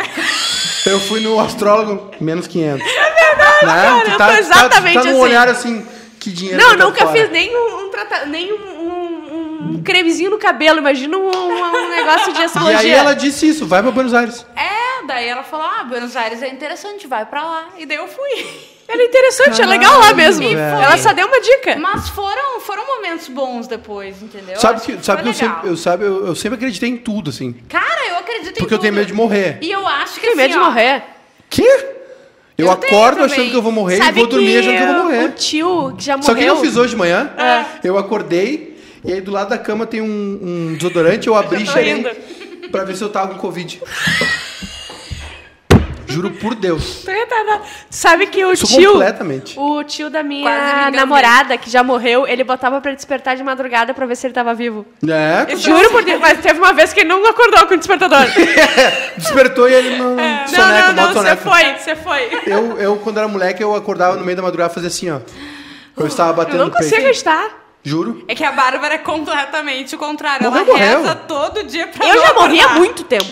Eu fui no astrólogo, menos 500. É verdade, cara, eu tô exatamente tá, tá num assim. olhar assim, que dinheiro Não, que eu tô nunca fora. fiz nem um, um, trata- nem um- um- um cremezinho no cabelo. Imagina um, um- um negócio de E astrologia. aí ela disse isso, vai pra Buenos Aires. É, daí ela falou: Ah, Buenos Aires é interessante, vai pra lá. E daí eu fui. Ela é interessante, é Caralho, legal lá mesmo. velho. Ela só deu uma dica. Mas foram, foram momentos bons depois, entendeu? É. sabe Acho que, sabe que foi eu, sempre, legal. eu, sabe, eu, eu sempre acreditei em tudo, assim. Cara, eu acredito em Porque eu tenho tudo. medo de morrer. E eu acho que Tem medo de assim, ó, morrer. Quê? Eu, Eu acordo tenho achando também. que eu vou morrer Sabe e vou dormir que achando que eu vou O morrer. tio que já morreu. Só É. que eu fiz hoje de manhã, eu acordei e aí do lado da cama tem um, um desodorante, eu abri e cheirei pra ver se eu tava com Covid. Juro por Deus. Tô retardada. tá Sabe que o Sou tio. completamente. O tio da Quase me minha engasguei. namorada, que já morreu, ele botava pra despertar de madrugada pra ver se ele tava vivo. É, Juro por Deus, mas teve uma vez que ele não acordou com o despertador. é, despertou e ele não soneca, É. não, não, não, moto você soneca. foi, você foi. Eu, eu, quando era moleque, eu acordava no meio da madrugada e fazia assim, ó. Eu estava Eu batendo não no peito. consigo acreditar. Juro. É que a Bárbara é completamente o contrário. Morreu, ela morreu. reza todo dia pra Eu não já morri há acordar. muito tempo.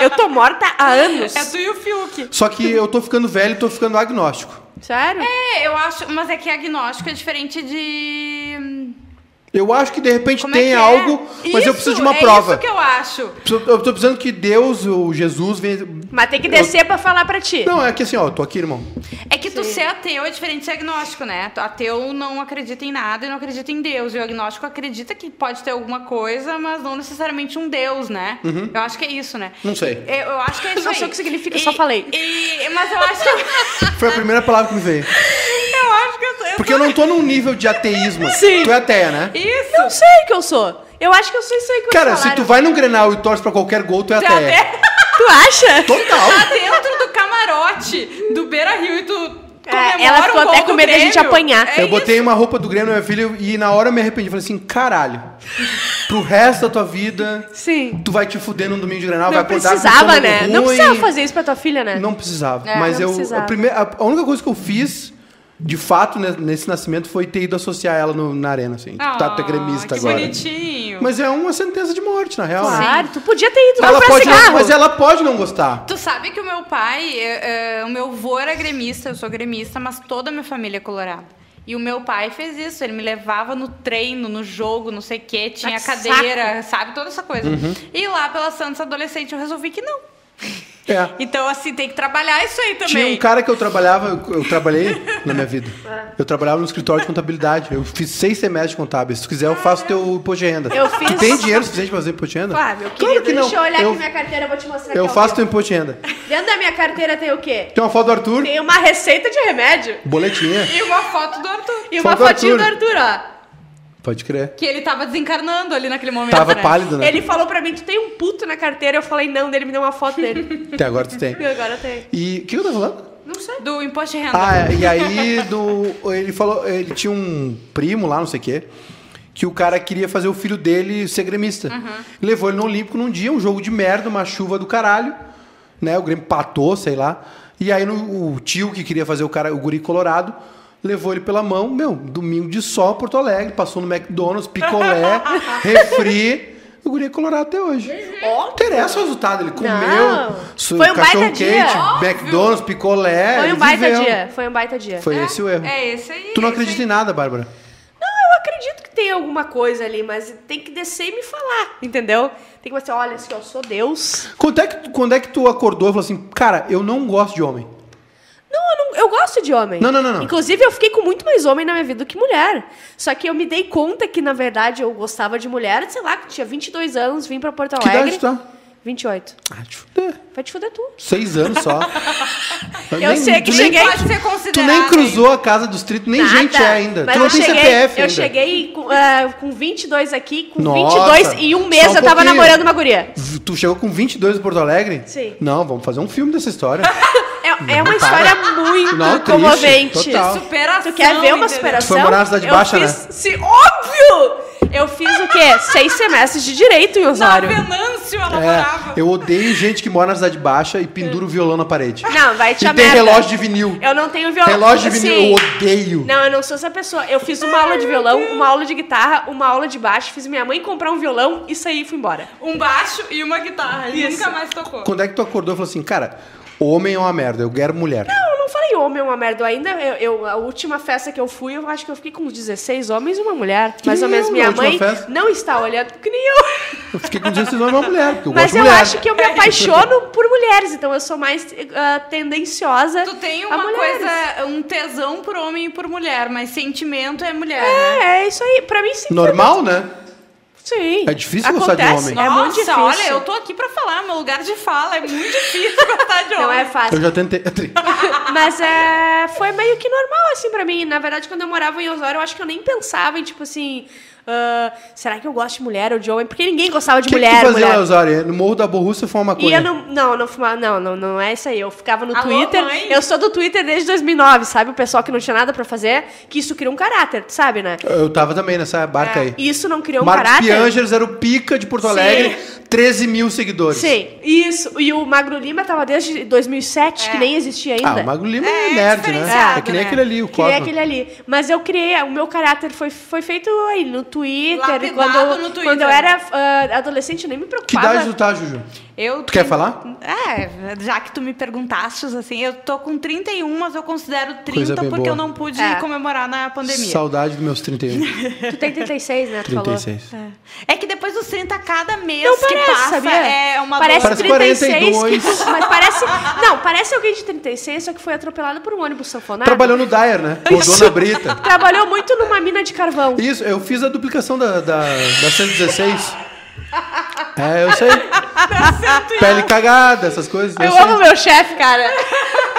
Eu tô morta há anos. É tu e o Fiuk. Só que eu tô ficando velho e tô ficando agnóstico. Sério? É, eu acho. Mas é que agnóstico é diferente de. hum, Eu acho que de repente Como é tem que é? algo, mas eu preciso de uma é prova. Isso que eu acho. Preciso- Eu tô precisando que Deus ou Jesus venha. Mas tem que descer pra falar pra ti. Não, é que assim, ó, eu tô aqui, irmão. É que tu ser ateu é diferente de ser agnóstico, né? Tu- Ateu não acredita em nada e não acredita em Deus. E o agnóstico acredita que pode ter alguma coisa, mas não necessariamente um Deus, né? Uhum. Eu acho que é isso, né? Não sei. Eu, eu acho que é isso. Não sei aí. o que significa, E- só falei. e- mas eu acho que. eu Foi a primeira palavra que me veio. acho que eu sou. eu Porque sou- eu não tô num nível de ateísmo. Sim. Tu é ateia, né? Isso! Não sei o que eu sou. Eu acho que eu sou isso aí que Cara, vocês se tu falaram. vai num Grenal e torce pra qualquer gol, tu é Tá ateia. até- Tu acha? Total. tá dentro do camarote do Beira Rio e tu. comemora É, ela um ficou até gol com do medo da gente Grêmio. apanhar. É É eu botei uma roupa do Grêmio no meu filho e na hora eu me arrependi. Falei assim, caralho, pro resto da tua vida, Sim. tu vai te fuder num domingo de Grenal, vai Não acordar com precisava, estômago né? Não ruim. precisava fazer isso pra tua filha, né? Não precisava. É, mas não eu, precisava. A, primeira, a- a única coisa que eu fiz, de fato, né, nesse nascimento, foi ter ido associar ela no- na arena, assim. Tipo, tá, tu é Ah, gremista que agora. bonitinho. Mas é uma sentença de morte, na real. né? Claro, tu podia ter ido lá Ela pra pode não, cigarro. mas ela pode não gostar. Tu sabe que o meu pai, eh, eh, o meu avô era gremista, eu sou gremista, mas toda a minha família é colorada. E o meu pai fez isso, ele me levava no treino, no jogo, não sei o quê, tinha Ah, que cadeira, sabe, toda essa coisa. Uhum. E lá pela Santos Adolescente eu resolvi que não. É. Então, assim, tem que trabalhar isso aí também. Tinha um cara que eu trabalhava, eu, eu trabalhei na minha vida. Eu trabalhava no escritório de contabilidade. Eu fiz seis semestres de contábil. Se tu quiser, eu faço teu imposto de renda. Eu Tu fiz- tem dinheiro suficiente pra fazer imposto de renda? Ah, meu claro querido, que não. deixa eu olhar eu, aqui minha carteira, eu vou te mostrar eu aqui. faço teu imposto de renda. Dentro da minha carteira tem o quê? Tem uma foto do Arthur, Tem uma receita de remédio boletinha. E uma foto do Arthur, e Foto uma do fotinho Arthur. do Arthur, Pode crer. que ele tava desencarnando ali naquele momento. Tava né? pálido, ó. né? Ele falou pra mim, tu tem um puto na carteira, eu falei não, dele me deu uma foto dele. Até agora tu tem. e agora tem. E o que eu tava falando? Não sei. Do imposto de renda. Ah, e aí do, ele falou, ele tinha um primo lá, não sei o quê, que o cara queria fazer o filho dele ser gremista. Uhum. Levou ele no Olímpico num dia, um jogo de merda, uma chuva do caralho, né? O Grêmio patou, sei lá. E aí no- o tio que queria fazer o cara, o guri colorado, levou ele pela mão, meu, domingo de sol, Porto Alegre, passou no McDonald's, picolé, refri, o guri é colorado até hoje. Não interessa o resultado, ele comeu, su- Uhum. Foi um baita cachorro quente, dia, McDonald's, picolé, Foi ele um baita É, viveu. dia, foi um baita dia. Foi esse o erro. É esse aí. tu não esse aí. acredita em nada, Bárbara. Eu acredito que tem alguma coisa ali, mas tem que descer e me falar, entendeu? Tem que você, olha, se eu sou Deus. Quando é, que, tu- quando é que tu acordou e falou assim, cara, eu não gosto de homem? Não, eu, não- eu gosto de homem. Não, não, não, não. Inclusive, eu fiquei com muito mais homem na minha vida do que mulher. Só que eu me dei conta que, na verdade, eu gostava de mulher, sei lá, que tinha 22 anos, vim pra Porto Que idade Alegre. tu tá? 28. Ah, te fuder. Vai te fuder tu. Seis anos só. Eu sei que tu cheguei- Nem, Pode ser tu considerado. nem cruzou a casa dos 30, nem Nada. gente é ainda. Mas tu não eu tem cheguei, CPF Eu ainda. cheguei com, ah, com 22 aqui, com Nossa, 22 e um mês só um eu tava pouquinho. namorando uma guria. V- Tu chegou com 22 em Porto Alegre? Sim. Não, vamos fazer um filme dessa história. É, é uma história muito Não, triste, comovente. total. Superação, Tu quer ver uma entendeu? superação? Foi morar na Cidade eu Baixa, fiz, né? Se, óbvio! Eu fiz o quê? Seis semestres de direito em Na Osório. Venâncio ela morava. é, eu odeio gente que mora na cidade baixa e pendura o violão na parede. Não, vai te E a tem merda. relógio de vinil. Eu não tenho violão. Relógio de Sim. vinil, eu odeio. Não, eu não sou essa pessoa. Eu fiz uma aula de violão, uma aula de guitarra, uma aula de baixo, fiz minha mãe comprar um violão e saí e fui embora. Um baixo e uma guitarra. E Isso. nunca mais tocou. Quando é que tu acordou e falou assim, cara, homem é uma merda, eu quero mulher. Eu não falei homem é uma merda ainda. Eu, eu- a última festa que eu fui, eu acho que eu fiquei com uns 16 homens e uma mulher. Mais ou nem menos eu, minha na última mãe festa. não está olhando que nem eu. Eu fiquei com 16 anos uma mulher, porque eu Mas gosto de eu mulher. É acho que eu me apaixono por mulheres, então eu sou mais ah, tendenciosa. Tu tem a uma mulheres. coisa, um tesão por homem e por mulher, mas sentimento é mulher. né? É, é isso aí. Pra mim, sim. Normal, né? Sim. É difícil gostar de Acontece. homem. É muito difícil. né? olha, eu tô aqui pra falar, meu lugar de fala é muito difícil gostar de homem. Não é fácil. Eu já tentei. Mas é, foi meio que normal, assim, pra mim. Na verdade, quando eu morava em Osório, eu acho que eu nem pensava em, tipo assim... ah, será que eu gosto de mulher ou de homem? Porque ninguém gostava de O que, que mulher, tu fazia mulher. lá, Osório? No Morro da Borrússia foi uma E coisa. eu não, não, não fumava, não, não, não é isso aí. Eu ficava no Alô, Twitter. mãe? Eu sou do Twitter desde 2009, sabe? O pessoal que não tinha nada pra fazer, que isso cria um caráter, tu sabe, né? Eu tava também nessa barca aí. E Isso não criou um Marcos caráter. Piangeres era o pica de Porto Sim. Alegre, 13 mil seguidores. Sim, isso. E o Magro Lima tava desde 2007, que nem existia Ah, o ainda. Magro Lima É, é, nerd, né? diferenciado, É que nem né? aquele ali, o Criei Cosmo. aquele ali. Mas eu criei, o meu caráter foi, foi feito aí no Twitter. Lapidado quando, eu- no Twitter. quando eu era ah, adolescente, eu nem me Que preocupava. idade tu tá, Juju? Eu Tu quer falar? É, já que tu me perguntaste, assim, eu tô com 31, mas eu considero Coisa 30 bem porque boa. eu não pude É. comemorar na pandemia. Saudade dos meus 31. Tu tem 36, né? Tu falou. 36. É que depois dos 30, cada mês Não que parece, passa sabia? é uma parece dor. Parece 36 42. Que, mas parece, não, parece alguém de 36, só que foi atropelado por um ônibus sanfonado. Trabalhou no Dyer, né? Rodou na Brita. Trabalhou muito numa mina de carvão. Isso, eu fiz a duplicação da, da, da 116. É, eu sei. Pele cagada, essas coisas. Eu sei. amo meu chefe, cara.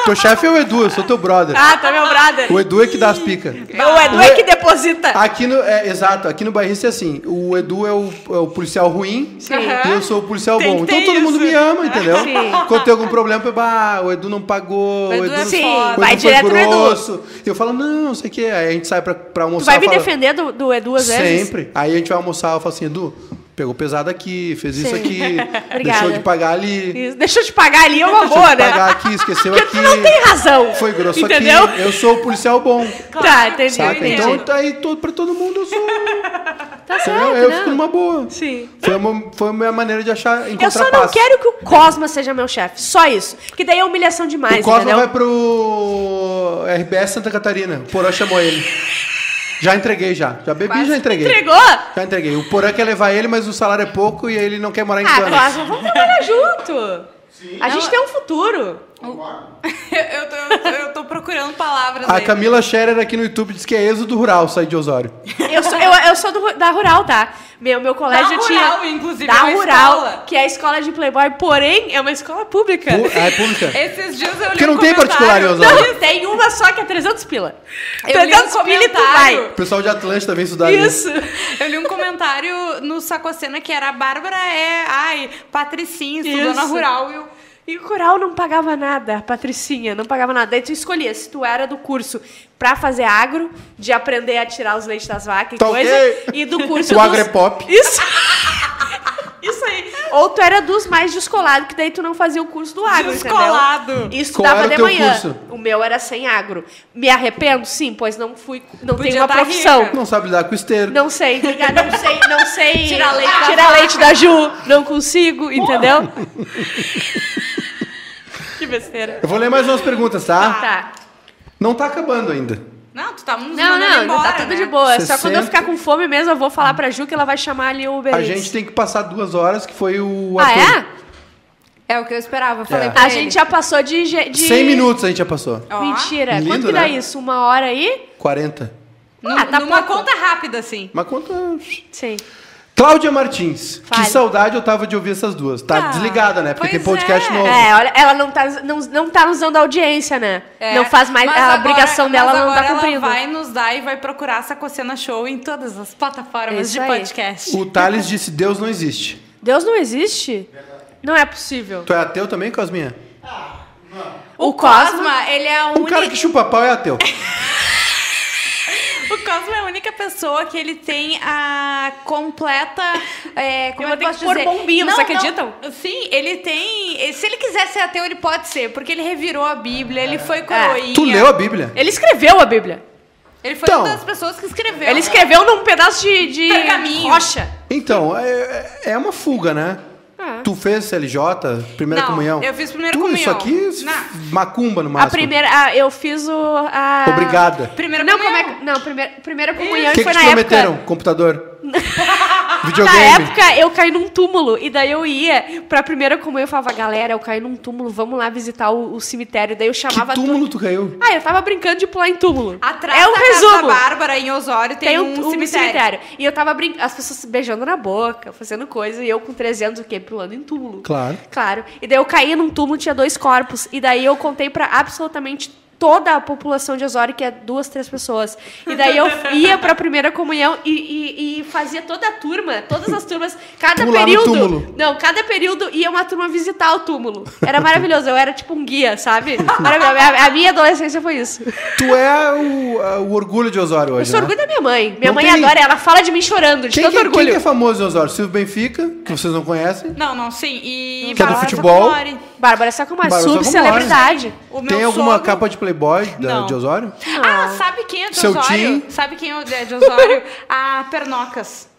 Teu chefe é o Edu, eu sou teu brother. Ah, tá meu brother. O Edu é que dá as picas. O Edu é que deposita. Tá. Aqui no. É, exato, aqui no bairrista é assim: o Edu é o, é o policial ruim Aham. e eu sou o policial Tem que bom. ter Então todo mundo isso. me ama, entendeu? Sim. Quando tem algum problema, eu, bah, o Edu não pagou, o Edu Edu, é não Sim, o vai Edu foi assim, direto no Edu. grosso. E eu falo, não, não sei o que. Aí a gente sai pra, pra Tu almoçar. vai me fala- defender do, do Edu às vezes? Sempre. Aí a gente vai almoçar, eu falo assim, Edu, pegou pesado aqui, fez isso Sim. aqui, Obrigada. deixou de pagar ali, Isso. Deixa eu te pagar ali, é uma deixou boa, de né? pagar aqui, esqueceu aqui. Porque tu não tem razão. Foi grosso Entendeu? aqui. Eu sou o policial bom. Tá, entendi, Saca? entendi. Então tá aí todo, pra todo mundo eu sou. tá entendeu? certo, Eu né? fico numa boa. Sim. Foi, uma, foi a minha maneira de achar encontrar Eu só não paz. quero que o Cosma seja meu chefe. Só isso. Porque daí é humilhação demais, O Cosma entendeu? vai pro RBS Santa Catarina. O Porã chamou ele. Já entreguei, já. Já bebi, já entreguei. Entregou? Ah, Já entreguei. O Porã quer levar ele, mas o salário é pouco e ele não quer morar em Ah, Canas. Cosma, vamos trabalhar junto. A gente tem um futuro. eu, tô, eu, tô, eu tô procurando palavras A aí. Camila Scherer aqui no YouTube diz que é êxodo rural sair de Osório. Eu sou, eu, eu sou do- da Rural, tá? Meu, meu colégio Da tinha... Rural, inclusive, é Da uma Rural, escola. que é a escola de Playboy, porém, é uma escola pública. Pu- Ah, A República. Esses dias eu li Porque um não tem particular em comentário- Osório. Não, tem uma só que é 300 pila. Eu li um 300 pila e tu vai. O pessoal de Atlanta também estudaria. Isso. Eu li um comentário no Sacocena que era a Bárbara é, ai, patricinha, estudou Isso. na rural. E eu, E o Rural não pagava nada, a Patricinha, não pagava nada. Daí tu escolhia se tu era do curso pra fazer agro, de aprender a tirar os leites das vacas e Tá coisa, ok. e do curso O dos- agro é pop. Isso. Isso aí. Ou tu era dos mais descolados, que daí tu não fazia o curso do agro, Descolado. entendeu? E Qual estudava era de o teu manhã. curso? O meu era sem agro. Me arrependo? Sim, pois não fui, não Podia tenho uma tá profissão. rica. Não sabe lidar com esteiro. Não sei, obrigada, não sei, não sei. Tirar leite da Tirar leite da Ju, não consigo, entendeu? que besteira. Eu vou ler mais umas perguntas, tá? Tá. Não tá acabando ainda. Não, tu tá Ah, nos Não, mandando não, embora, tá tudo né? de boa. Só 60. quando eu ficar com fome mesmo, eu vou falar pra Ju que ela vai chamar ali o Uber A Eats. gente tem que passar duas horas, que foi o É Ah, Arthur. é? É o que eu esperava, eu falei É. pra A ele. gente já passou de... ge- de... 100 minutos a gente já passou. Ó, Mentira. Lindo, Quanto que dá né? isso? Uma hora aí? 40. nu- Ah, tá numa pouco. conta rápida, assim. Mas quanto... Sim. Cláudia Martins. Fale. Que saudade eu tava de ouvir essas duas. Tá desligada, né? Porque tem pois podcast é. novo. É, olha, ela não tá, não, não tá nos dando audiência, né? É, não faz mais... mas A agora- obrigação mas dela não agora tá cumprindo. Ela vai nos dar e vai procurar a Sacocena Show em todas as plataformas Isso de aí. podcast. O Thales disse Deus não existe. Deus não existe? Não é possível. Tu é ateu também, Cosminha? O, Cosma, ele é a Um única. cara que chupa pau é ateu. O Cosmo é a única pessoa que ele tem a completa. É, como Eu vou é que ter eu posso que pôr dizer? bombinha, Não, vocês não. acreditam? Sim, ele tem. Se ele quiser ser ateu, ele pode ser, porque ele revirou a Bíblia, ele foi coroinha. É. Tu leu a Bíblia? Ele escreveu a Bíblia. Ele foi Então. uma das pessoas que escreveu. Ele escreveu num pedaço de, de Pergaminho. rocha. Então, é, é uma fuga, né? É. Tu fez CLJ, primeira Não, comunhão? eu fiz primeira tu, Isso comunhão. aqui, s- Não. macumba no A máximo. primeira. a- eu fiz o. A... Obrigada. Primeira não, comunhão. como é que- não, primeira, primeira comunhão O que, foi que na te época. prometeram? Computador? Na Videogame? época eu caí num túmulo e daí eu ia pra primeira comunhão eu falava, galera, eu caí num túmulo, vamos lá visitar o, o cemitério. Daí eu chamava que tu- túmulo tu caiu? Ah, eu tava brincando de pular em túmulo. Atrás é o da Casa resumo. Bárbara, em Osório, tem, tem um, cemitério. E eu tava brincando, as pessoas se beijando na boca, fazendo coisa, e eu com 300 o quê? Pulando em túmulo. Claro. Claro. E daí eu caí num túmulo, tinha dois corpos. E daí eu contei pra absolutamente toda a população de Osório, que é duas, três pessoas. E daí eu ia pra primeira comunhão e, e- e fazia toda a turma, todas as turmas, cada Pular no período. túmulo. Não, cada período ia uma turma visitar o túmulo. Era maravilhoso, eu era tipo um guia, sabe? Maravilhoso. A, a minha adolescência foi isso. Tu é o, a- o orgulho de Osório Eu hoje, sou né? orgulho da minha mãe. Minha Não mãe tem- adora, ela fala de mim chorando, de Quem, tanto que, quem orgulho. que é famoso em Osório? Silvio Benfica, que vocês não conhecem. Não, não, sim. E Que é do Bárbara futebol. Sacomori. Bárbara Sacomori, Bárbara é Sacomori. subcelebridade. O meu Tem alguma sogro- capa de Playboy da- Não. de Osório? Ah, sabe quem é de Seu Osório? Tim. Sabe quem é de Osório? a Pernocas.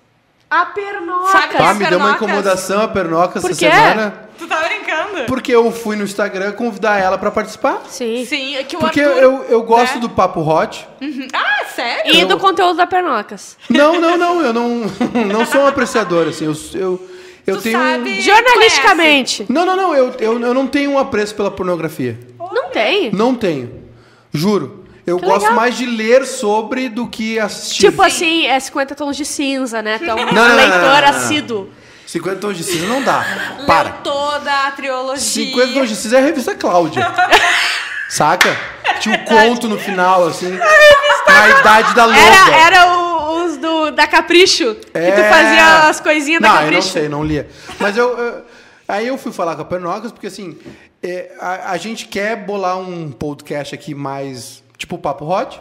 A pernoca. Sabe- Ah, As me deu uma pernocas. incomodação a pernoca É Por essa quê? semana. Tu tá brincando? Porque eu fui no Instagram convidar ela pra participar. Sim. Sim, é que o Porque Arthur... eu, eu gosto né? do papo hot. Uhum. Ah, sério? E Eu- do conteúdo da Pernocas. Não, não, não. Eu não, não sou um apreciador, assim. Eu, eu, eu Tu tenho. um sabe- Jornalisticamente. Não, não, não. Eu, eu, eu não tenho um apreço pela pornografia. Não tem. Não tenho. Juro. Eu Que gosto legal. mais de ler sobre do que assistir. Tipo assim, é 50 tons de cinza, né? Então, não, não, um não, não, leitor não, não. assíduo. 50 tons de cinza não dá. Leu Para. toda a trilogia. 50 tons de cinza é a revista Cláudia. Saca? Tinha um conto no final, assim. Na idade da loba. Era, era o- os do, da Capricho, que tu É. fazia as coisinhas da não, Capricho. eu não sei, não lia. Mas eu, eu- aí eu fui falar com a Pernocas, porque assim, é, a, a gente quer bolar um podcast aqui mais tipo Papo Hot.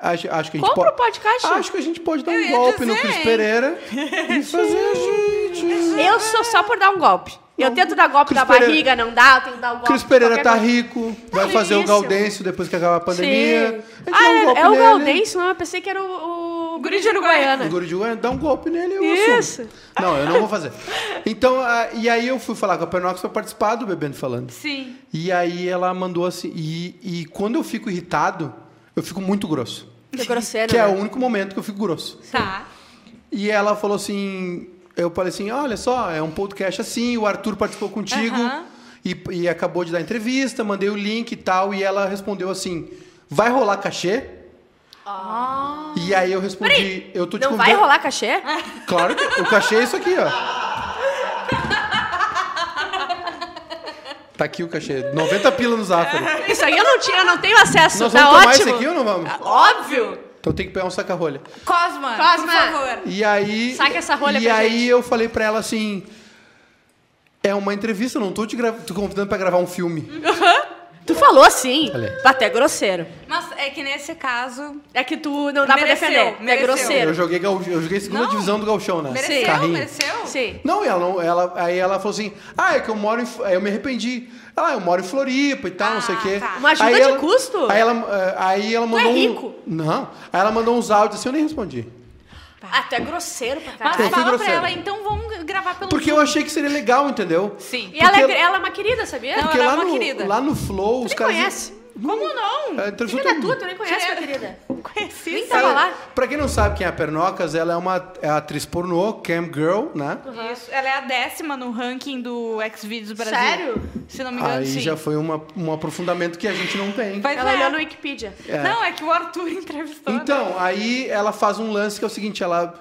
Acho, acho que a gente Compra po- o podcast. Acho que a gente pode dar um ia golpe no dizer, Cris hein? Pereira e fazer a gente. Eu sou só por dar um golpe. Eu tento dar golpe Cris da Pereira- barriga, não dá, eu tenho que dar um golpe. Cris de Pereira qualquer tá coisa. rico, vai fazer o delícia. Gaudêncio depois que acabar a pandemia. A gente Sim. Ah, dá um é, golpe é o nele. Gaudêncio, não, eu pensei que era o, o Guri de O Uruguaiana. guri de Goiânia, dá um golpe nele eu assumo. Isso. Não, eu não vou fazer. Então, ah, e aí eu fui falar com a Pernox pra participar do Bebendo e Falando. Sim. E aí ela mandou assim. E, e quando eu fico irritado, eu fico muito grosso. Que grosseiro, Que é né? o único momento que eu fico grosso. Tá. E ela falou assim. Eu falei assim: olha só, é um podcast assim, o Arthur participou contigo Aham. e, e acabou de dar entrevista, mandei o link e tal. E ela respondeu assim: vai rolar cachê? E aí eu respondi: eu tô te Ah. Não vai convidando- rolar cachê? Claro que o cachê é isso aqui, ó. Tá aqui o cachê. 90 pila no Zafari. Isso aí eu não, tinha, eu não tenho acesso, Nós tá vamos tomar ótimo. isso aqui ou não vamos? Óbvio! Então tem que pegar um saca-rolha. Cosma, por Cosma. favor. E aí. Saca essa rolha E pra aí gente. eu falei pra ela assim. É uma entrevista, eu não tô te, gra- te convidando pra gravar um filme. Tu falou assim, Falei. até grosseiro. Mas é que nesse caso. É que tu não dá Mereceu, pra defender. É mereceu. Eu grosseiro. joguei, gaú- eu joguei segunda Não. divisão do Galchão, né? Mereceu, Carrinho. mereceu? Sim. Não, e ela, não- ela, aí ela falou assim: ah, é que eu moro em. Fl- aí Eu me arrependi. Ah, eu moro em Floripa e tal, não sei o quê. tá. Uma ajuda Aí de ela- custo? é Aí ela, eh, aí ela mandou. um- rico? não. Aí ela mandou uns áudios assim, eu nem respondi. Até grosseiro pra Mas Eu caralho. fui Tá, fala pra grosseiro. ela, então vamos gravar pelo Porque eu achei que seria legal, entendeu? Sim. E ela, Porque- é, ela é uma querida, sabia? Não, Porque ela é lá uma no, querida. lá no Flow, os nem caras. conhece. Como não? É, entrevistou todo Querida tua, mundo. tu nem conhece minha querida. Conheci. Nem sabe? tava lá. Pra quem não sabe quem é a Pernocas, ela é uma é atriz pornô, cam girl, né? Isso. Ela é a décima no ranking do Xvideos Brasil. Sério? Se não me engano, Aí sim. já foi uma, um aprofundamento que a gente não tem. Pois Ela é. olhou no Wikipedia. É. Não, é que o Arthur entrevistou. né? Então, aí ela faz um lance que é o seguinte, ela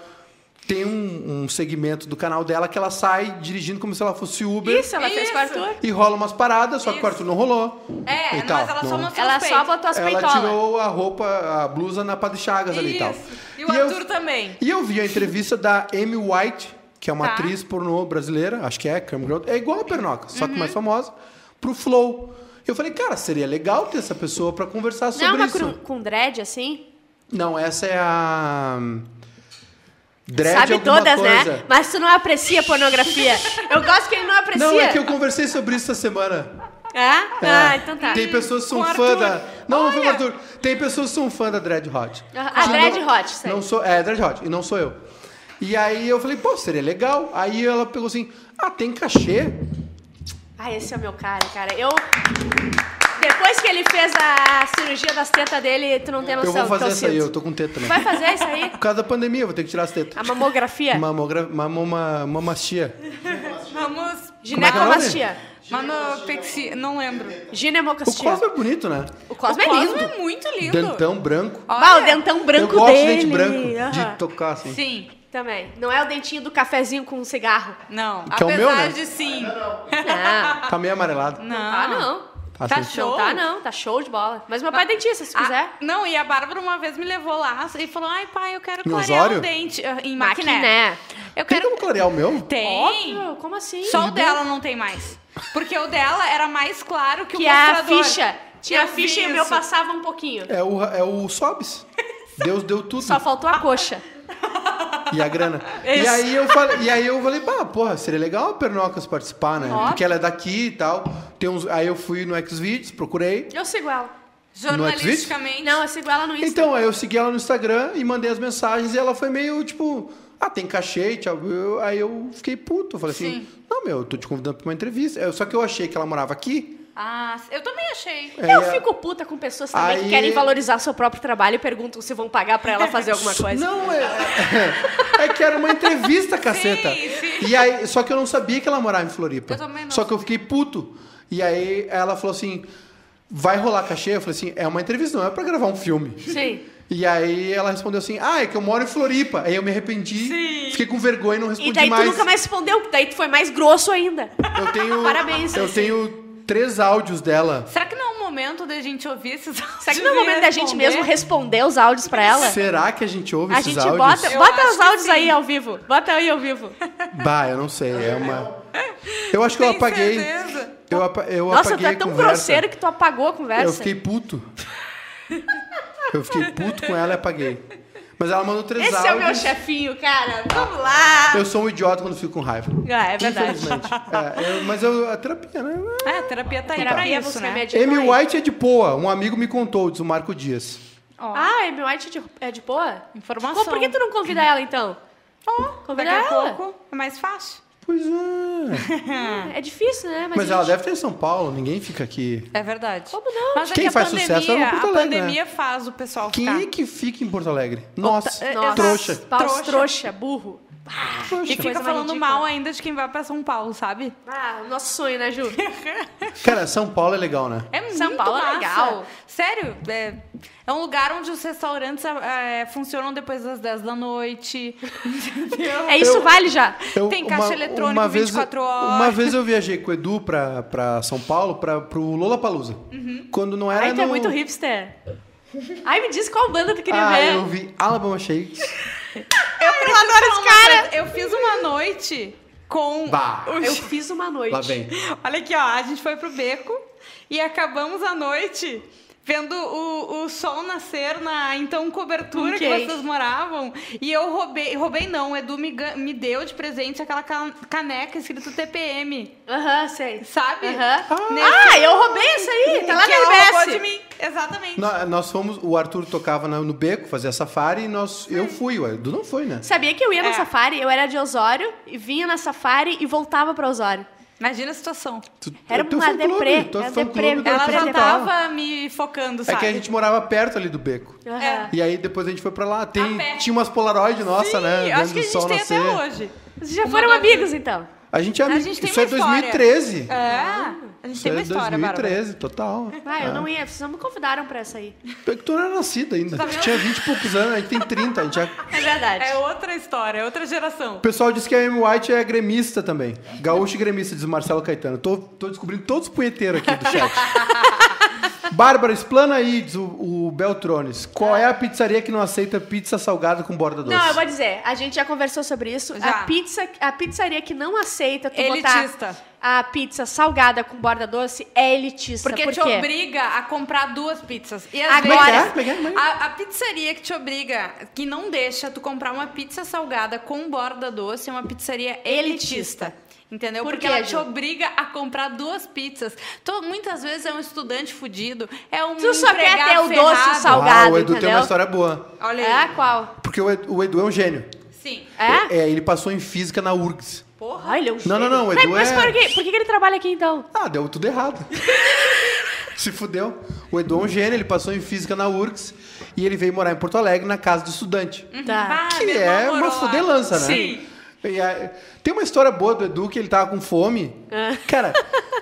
tem um, um segmento do canal dela que ela sai dirigindo como se ela fosse Uber Isso, ela fez com o Isso. Arthur. e rola umas paradas, só que o Isso. Arthur não rolou. É, e mas tal, ela só não- mostrou Ela os só peitos. botou as Ela peitolas. tirou a roupa, a blusa na pá de chagas ali então. e tal. Isso. E o eu- Arthur também. E eu vi a entrevista da Amy White, que é uma Tá. atriz pornô brasileira, acho que é, Cam Girl, é igual a Pernoca, só Uhum. que mais famosa, pro Flow. Eu falei, cara, seria legal ter essa pessoa pra conversar Não é sobre uma isso. com, com dread, assim? Não, essa é a. Dread Sabe alguma todas, coisa. né? Mas tu não aprecia pornografia. Eu gosto que ele não aprecia. Não, é que eu conversei sobre isso essa semana. É? É. Ah, então tá. Tem pessoas que são com o fã Arthur. da. Não, não foi com o Olha! Arthur. Tem pessoas que são fã da Dread Hot. Ah, A dread hot, isso aí. Não sou, é, Dread Hot, e não sou eu. E aí eu falei, pô, seria legal. Aí ela pegou assim: ah, tem cachê? Ah, esse é o meu cara, cara. Eu. Depois que ele fez a cirurgia das tetas dele, tu não tem noção Eu vou do que fazer eu essa aí, eu sinto. tô com teta também. Vai Ah, é. fazer isso aí? Por causa da pandemia, eu vou ter que tirar as tetas. A mamografia? Mamogra... Mamoma... Mamastia. é Vamos. é Ginecomastia. Manopexia. Não lembro. O Ginemocastia. Cosmo é bonito, né? O Cosmo é lindo. é muito lindo. Dentão branco. Olha. Bah, o dentão branco eu gosto dele. de dente branco, Aham. de tocar assim. Sim. Também. Não é o dentinho do cafezinho com um cigarro. Não. Que é o Apesar meu, né? de sim. Não. Tá meio amarelado. Não. Tá não. Tá Tá assim. show. Não tá não. Tá show de bola. Mas meu pai é dentista, se Ah, quiser. não, e a Bárbara uma vez me levou lá e falou: Ai, pai, eu quero Em clarear Osório? o dente. Ah, Em maquiné. Maquiné. Tem um Eu quero. como clarear o meu? Tem. Óbvio. um Como assim? Só o dela não tem mais. Porque o dela era mais claro que, Que é o a mostrador. ficha. Tinha Eu a ficha vi e o meu isso. passava um pouquinho. É o, é o Sobs. Deus deu tudo. Só faltou a coxa. E a grana. Isso. E aí eu falei, e aí eu falei, bah, porra, seria legal a Pernocas participar, né? Óbvio. Porque ela é daqui e tal. Tem uns... Aí eu fui no Xvideos, procurei. Eu sigo ela. Jornalisticamente. Não, eu sigo ela no Insta. Então, aí eu segui ela no Instagram e mandei as mensagens e ela foi meio tipo, ah, tem cachê, tchau. Eu- aí eu fiquei puto. Eu falei assim, não, meu, eu tô te convidando pra uma entrevista. Eu- só que eu achei que ela morava aqui. Ah, eu também achei. Eu É, fico puta com pessoas também que Aí- querem valorizar o seu próprio trabalho e perguntam se vão pagar pra ela fazer alguma coisa. Não, é, é, é que era uma entrevista, caceta. E aí, só que eu não sabia que ela morava em Floripa. Eu também não Só que eu fiquei puto. E aí ela falou assim: vai rolar cachê? Eu falei assim: é uma entrevista, não é pra gravar um filme. Sim. E aí ela respondeu assim: ah, é que eu moro em Floripa. Aí eu me arrependi, fiquei com vergonha e não respondi E daí mais. tu nunca mais respondeu, daí tu foi mais grosso ainda. Eu tenho. Parabéns, Eu assim. tenho três áudios dela. Será que não é um momento da gente ouvir esses áudios? Será que não é o e momento da gente responder? mesmo responder os áudios pra ela? Será que a gente ouve A esses gente áudios? bota, Eu bota acho os que áudios sim. aí ao vivo. Bota aí ao vivo. Bah, eu não sei. É uma. Eu acho que eu Tem apaguei. certeza? Eu, apa... eu Nossa, tu apaguei é a tão conversa. grosseiro que tu apagou a Eu conversa. fiquei puto. eu fiquei puto com ela e apaguei. Mas ela mandou três Esse áudios. é o meu chefinho, cara. Vamos lá. Eu sou um idiota quando fico com raiva. Ah, é verdade. Infelizmente. É, eu- mas eu, a terapia, né? É, a terapia tá aí Então Terapia, pra isso, você né? mede Amy também. White é de boa. Um amigo me contou, diz o Marco Dias. Ó, Ah, Amy White é de, é de boa? Informação. Pô, por que tu não convida ela, então? ó, Convida daqui a ela. pouco é mais fácil. Pois é. É difícil, né? Mas a ela gente- deve ter em São Paulo, ninguém fica aqui. É verdade. Como não? Mas é Quem que a faz pandemia, sucesso é no Porto a Alegre, né? pandemia faz o pessoal Quem Tá. ficar. é que fica em Porto Alegre? Nossa, é- Nossa, trouxa. Paus Trouxa. trouxa. burro. Trouxa. E fica coisa mais falando ridícula. mal ainda de quem vai pra São Paulo, sabe? Ah, o nosso sonho, né, Ju? Cara, São Paulo é legal, né? É São muito Paulo é massa. legal. Sério, é, é um lugar onde os restaurantes é, funcionam depois das 10 da noite. Entendeu? É isso, vale já. Eu- Tem caixa eletrônico uma vez, 24 horas. Uma vez eu viajei com o Edu pra, pra São Paulo, pra, pro Lollapalooza. Quando não era Ai, tu é no... muito hipster. Ai, me diz qual banda tu queria Ah, ver. eu vi Alabama Shakes. Eu preciso falar uma coisa. Eu fiz uma noite com... Bah, Eu fiz uma noite. lá vem. Olha aqui, ó. A gente foi pro beco e acabamos a noite vendo o, o sol nascer na então cobertura Ok. que vocês moravam. E eu roubei... Roubei não. O Edu me, gan- me deu de presente aquela ca- caneca escrito TPM. Aham, sei. Sabe? Aham. Nesse- Ah, eu roubei essa aí. Tá lá que ela na roubou de RBS. mim. Exatamente. Nó- Nós fomos, o Arthur tocava na- no beco, fazia safari e nós, eu fui, o Edu não foi, né? Sabia que eu ia É. na Safari, eu era de Osório, e vinha na Safari e voltava pra Osório. Imagina a situação. Tu- Era teu uma fã-clube, deprê, teu era fã-clube do deprê, era é Ela Arthur deprê já total. tava me focando, É sabe? que a gente morava perto ali do beco. Aham. É. E aí depois a gente foi pra lá. Tem, A pé. tinha umas Polaroid nossa, Tá Sim, né? eu acho vendo que a o gente sol tem nascer. até hoje. Vocês já Uma foram doideira. amigos, então? A gente é A amigo. gente tem Isso é uma história. 2013. É, a gente Isso tem uma é história, Bárbara. 2013, total. Ah, É. eu não ia, vocês não me convidaram pra essa aí. Pior que tu não era nascida ainda. Tá tu vendo? tinha 20 e poucos anos, a gente tem 30. A gente já- É verdade. É outra história, é outra geração. O pessoal diz que a Amy White é gremista também. Gaúcho e gremista, diz o Marcelo Caetano. Tô, tô descobrindo todos os punheteiros aqui do chat. Bárbara, explana aí, diz o, o Beltrones. Qual é a pizzaria que não aceita pizza salgada com borda doce? Não, eu vou dizer, a gente já conversou sobre isso. Já. A, pizza, a pizzaria que não aceita tu Elitista. botar a pizza salgada com borda doce é elitista. Porque Por te quê? obriga a comprar duas pizzas. E às Agora- Como é que é? vezes, Como é que é? Como é que é? a, a pizzaria que te obriga, que não deixa tu comprar uma pizza salgada com borda doce, é uma pizzaria elitista. Entendeu? Por Porque quê, ela te Ju? obriga a comprar duas pizzas. Então, muitas vezes é um estudante fudido, é um Tu só quer empregado ter o doce ferrado. sal- salgado, o Edu tem uma entendeu? história boa. Olha É, aí. qual? Porque o Edu, o Edu é um gênio. Sim. É? É, ele passou em física na URGS. Porra. Ai, ele é um Não, não, não, o Mas, Edu mas é- por, que, por que que ele trabalha aqui, então? Ah, deu tudo errado. Se fudeu. O Edu é um gênio, ele passou em física na URGS e ele veio morar em Porto Alegre na casa do estudante. Uhum. Tá. Que é uma fudelança, né? Sim. E aí, tem uma história boa do Edu que ele tava com fome. Ah. Cara,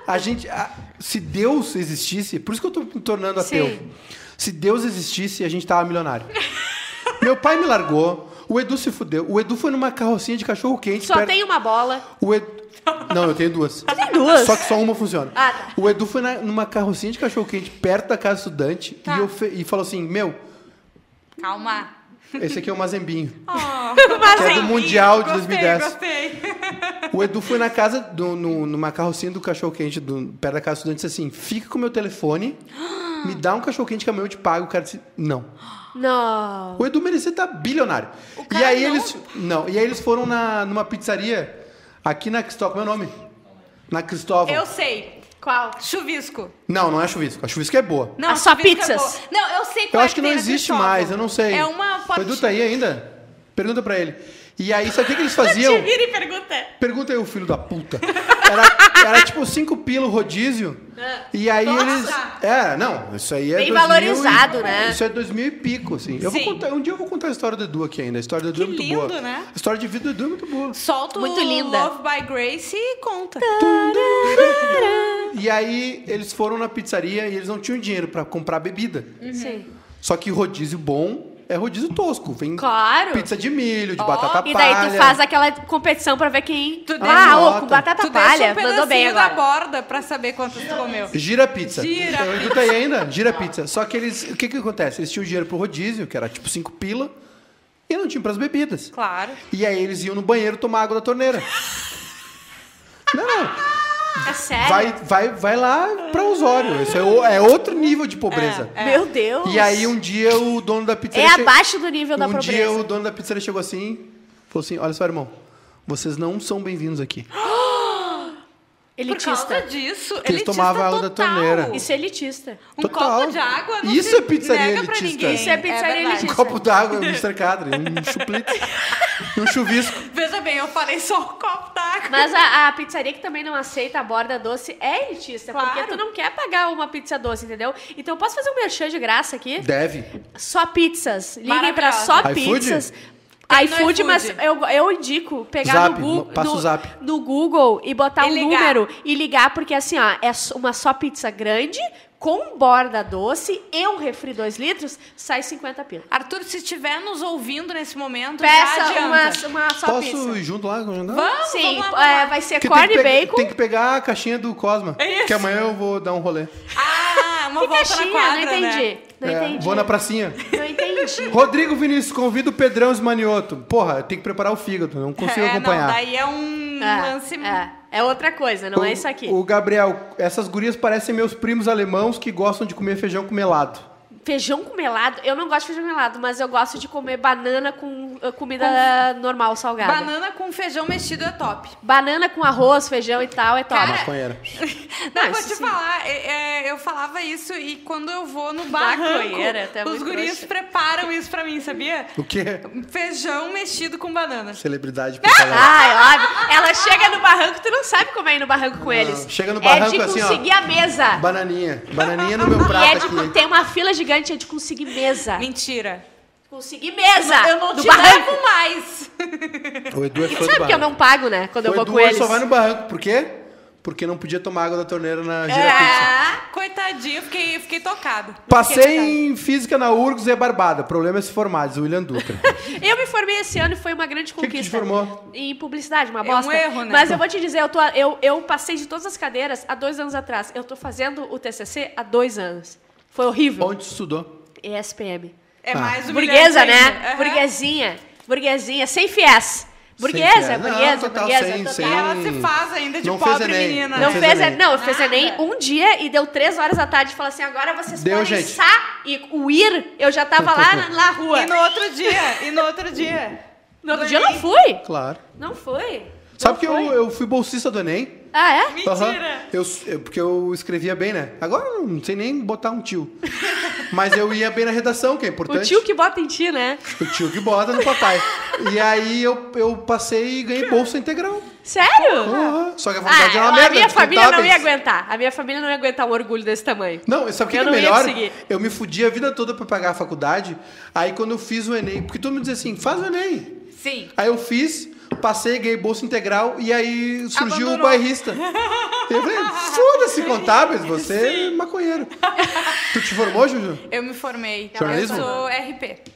a gente. a- se Deus existisse, por isso que eu tô me tornando ateu. Sim. Se Deus existisse, a gente tava milionário. Meu pai me largou, o Edu se fudeu. O Edu foi numa carrocinha de cachorro quente. Só tem uma bola. O Edu... Não, eu tenho duas. tem duas? Só que só uma funciona. Ah, tá. O Edu foi na- numa carrocinha de cachorro-quente perto da casa do estudante Tá. e, eu fe- e falou assim, meu, Calma. esse aqui é o Mazembinho. Mas, Que é do hein? Mundial de Gostei, 2010. Gostei. O Edu foi na casa, do, no- numa carrocinha do cachorro-quente do- perto da casa do estudante e disse assim, fica com o meu telefone, me dá um cachorro-quente que amanhã eu te pago. O cara disse, não. Não. O Edu merecia estar bilionário. E cara é aí não. eles. Não, e aí eles foram na, numa pizzaria aqui na Cristóvão. Como é o nome? Na Cristóvão. Eu sei. Qual? Chuvisco. Não, não é a chuvisco. A chuvisco é boa. Não, Ah, só chuvisco é pizzas? boa. não, eu sei Eu qual é acho que não tem na existe Cristóvão. mais, eu não sei. É uma O Edu tá aí ainda? Pergunta pra ele. E aí, sabe o que, que eles faziam? Te vira e pergunta. Pergunta aí, o filho da puta. Era, era tipo cinco pila o rodízio. E aí Nossa! eles. É, não, isso aí é. Bem 2000 e- valorizado, né? Isso é dois mil e pico, assim. Eu vou Sim. contar, um dia eu vou contar a história do Edu aqui ainda. A história do Edu Que é muito lindo, boa. né? A história de vida do Edu é muito boa. Solta Muito o linda. Tá, Love by Grace e conta. E aí eles Uhum. foram na pizzaria e eles não tinham dinheiro pra comprar bebida. Sim. Só que rodízio bom é rodízio tosco. Vem Claro. pizza de milho, de batata palha. E daí tu faz aquela competição pra ver quem. Tu ah, deixa- ô, com batata Tu palha. deixa um mandou bem pedacinho da agora. borda pra saber quantas tu comeu. Gira pizza. Gira Então, tu tá aí ainda? Gira pizza. Só que eles. O que que acontece? Eles tinham dinheiro pro rodízio, que era tipo cinco pila, e não tinha pras bebidas. Claro. E aí eles iam no banheiro tomar água da torneira. Não, não. É sério? Vai, vai, vai lá pra Osório. Isso é, o- é outro nível de pobreza. Meu Deus. E aí um dia o dono da pizza É abaixo do nível da um pobreza. dia o dono da pizzaria chegou assim, falou assim: "Olha só, irmão, vocês não são bem-vindos aqui. Por Elitista. causa disso, eles elitista tomavam água da total. torneira. Isso é elitista. Um Total. copo de água não Isso se é pizzaria nega pra elitista. ninguém. Isso é pizzaria verdade. Um elitista. copo d'água, um Mr. Cadre, um chuplito, um chuvisco. Veja bem, eu falei só um copo d'água. Mas a, a pizzaria que também não aceita a borda doce é elitista. Claro. Porque tu não quer pagar uma pizza doce, entendeu? Então eu posso fazer um merchan de graça aqui? Deve. Só pizzas. Liguem pra Maravilhosa. só iFood? pizzas. Tem no iFood, mas iFood. eu, eu indico pegar Zap, no, Gu- passa o no- zap. no Google e botar E um ligar. número e ligar, porque assim, ó, é só- uma só pizza grande, com borda doce e um refri 2 litros, sai 50 pila. Arthur, se estiver nos ouvindo nesse momento, já Peça uma, adianta. uma só Posso pizza. ir junto lá com o jantar? Vamos, Sim, vamos lá, vamos lá. é, vai ser Porque corn tem que pe- bacon. Tem que pegar a caixinha do Cosma. É isso. Que amanhã eu vou dar um rolê. Ah, uma Que volta caixinha? na quadra, não entendi. né? Não É, entendi. Vou na pracinha. Não entendi. Rodrigo Vinícius, convida o Pedrão Esmanioto. Porra, eu tenho que preparar o fígado, não consigo é, acompanhar. Não, daí é um Ah, lance... É, é outra coisa, não é isso aqui. O Gabriel, essas gurias parecem meus primos alemãos que gostam de comer feijão com melado. Feijão com melado, eu não gosto de feijão melado, mas eu gosto de comer banana com uh, comida normal, salgada. Banana. Banana com feijão mexido é top. com arroz, feijão e tal, é top. Maconheira. Não, Não, vou isso te sim. falar, é, é, eu falava isso e quando eu vou no barco, Maconheira, tu é os muito guris trouxa. preparam isso pra mim, sabia? O que? Feijão mexido com banana. Celebridade pra falar. Ai, óbvio. Ela chega no barranco, tu não sabe como é ir no barranco com eles. chega no É de barranco assim, ó. conseguir a mesa. Bananinha. Bananinha no meu E é prato de, aqui. tem uma fila gigante é de conseguir mesa. Mentira. Conseguir mesa! eu não do te barranco. levo mais. O Edu é fã E do tu sabe que barranco. eu não pago, né? Quando eu o vou Edu com eles. só vai no barranco. Por quê? Porque não podia tomar água da torneira É. na gira pizza. Ah, coitadinho, fiquei, fiquei tocado. Passei em física na URGS e é barbada. Problema é se formar, diz o William Dutra. É. Eu me formei esse ano e foi uma grande que conquista. que te formou? Em publicidade, uma um bosta. erro, né? Mas eu vou te dizer, eu, tô, eu, eu passei de todas as cadeiras há dois anos atrás. Eu tô fazendo o TCC há dois anos. Foi horrível. Onde tu estudou? ESPM. É Ah. mais humilhante Burguesa, ainda. né? Aham. Burguesinha. Burguesinha, sem fiés. Burguesa, fiés. é. Não, burguesa, total, burguesa. sem- total. sem- E ela se faz ainda de Não fez pobre Enem. menina. Não Não fez, fez a- Enem. não, eu fiz Nada. Enem um dia e deu três horas da tarde e falou assim: agora vocês Deu, podem gente. sa e o ir, eu já tava lá na, na rua. E no outro dia, e no outro dia. No outro dia eu não fui. Claro. Não fui. Não Sabe que eu, fui. eu fui bolsista do Enem? Ah, é? Aham. Mentira! Eu, eu- porque eu escrevia bem, né? Agora eu não sei nem botar um tio. Mas eu ia bem na redação, que é O importante. tio que bota em ti, né? O tio que bota no papai. E aí eu, eu passei e ganhei bolsa integral. Ah. Sério? Aham. Só que a faculdade é Ah, uma a merda. minha de família não contábeis. ia aguentar. A minha família não ia aguentar um orgulho desse tamanho. Não, sabe o que, Eu que é não ia melhor? conseguir. Eu me fudi a vida toda pra pagar a faculdade. Aí quando eu fiz o Enem, porque todo mundo dizia assim, faz o Enem. Sim. Aí eu fiz, passei, ganhei bolsa integral e aí surgiu Abandonou. o bairrista. Eu falei, foda-se, contábeis, você é maconheiro. Tu te formou, Juju? Eu me formei. Jornalismo? Eu sou RP.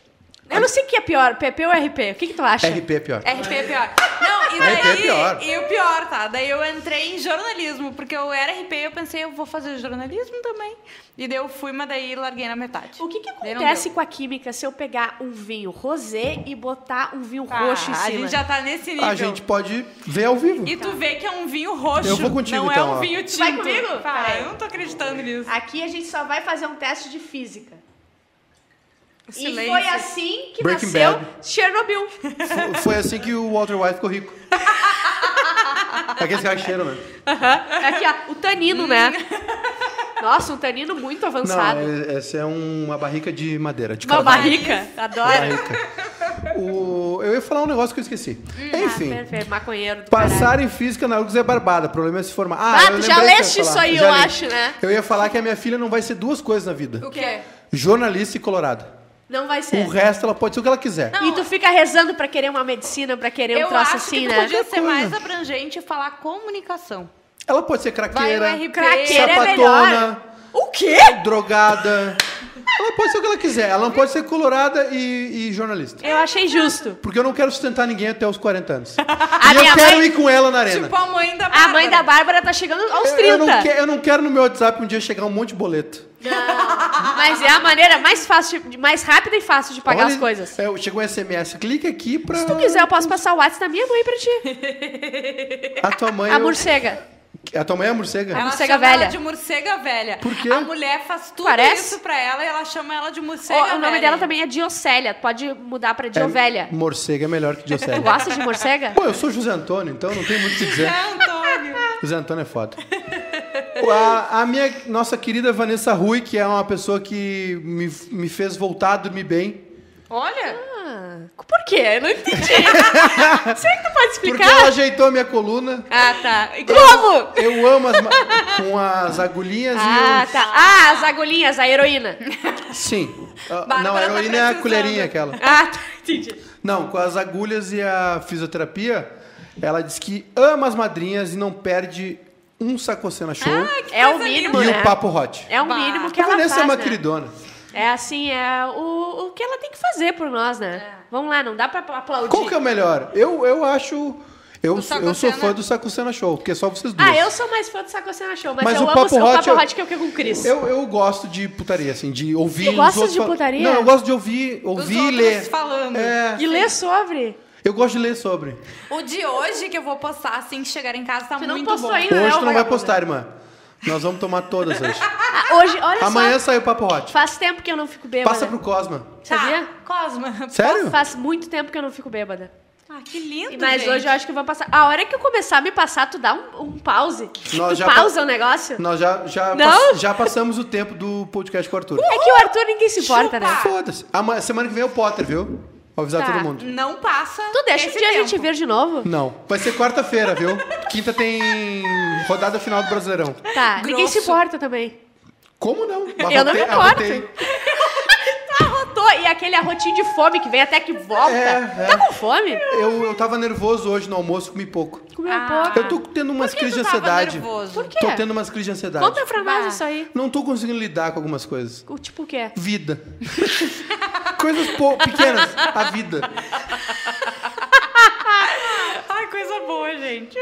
Eu não sei o que é pior, PP ou RP. O que, que tu acha? RP é pior. RP é pior. Não, e daí. RP é pior. E o pior, tá? Daí eu entrei em jornalismo, porque eu era RP e eu pensei, eu vou fazer jornalismo também. E daí eu fui, mas daí larguei na metade. O que, que Daí não acontece deu. com a química se eu pegar um vinho rosé e botar um vinho Ah, roxo em cima? A gente já tá nesse nível. A gente pode ver ao vivo. E tu vê que é um vinho roxo. Eu vou contigo, Não então, é um ó. vinho Tu tinto. vai comigo? Pá, Vai. eu não tô acreditando nisso. Aqui a gente só vai fazer um teste de física. E Silêncio. foi assim que Breaking nasceu Chernobyl. Fo- Foi assim que o Walter White ficou rico. É aquele cara que cheira, né? Aqui, ó, o tanino, né? Nossa, um tanino muito avançado. Não, é- essa é uma barrica de madeira, de Uma carvalho. barrica. Adoro. Barrica. O- Eu ia falar um negócio que eu esqueci. Enfim, Ah, perfeito. Maconheiro do caralho. passar em física na URGS é barbada, o problema é se formar. Ah, Ah, eu tu lembrei já que eu ia leste isso falar. aí, Já eu li. acho, né? Eu ia falar que a minha filha não vai ser duas coisas na vida: O quê? jornalista e colorada. Não vai O ser. resto ela pode ser o que ela quiser. E tu fica rezando pra querer uma medicina, pra querer um Eu troço acho assim, que tu né? podia ser Coisa. mais abrangente e falar comunicação. Ela pode ser Vai um craqueira, o RP. Craqueira é sapatona, melhor. O quê? drogada, Ela pode ser o que ela quiser. Ela não pode ser colorada e, e jornalista. Eu achei justo. Porque eu não quero sustentar ninguém até os 40 anos. A e eu minha quero mãe- ir com ela na arena. Tipo a mãe da A mãe da Bárbara tá chegando aos Eu- 30. Eu, não que- eu não quero no meu WhatsApp um dia chegar um monte de boleto. Não. Mas é a maneira mais fácil, de- mais rápida e fácil de pagar Olha, as coisas. é, chegou um SMS. Clique aqui pra. Se tu quiser, eu posso passar o WhatsApp da minha mãe pra ti. A tua mãe. A eu- morcega. A tua mãe é morcega? Ela morcega chama velha. ela de morcega velha. Por quê? A mulher faz tudo Parece? isso pra ela e ela chama ela de morcega Ó, velha. o nome dela também é Diocélia. Pode mudar pra É, Diovelha. Morcega é melhor que Tu Diocélia. gosta de morcega? Pô, eu sou José Antônio, então não tem muito o que dizer. É Antônio. José Antônio é foda. A, a minha nossa querida Vanessa Rui, que é uma pessoa que me, me fez voltar a dormir bem. Olha, Ah, por quê? Eu não entendi. Será que tu pode Porque ela explicar? ajeitou a minha coluna. Ah, tá. E como? Eu amo as ma- com as agulhinhas Ah, e tá. Ah, as agulhinhas, a heroína. eu. Sim. Ah, Bárbara não, a tá heroína é a precisando. colherinha aquela. Ah, tá. Entendi. Não, com as agulhas e a fisioterapia, ela diz que ama as madrinhas e não perde um sacocena show É o coisa mínimo, e né? o papo hot. É o Bah. mínimo que a ela Vanessa faz, é uma né? queridona. É assim, é o, o que ela tem que fazer por nós, né? Vamos lá, não dá pra aplaudir. Qual que é o melhor? Eu, eu acho. Eu, O Saco eu sou Cena. fã do Sacucena Show, porque é só vocês duas. Ah, eu sou mais fã do Sacocena Show, mas, Mas eu o amo Papo o Hot Papo eu- Hot que eu fico com o Cris. Eu, eu gosto de putaria, assim, de ouvir. Tu os gosta outros de fal- putaria? Não, eu gosto de ouvir, Os ouvir e outros ler. falando. É, E lê sobre. eu gosto de ler sobre. o de hoje que eu vou postar assim que chegar em casa tá Tu não muito postou bom. ainda? Hoje é o tu não vai vagabundo. postar, irmã. Nós vamos tomar todas hoje. Ah, hoje, olha Amanhã só, sai o Papo Hot. faz tempo que eu não fico bêbada. Passa pro Cosma. Tá, Sabia? Cosma. Sério? Faz muito tempo que eu não fico bêbada. Ah, que lindo, Mas gente. hoje eu acho que eu vou passar. A hora que eu começar a me passar, tu dá um, um pause. Nós tu já tá- pausa pa- o negócio. Nós já, já, Não? já passamos o tempo do podcast com o Arthur. É que o Arthur ninguém se importa, né? Chupa! Foda-se. Ama- Semana que vem é o Potter, viu? Vou avisar Tá. todo mundo. Não passa Tu deixa esse um dia a tempo. gente ver de novo? Não. Vai ser quarta-feira, viu? Quinta tem rodada final do Brasileirão. Tá, ninguém se Grosso. importa também. Como não? Eu não me importo. Arrotei. Tu Tá, arrotou e aquele arrotinho de fome que vem até que volta. É, é. Tá com fome? Eu, eu tava nervoso hoje no almoço, comi pouco. Comeu Ah. pouco. Eu tô tendo umas Por que crises de tu tava ansiedade. nervoso? Por quê? Tô tendo umas crises de ansiedade. Conta pra nós isso aí. Não tô conseguindo lidar com algumas coisas. O tipo o quê? Vida. coisas po- pequenas. A vida. Ai, coisa boa, gente.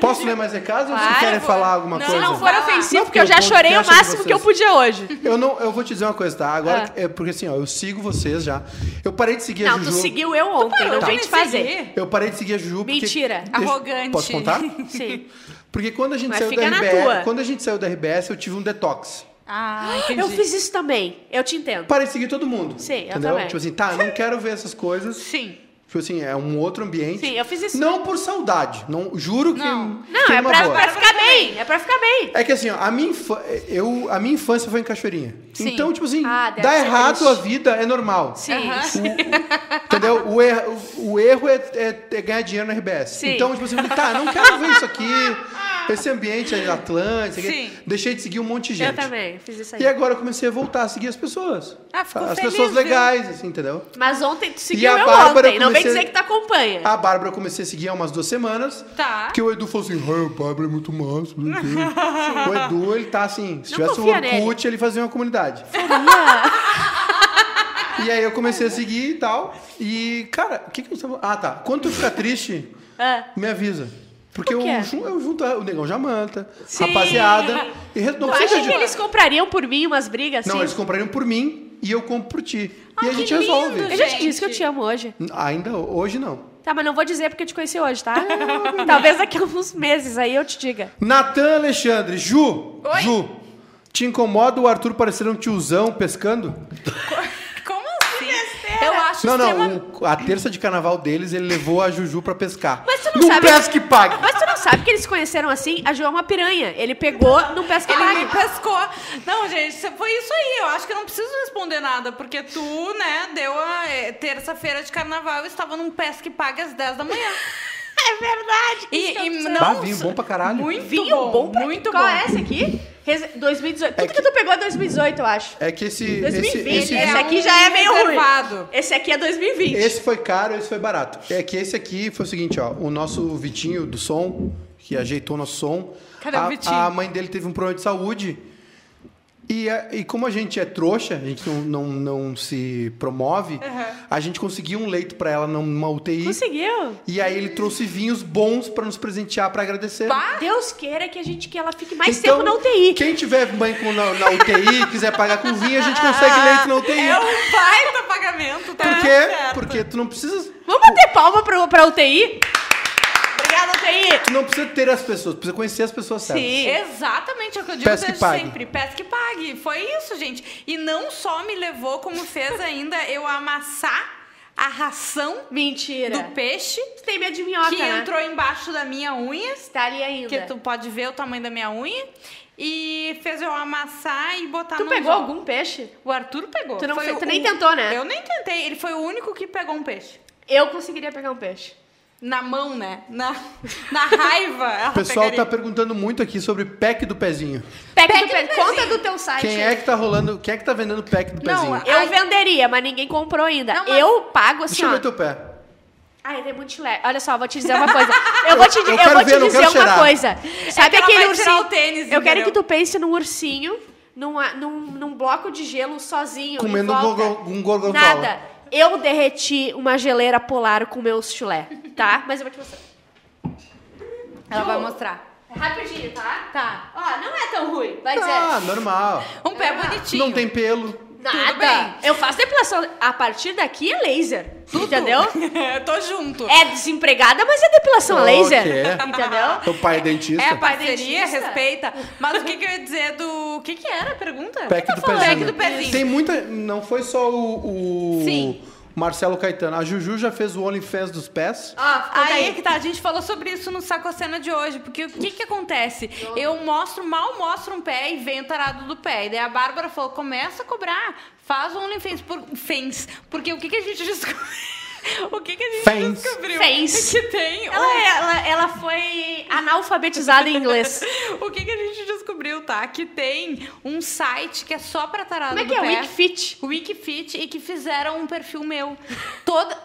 Posso ler mais recados ou vocês Claro, querem vou- falar alguma não, coisa? Se não for Vai lá. ofensivo, Não, porque eu porque já o chorei o podcast é de máximo que eu vocês. podia hoje. Eu não, eu vou te dizer uma coisa, tá? Agora, Ah. é porque assim, ó, eu sigo vocês já. Eu parei de seguir a Não, Juju. tu seguiu eu ontem, não Parou vem de te me fazer. seguir? Eu parei de seguir a Juju porque... Mentira, Deixa- arrogante. Posso contar? Sim. Porque quando a gente Mas saiu da fica na tua. RBS, quando a gente saiu da RBS, eu tive um detox. Ah, Eu fiz isso também. Eu te entendo. Parei de seguir todo mundo. Sim, eu entendeu? também. Tipo assim, tá, não quero ver essas coisas. Sim. Tipo assim, é um outro ambiente. Sim, eu fiz isso. Não por saudade, não, juro que Não. que Não, é numa pra, boa. pra ficar bem. É pra ficar bem. É que assim, ó, a minha, infa- eu, a minha infância foi em Cachoeirinha. Sim. Então, tipo assim, Ah, deve dá ser errado triste. a vida, é normal. Sim. Entendeu? O erro, o erro é, é- é ganhar dinheiro na RBS. Sim. Então, tipo assim, tá, não quero ver isso aqui, esse ambiente aí, Atlântico, isso aqui. Sim. deixei de seguir um monte de gente. Eu também fiz isso aí. E agora eu comecei a voltar a seguir as pessoas. Ah, ficou As feliz, pessoas viu? legais, assim, entendeu? Mas ontem tu E seguiu a eu Bárbara, ontem. Não comecei- vem Ah, dizer que tu acompanha. A Bárbara eu comecei a seguir há umas duas semanas. Tá. Porque o Edu falou assim, "Ah, a Bárbara é muito massa. meu Deus." o Edu, ele tá assim, se Não tivesse um confia nele. Orkut, ele fazia uma comunidade. e aí eu comecei a seguir e tal. E, cara, o que que eu tava... Ah, tá. Quando tu ficar triste, Ah. me avisa. Porque Por quê? eu, jun- eu junto o Negão Jamanta, Sim. rapaziada. E re- não Tu precisa acha de... que eles comprariam por mim umas brigas Não, assim? eles comprariam por mim e eu compro por ti. e a que gente lindo, resolve. Eu já te Gente. disse que eu te amo hoje. Ainda hoje não. Tá, mas não vou dizer porque eu te conheci hoje, tá? Talvez daqui a uns meses aí eu te diga. Natan Alexandre, Ju, Ju, te incomoda o Arthur parecer um tiozão pescando? Como assim? Eu acho Não, extrema- não, o- a terça de carnaval deles ele levou a Juju pra pescar. Mas tu não Num sabe- pesca e pague. Mas tu não sabe que eles se conheceram assim? A Ju é uma piranha. Ele pegou num pesca Ele me pague. pescou. Não, gente, cê- foi isso aí. Eu acho que eu não preciso responder nada, porque tu, né, deu a é, terça-feira de carnaval eu estava num pesca e paga às 10 da manhã. É verdade. E, e não. Bah, vinho bom pra caralho. Muito Vinho um bom, pra... muito Qual bom. é esse aqui? Res- 2018. Tudo É que... tu pegou é 2018, eu acho. É que esse, esse, 2020. esse, Esse, é aqui um já é meio ruim. reservado. Esse aqui é 2020. esse foi caro, esse foi barato. É que esse aqui foi o seguinte, ó, o nosso Vitinho do som, que ajeitou nosso som. Cadê o a, Vitinho? A mãe dele teve um problema de saúde E, a- e como a gente é trouxa, a gente não, não, não se promove, a gente conseguiu um leito pra ela numa UTI. Conseguiu? E aí ele trouxe vinhos bons pra nos presentear pra agradecer. Então, Deus queira que a gente que ela fique mais Então, tempo na UTI. Quem tiver mãe com- na, na UTI, quiser pagar com vinho, a gente consegue leite na UTI. É um baita pagamento, tá? Por quê? certo. Porque tu não precisa, Vamos bater palma pra, pra UTI? Obrigada, UTI! tu não precisa ter as pessoas, tu precisa conhecer as pessoas certas. Exatamente, é o que eu digo Peça que desde pague. sempre. Peça que pague. Foi isso, gente. E não só me levou, como fez ainda eu amassar a ração Mentira. do peixe Tu tem medo de minhoca, que né? entrou embaixo da minha unha. Tá ali ainda. Que tu pode ver o tamanho da minha unha. E fez eu amassar e botar Tu tá num pegou jo- algum peixe? O Arthur pegou. Tu não Foi fe- o- tu nem tentou, né? Eu nem tentei. Ele foi o único que pegou um peixe. Eu conseguiria pegar um peixe. Na mão, né? Na, na raiva. ela O pessoal pegaria. tá perguntando muito aqui sobre pack do pezinho. Pack Pack do pe... do Conta pezinho. do teu site. Quem é que tá rolando, quem é que tá vendendo pack do Não, pezinho? a- Eu Ai. venderia, mas ninguém comprou ainda. Não, mas- Eu pago assim, Deixa eu ó. ver teu pé. Ai, tem muito chulé. Olha só, vou te dizer uma coisa. Eu vou te, Eu eu quero vou te ver, eu não dizer quero uma cheirar. coisa. Sabe É ela aquele vai tirar ursinho? o tênis, eu quero entendeu? que tu pense num ursinho, num, num, num bloco de gelo sozinho. Comendo em um volta. gorgon- um gorgonzola. Nada. Eu derreti uma geleira polar com meus chulé, tá? Mas eu vou te mostrar. Ela vai mostrar. Rapidinho, tá? Tá. Ó, não é tão ruim. Vai dizer. Ah, normal. Um pé Ah, bonitinho. Não tem pelo. Nada. Tudo bem. Eu faço depilação. A partir daqui é laser. Entendeu? Tô junto. É desempregada, mas é depilação a laser. Ok. Entendeu? Teu pai é dentista. É parceria, dentista. respeita. Mas o que, que eu ia dizer do. O que, que era a pergunta? Pack Tá do falando? pezinho. Pack do pezinho. Tem muita. Não foi só o. o Sim. Marcelo Caetano. A Juju já fez o OnlyFans dos pés. Ó, conta Aí é que tá, a gente falou sobre isso no Sacocena de hoje, porque o que que acontece? Eu mostro, mal mostro um pé e vem o tarado do pé. E daí a Bárbara falou, começa a cobrar, faz o OnlyFans por... Fans. Porque o que que a gente descobriu? o que que a gente Fans. descobriu? Fans. Que tem... um- Ela, é- ela, ela foi analfabetizada em inglês. O que que a gente descobriu, tá? Que tem um site que é só pra tarado Como é do que pé. é? Wikifit? Wikifit e que fizeram um perfil meu. Toda...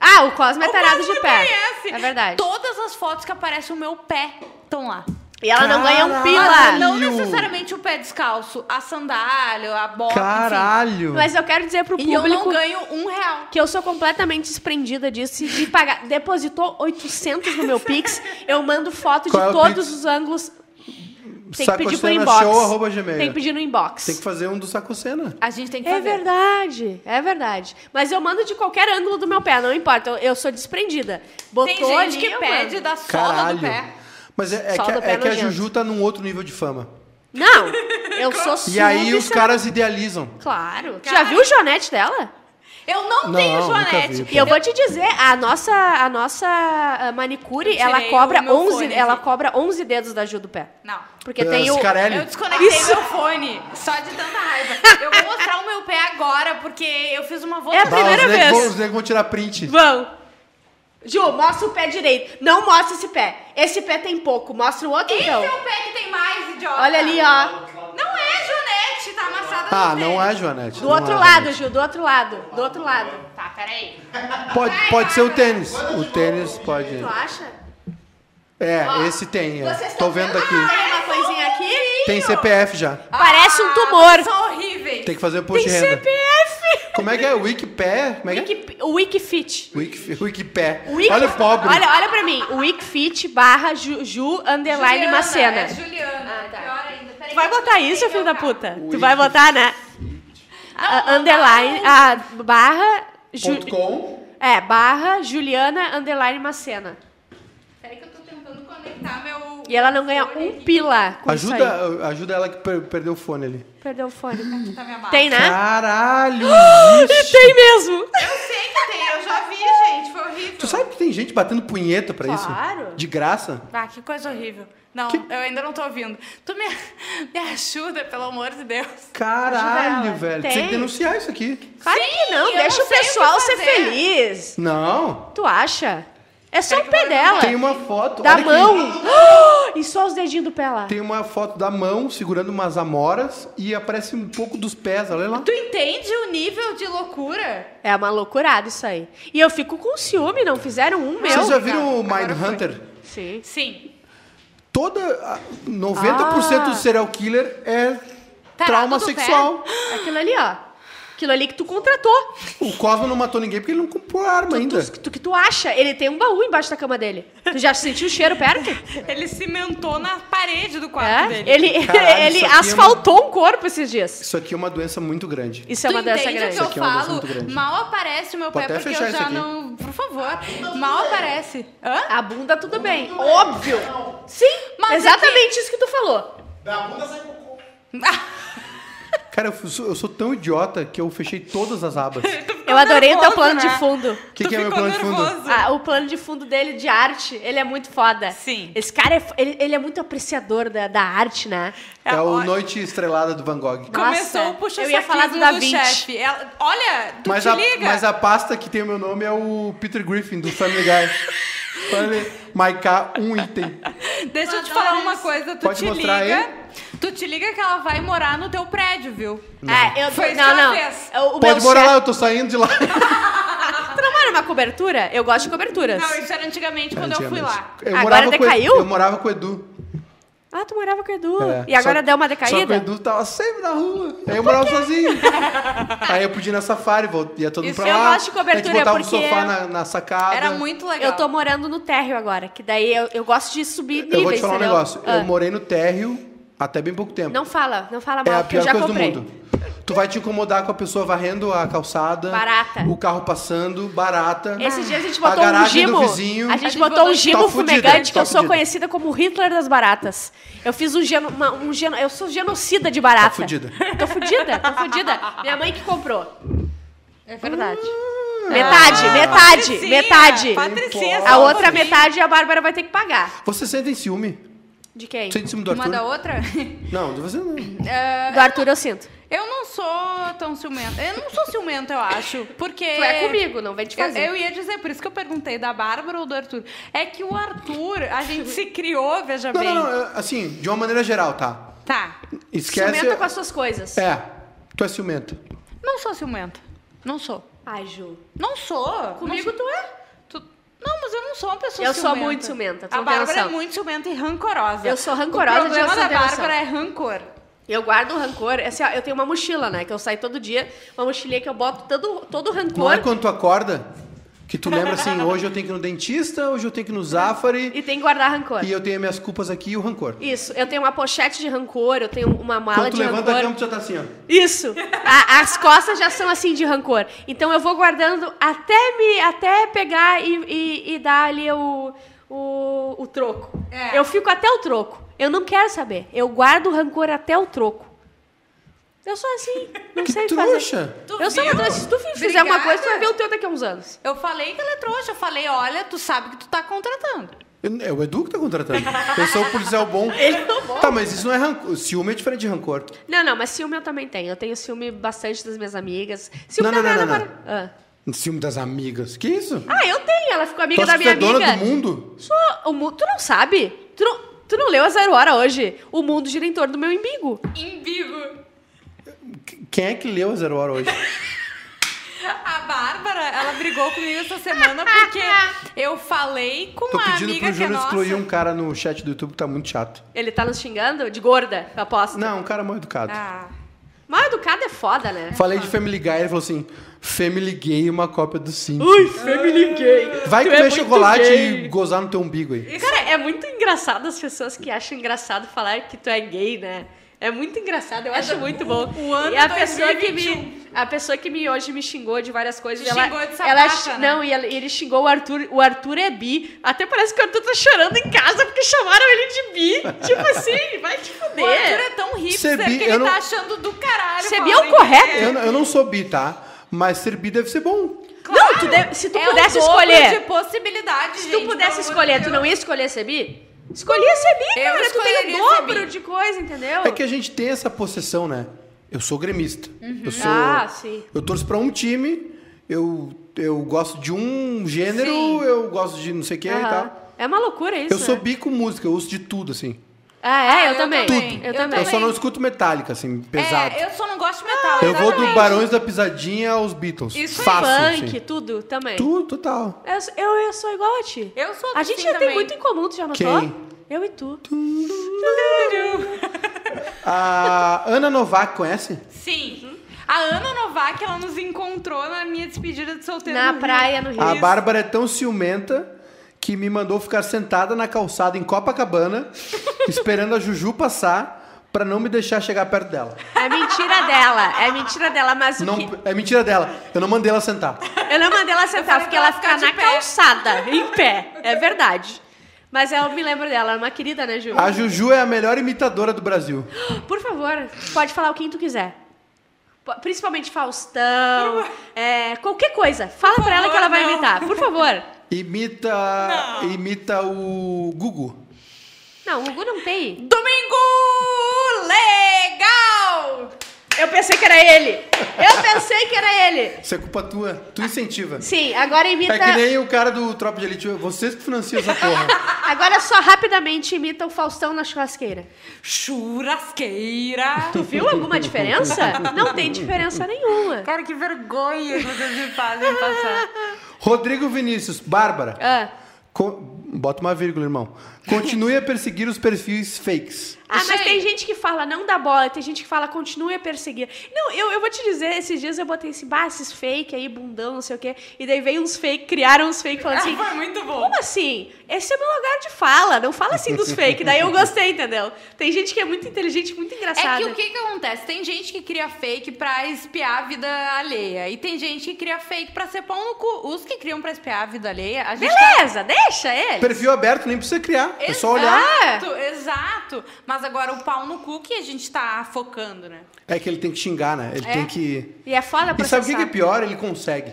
Ah, o Cosmo é tarado Cosmo de pé. conhece. É verdade. Todas as fotos que aparecem o meu pé estão lá. E ela não ganha um Caralho. pila. Não necessariamente o pé descalço, a sandália, a bota, Caralho! Mas eu quero dizer pro enfim. E eu não público ganho um real. que eu sou completamente desprendida disso. Se de pagar, depositou 800 no meu Pix, eu mando foto Qual é de o todos Pix? os ângulos. Tem que pedir por inbox. Tem que Show, pedir no inbox. Tem que fazer um do Sacocena. A gente tem que É fazer. verdade, é verdade. Mas eu mando de qualquer ângulo do meu pé, não importa. Eu, eu sou desprendida. Botou Tem gente ali, que eu pede mando. da sola Caralho! do pé. Mas é, é Sola que, do pé é que a nojento. Juju tá num outro nível de fama. Não, eu sou E aí os subserviente. caras idealizam. Claro. Tu já Caralho. viu o Jonete dela? Eu não, Não, tenho nunca joanete. vi. E eu vou te dizer, a nossa, a nossa ah, manicure, Eu ela tirei cobra o meu 11, fone, ela vi. cobra 11 dedos da Ju do pé. Não. Porque Ah, tem o Scarelli. Eu desconectei Isso. meu fone, só de tanta raiva. Eu vou mostrar o meu pé agora, porque eu fiz uma É a Bah, os votação. primeira negros vez. vão- os negros vão tirar print. Vão. Ju, mostra o pé direito. Não mostra esse pé. Esse pé tem pouco. Mostra o outro Esse então. é o pé que tem mais, idiota. Olha ali, ó. Não é joanete, tá amassada Ah, no não pé. é, Joanete. Do não outro é, lado, Ju, do outro lado. Do outro lado. Tá, peraí. Pode, pode ser o tênis. O tênis pode. Tu acha? É, esse tem. ó. Vocês Tô estão vendo que aqui. Tem uma coisinha aqui. Tem CPF já. Parece um Ah, tumor. São horríveis. Tem que fazer post de renda. CPF. Como é que é? Wikipé? Como é que é? Wiki, Wikifit. Wiki- Wikipé. Wiki- Olha o pobre. Olha, olha pra mim. Wikifit barra Ju, Ju underline Juliana, Macena. É Juliana. Ah, tá. Pior ainda. Peraí, Tu vai que eu botar tenho isso, que filho da trocar. puta? Tu vai botar, né? Ah, underline, ah, barra... Ju- Ponto com. é, barra Juliana underline Macena. Peraí que eu tô tentando conectar meu. E ela não ganha fone um aqui. pila com isso aí. Ajuda, ajuda ela que per- perdeu o fone ali. Perdeu o fone. Tá minha barra. Tem, né? Ah! Caralho! E tem mesmo! Eu sei que tem, eu já vi, gente. Foi horrível. Tu sabe que tem gente batendo punheta pra isso? Claro. De graça? Ah, que coisa horrível. Não, eu ainda não tô ouvindo. Tu me, me ajuda, pelo amor de Deus. Caralho, ela. velho. Tem. Tem que denunciar isso aqui. Claro que não, eu deixa não o sei o que pessoal ser fazer. feliz. Não. Tu acha? É só o que eu pé vou dela. Tem uma foto. Da olha aqui. mão. E só os dedinhos do pé lá. Tem uma foto da mão segurando umas amoras e aparece um pouco dos pés, olha lá. Tu entende o nível de loucura? É uma loucurada isso aí. E eu fico com ciúme, não fizeram um meu. Vocês já viram o Não, agora Mindhunter? Sim. Sim. Toda. a- 90% do Ah. Tá serial killer é Tarado trauma do sexual. É Aquilo ali, ó. Aquilo ali que tu contratou. O Cosmo não matou ninguém porque ele não comprou arma ainda. Tu, tu que tu acha? Ele tem um baú embaixo da cama dele. Tu já sentiu o cheiro perto? Ele cimentou na parede do quarto É? dele. Ele, Caralho, ele isso aqui é uma- asfaltou um corpo esses dias. Isso aqui é uma doença muito grande. Isso Tu é uma dessa entende o grande. que eu aqui é uma doença falo? muito grande. Mal aparece o meu Vou pé até porque fechar eu isso já aqui. não... Por favor. Mal aparece. Hã? A bunda, tudo bem. Óbvio. Sim, é. é Mas é exatamente isso que tu falou. Da bunda sai cocô. Cara, eu sou, eu sou tão idiota que eu fechei todas as abas. O Eu adorei o teu nervoso, plano de né? fundo. que, Tu que é meu ficou plano de fundo? nervoso. Ah, o plano de fundo dele de arte, ele é muito foda. Sim. Esse cara é, f- ele, ele é muito apreciador da, da arte, né? É, É, o olha- Noite Estrelada do Van Gogh. Nossa, Começou o puxa eu ia falar do Da Vinci. chefe. Ela- Olha, tu Mas te a, liga. mas a pasta que tem o meu nome é o Peter Griffin, do Family Guy. Olha, marcar um item. Deixa eu te falar uma coisa, tu Pode te mostrar liga. aí? Tu te liga que ela vai morar no teu prédio, viu? É, eu Foi isso não, que ela não. fez. O, o Pode meu morar lá, chefe- eu tô saindo de lá. Tu não mora numa cobertura? Eu gosto de coberturas. Não, isso era antigamente quando eu fui lá. Eu Agora morava com o Edu- decaiu? eu morava com o Edu. Ah, tu morava com o Edu. É, E agora só- deu uma Só que o decaída? Edu tava sempre na rua. Aí eu morava sozinho. Aí eu podia ir na safari, vol- ia todo mundo Isso, pra eu lá. gosto de cobertura, A gente botava porque um sofá na, na sacada. Era muito legal. Eu tô morando no térreo agora, que daí eu, eu gosto de subir níveis, Eu vou te falar um entendeu? negócio. Ah, Eu morei no térreo até bem pouco tempo. Não fala, não fala é mal, a porque eu pior já coisa comprei. do mundo. Tu vai te incomodar com a pessoa varrendo a calçada. Barata. O carro passando, barata. Esse dia a gente A botou um garagem do gimo. vizinho. a gente botou um gimo Tá fudida, fumegante, que tá eu sou fudida. conhecida como Hitler das baratas. Eu fiz um geno, uma- um geno, eu sou genocida de barata. Tá fudida. Tô fudida, tô fudida. Minha mãe que comprou. É verdade. Metade, metade, Patricinha, metade. Patricinha, A só um outra pouquinho. metade a Bárbara vai ter que pagar. Você sente em ciúme? De quem? Sente em ciúme do Uma Arthur? da outra? Não, de você não. Do Arthur eu sinto. Eu não sou tão ciumenta. Eu não sou ciumenta, eu acho. Porque. Tu é comigo, não vem te Eu, fazer. eu ia dizer, por isso que eu perguntei da Bárbara ou do Arthur. É que o Arthur, a gente se criou, veja Não, bem. não, não. é, Assim, de uma maneira geral, tá? Tá. Esquece. Ciumenta com as suas coisas. É. Tu é ciumenta. Não sou ciumenta. Não sou. Ai, Ju. Não sou. Comigo não, tu é. tu... Não, mas eu não sou uma pessoa Eu sou ciumenta. muito ciumenta, tu A não tem Bárbara é noção. muito ciumenta e rancorosa. Eu sou rancorosa, O problema Dilson da tem noção. Bárbara é rancor. Eu guardo o rancor. Assim, ó, eu tenho uma mochila, né? Que eu saio todo dia. Uma mochilinha que eu boto todo, todo o rancor. Não é quando tu acorda que tu lembra assim, hoje eu tenho que ir no dentista, hoje eu tenho que ir no Zafari E tem que guardar rancor. e eu tenho minhas culpas aqui e o rancor. Isso. Eu tenho uma pochete de rancor. Eu tenho uma mala Quando tu de levanta a rancor. cama, tu já tá assim, ó. Isso. A- as costas já são assim de rancor. Então eu vou guardando até me até pegar e, e, e dar ali o, o, o troco. É. Eu fico até o troco. Eu não quero saber. Eu guardo o rancor até o troco. Eu sou assim. Não Que sei o que fazer. trouxa! Tu eu sou uma viu? trouxa. Se tu fizer alguma coisa, tu vai Obrigada. ver o teu daqui a uns anos. Eu falei que ela é trouxa. Eu falei, olha, tu sabe que tu tá contratando. Eu- É o Edu que tá contratando. Eu sou o policial bom. Ele não bom. Tá, mas isso não é rancor. Ciúme é diferente de rancor. Não, não, mas ciúme eu também tenho. Eu tenho ciúme bastante das minhas amigas. Ciúme Não, não, da minha não, não, namorada. Ah. Ciúme das amigas. Que isso? Ah, eu tenho. Ela ficou Tu amiga acha da que tu minha é dona do amiga. mundo? Sou, o mu- tu não sabe? Tu não, tu não leu a Zero Hora hoje? O mundo gira em torno do meu embigo. Embigo. Qu- Quem é que leu a Zero Hora hoje? A Bárbara, ela brigou comigo essa semana porque eu falei com Tô a pedindo pro amiga que é Júnior nossa. excluir um cara no chat do YouTube que tá muito chato. Ele tá nos xingando de gorda, eu aposto. Não, um cara mal educado. Ah. Mal educado é foda, né? Falei de Family Guy, ele falou assim: Family Gay, uma cópia do Sim. Ui, family gay. Vai Tu é comer muito chocolate gay. e gozar no teu umbigo aí. Cara, é muito engraçado as pessoas que acham engraçado falar que tu é gay, né? É muito engraçado, eu acho muito bom. o ano e a pessoa que 2021. me a pessoa que me hoje me xingou de várias coisas, Te ela, xingou de ela sapacha, chi- né? não, e ela- ele xingou o Arthur, o Arthur é bi. Até parece que o Arthur tá chorando em casa porque chamaram ele de bi. tipo assim, vai te O Arthur é fuder. tão Ser hipster bi, que eu ele não- tá achando do caralho. Ser bi é o falar em correto. gay. Eu, não- eu não sou bi, tá? Mas ser bi deve ser bom. Não, tu deve- se tu É o pudesse dobro escolher, de possibilidades, se gente, tu pudesse pelo amor de escolher, tu Deus. não ia escolher ser bi? Escolhia ser bi, Eu cara, tu tem escolheria o ser dobro bi. de coisa, entendeu? É que a gente tem essa possessão, né? Eu sou gremista. Eu sou. Ah, sim. Eu torço pra um time, eu, eu gosto de um gênero, Sim. eu gosto de não sei o que e Aham. tal. É uma loucura isso. Eu sou né? bi com música, eu uso de tudo, assim. Ah, é, eu, eu também. também. Eu Eu também. Eu só não escuto metálica, assim, pesado. É, eu só não gosto de metal. eu vou do exatamente. Barões da Pisadinha aos Beatles. Isso é Fácil, Funk, assim. tudo também. Tudo, total. Eu, sou- eu, eu sou igual a ti. Eu sou A assim gente já tem também. muito em comum, tu já notou? Quem? Eu e tu. A Ana Novak conhece? Sim. A Ana Novak, ela nos encontrou na minha despedida de solteiro. Na no Rio. praia, no Rio. A Bárbara é tão ciumenta que me mandou ficar sentada na calçada em Copacabana, esperando a Juju passar pra não me deixar chegar perto dela. É mentira dela, é mentira dela, mas o Não- que... é mentira dela. Eu não mandei ela sentar. Eu não mandei ela sentar, Eu falei porque pra ela ela fica ficar de na pé. calçada, em pé. É verdade. Mas eu me lembro dela, ela é uma querida, né, Ju? A Juju é a melhor imitadora do Brasil. Por favor, pode falar o quem tu quiser. Po- Principalmente Faustão, é, qualquer coisa. Fala pra ela que favor, ela vai não. imitar, por favor. Imita. Imita o Gugu. Não, o Gugu não tem. Domingo legal! Eu pensei que era ele. Eu pensei que era ele. Isso é culpa tua. Tu incentiva. Sim, agora imita... É que nem o cara do Tropa de Elite. Vocês que financiam essa porra. Agora só rapidamente imita o Faustão na churrasqueira. Churrasqueira. Tu viu alguma diferença? Não tem diferença nenhuma. Cara, que vergonha que vocês me fazem passar. Rodrigo Vinícius, Bárbara. Ah, co- Bota uma vírgula, irmão. Continue a perseguir os perfis fakes. Ah, mas Gente. tem gente que fala não dá bola, tem gente que fala continue a perseguir. Não, eu, eu vou te dizer, esses dias eu botei esse, bah, esses fake aí, bundão, não sei o quê. E daí veio uns fake, criaram uns fake falando assim, Foi muito bom. como assim? Esse é meu lugar de fala, não fala assim dos fake. Daí eu gostei, entendeu? Tem gente que é muito inteligente, muito É engraçada. que o que que acontece? Tem gente que cria fake pra espiar a vida alheia. E tem gente que cria fake pra ser pão no cu. Os que criam pra espiar a vida alheia, a gente tá- Beleza, deixa ele. Perfil aberto, nem precisa criar. É só olhar. Ah! Exato, exato. Mas agora o pau no cu que a gente tá focando, né? É que ele tem que xingar, né? Ele tem que. E é foda E processar. sabe o que que é pior? Ele consegue.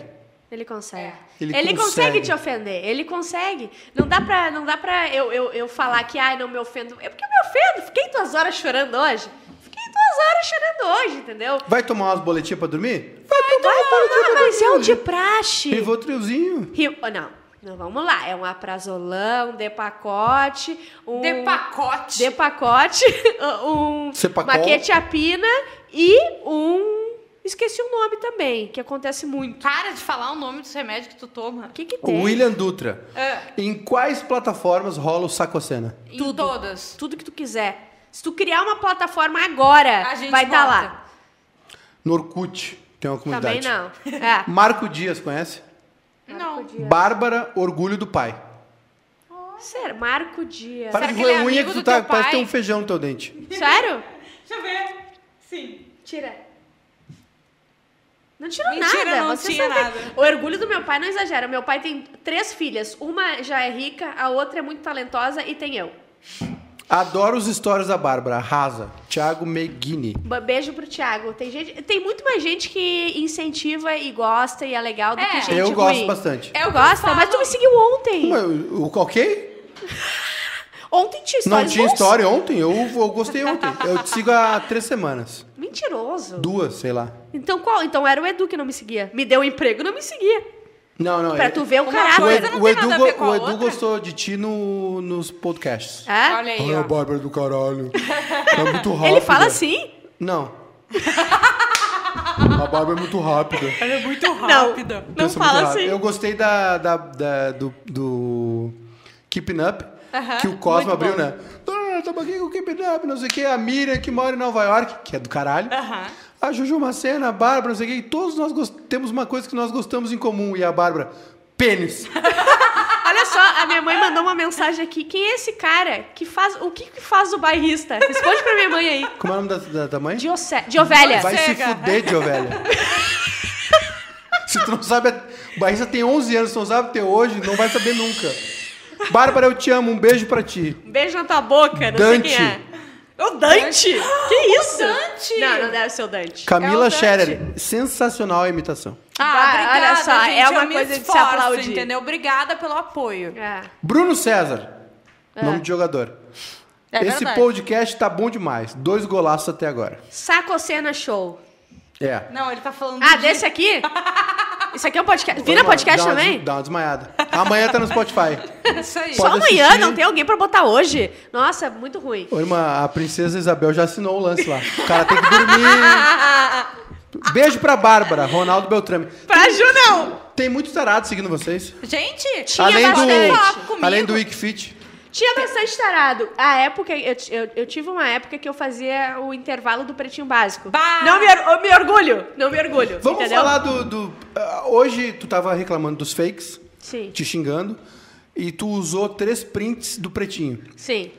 Ele consegue. Ele consegue. Ele, consegue. te ofender. Ele consegue. Não dá pra, não dá pra eu, eu, eu falar que, ai, não me ofendo. É porque eu me ofendo. Fiquei duas horas chorando hoje. Fiquei duas horas chorando hoje, entendeu? Vai tomar umas boletinhas pra dormir? Vai Ah, mas é um de tomar. praxe. Vou triozinho. Rio... oh, Não, não, vamos lá. É um aprazolão, um de pacote. Um... De pacote. De pacote. um... Cepacol. Uma quetiapina e um... Esqueci o nome também, que acontece muito. Para de falar o nome dos remédios que tu toma. O que que tem? William Dutra. É. Em quais plataformas rola o saco a cena? Em Tudo. todas. tudo que tu quiser. Se tu criar uma plataforma agora, A gente vai estar bota. lá. No Orkut. Tem uma comunidade. Também não. É. Marco Dias, conhece? Não. Bárbara, orgulho do pai. Sério, Marco Dias. Para de que ele é roer unha amigo que tu do tá. teu Parece que pai? tem um feijão no teu dente. Sério? Deixa eu ver. Sim. Tira. Não tirou Mentira, nada. não você tinha só tem- nada. O orgulho do meu pai não exagera. Meu pai tem três filhas. Uma já é rica, a outra é muito talentosa e tem eu. Adoro os stories da Bárbara. Arrasa. Thiago Meghini. Ba- Beijo pro Thiago. Tem, gente... tem muito mais gente que incentiva e gosta e é legal do É. que gente Eu ruim. gosto bastante. É o que eu Gosta? Mas tu falo. me seguiu É. ontem. Mas eu- eu- ok? Ontem tinha Não histórias tinha bons. história ontem, eu, eu gostei ontem. Eu te sigo há três semanas. Mentiroso. Duas, sei lá. Então qual? Então era o Edu que não me seguia. Me deu um emprego, não me seguia. Não, não. Pra eu- tu ver o Uma o, caráter. coisa- Edu, não o tem Edu, nada a go- ver com a o Edu outra. gostou de ti no- nos podcasts. Hã? Olha aí, Ah, ó. Bárbara do caralho. É muito rápida. É? Ele fala assim? Não. A Bárbara é muito rápida. Ela é muito rápida. Não Pensa muito fala rápido. assim. Eu gostei da, da- da- do, do Keeping Up, que o Cosmo muito abriu, bom. né? Ah, tamo aqui com o Keeping Up, não sei o quê. A Miriam, que mora em Nova York, que é do caralho. Aham. A Juju Macena, a Bárbara, não sei o quê. E todos nós gos- temos uma coisa que nós gostamos em comum. E a Bárbara, pênis. Olha só, a minha mãe mandou uma mensagem aqui. Quem é esse cara que faz. O que, que faz o bairrista? Responde pra minha mãe aí. Como é o nome da, da, da mãe? De, oce... de ovelha. Vai se Cega. fuder, Diovelha. se tu não sabe... O Barrista tem 11 anos, se tu não sabe até hoje, não vai saber nunca. Bárbara, eu te amo. Um beijo pra ti. Um beijo na tua boca, não sei quem Dante. é. O Dante? Que isso? Dante! Não, não deve ser o Dante. Camila É o Dante. Scherer, sensacional a imitação. Ah, Bah, obrigada, olha só, gente, é uma eu me coisa de se esforço, aplaudir. entendeu? Obrigada pelo apoio. É. Bruno César, nome de jogador. É Esse verdade. podcast tá bom demais. Dois golaços até agora. Sacocena Show. É. Não, ele tá falando Ah, de- desse aqui? Isso aqui é um podcast. Dá Vira uma- podcast dá uma também? des- Dá uma desmaiada. Amanhã tá no Spotify. Isso aí. Só Pode amanhã, assistir. não tem alguém pra botar hoje. Nossa, muito ruim. Ô, irmã, a princesa Isabel já assinou o lance lá. O cara tem que dormir. Beijo pra Bárbara, Ronaldo Beltrame. Pra Ju, não! Tem muito tarado seguindo vocês. Gente, Tinha além bastante. do, Comigo. além do Wikifit. Tinha bastante tarado. A época, eu, ti- eu, eu tive uma época que eu fazia o intervalo do pretinho básico. Bah! Não me, or- eu me orgulho, não me orgulho. Vamos entendeu? falar do. do- ah, hoje tu tava reclamando dos fakes, Sim. te xingando, e tu usou três prints do pretinho. Sim.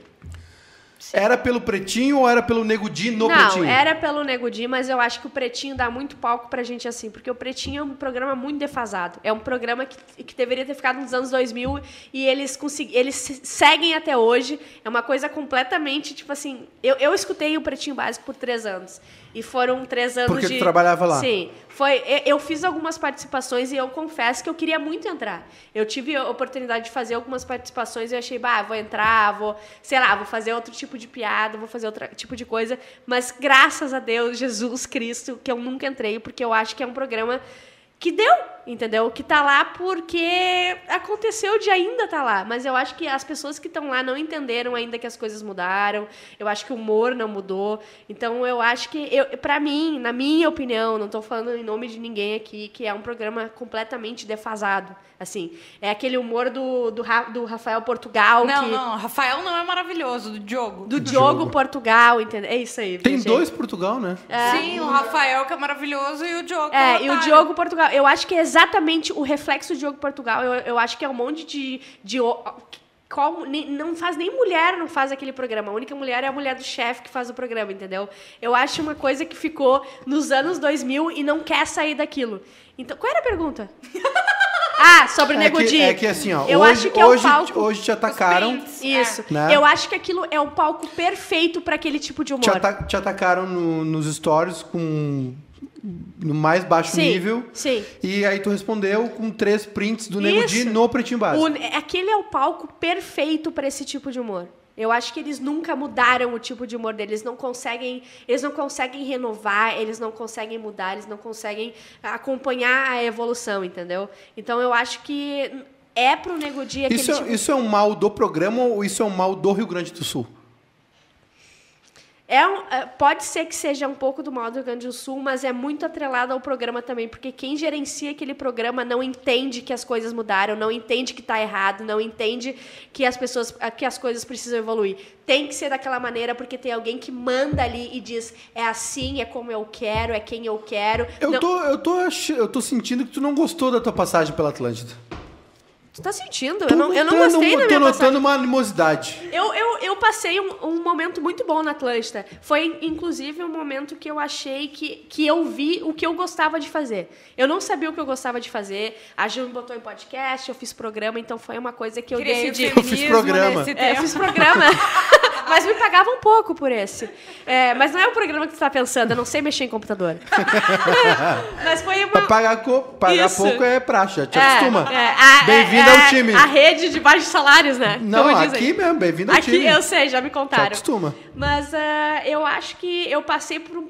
Era pelo pretinho ou era pelo nego Di no não, pretinho? era pelo Nego Di, mas eu acho que o Pretinho dá muito palco pra gente assim, porque o Pretinho é um programa muito defasado. É um programa que, que deveria ter ficado nos anos 2000 e eles consegui, eles se- seguem até hoje. É uma coisa completamente, tipo assim... Eu, eu escutei o Pretinho Básico por três anos. E foram três anos Porque tu de... trabalhava lá. Sim, Sim, foi. e- Eu fiz algumas participações e eu confesso que eu queria muito entrar. Eu tive a oportunidade de fazer algumas participações e eu achei, bah, vou entrar, vou, sei lá, vou fazer outro tipo de piada, vou fazer outro tipo de coisa. Mas graças a Deus, Jesus Cristo, que eu nunca entrei, porque eu acho que é um programa que deu, entendeu? Que tá lá porque aconteceu de ainda tá lá. Mas eu acho que as pessoas que estão lá não entenderam ainda que as coisas mudaram. Eu acho que o humor não mudou. Então eu acho que, eu, pra mim, na minha opinião, não tô falando em nome de ninguém aqui, que é um programa completamente defasado. Assim, é aquele humor do, do, Ra- do Rafael Portugal. Não, que, não, Rafael não é maravilhoso, do Diogo. Do Diogo Portugal, entendeu? É isso aí. Tem gente. dois Portugal, né? Sim, o Rafael que é maravilhoso e o Diogo que É, e o otário. Diogo Portugal. Eu acho que é exatamente o reflexo do Diogo Portugal. Eu, eu acho que é um monte de. de o- qual, nem- não faz nem mulher, não faz aquele programa. A única mulher é a mulher do chefe que faz o programa, entendeu? Eu acho uma coisa que ficou nos anos 2000 e não quer sair daquilo. Então, qual era a pergunta? ah, sobre o é, Nego que, Di. é que assim, ó. Eu hoje, acho que é o hoje, palco. hoje te atacaram. prints. Isso. Né? Eu acho que aquilo é o palco perfeito para aquele tipo de humor. Te, ata- te atacaram no- nos stories com no mais baixo Sim, nível. sim. E aí tu respondeu com três prints do Nego Di Isso. no pretinho básico. O- aquele é o palco perfeito para esse tipo de humor. Eu acho que eles nunca mudaram o tipo de humor deles. Eles não conseguem, eles não conseguem renovar, eles não conseguem mudar, eles não conseguem acompanhar a evolução, entendeu? Então eu acho que é pro Nego Di aquele Isso, é- tipo... isso é um mal do programa ou isso é um mal do Rio Grande do Sul? É um- é, pode ser que seja um pouco do mal do Rio Grande do Sul, mas é muito atrelado ao programa também, porque quem gerencia aquele programa não entende que as coisas mudaram, não entende que está errado, não entende que as pessoas, ah, que as coisas precisam evoluir. Tem que ser daquela maneira porque tem alguém que manda ali e diz é assim, é como eu quero, é quem eu quero. Eu Não- tô, eu, tô ach- eu tô sentindo que tu não gostou da tua passagem pela Atlântida. Tu tá sentindo? Tu Eu não, eu não tá- gostei da Tô minha notando passagem. uma animosidade. Eu, eu, eu passei um, um momento muito bom na Atlântida. Foi, inclusive, um momento que eu achei que, que eu vi o que eu gostava de fazer. Eu não sabia o que eu gostava de fazer. A Ju me botou em podcast, eu fiz programa, então foi uma coisa que eu Criei o decidi. Eu fiz feminismo programa. nesse É, eu tempo. fiz programa. mas me pagava um pouco por esse. É, mas não é o programa que você está pensando, eu não sei mexer em computador. mas foi uma. Pra pagar, co- pagar Isso. pouco é praxe, já te É, acostuma. é, a- Bem-vindo é, ao time. A rede de baixos salários, né? não, Como dizem. aqui mesmo, bem-vindo ao Aqui, time. Tá eu sei, já me Te contaram. acostuma. Mas ah, eu acho que eu passei por um.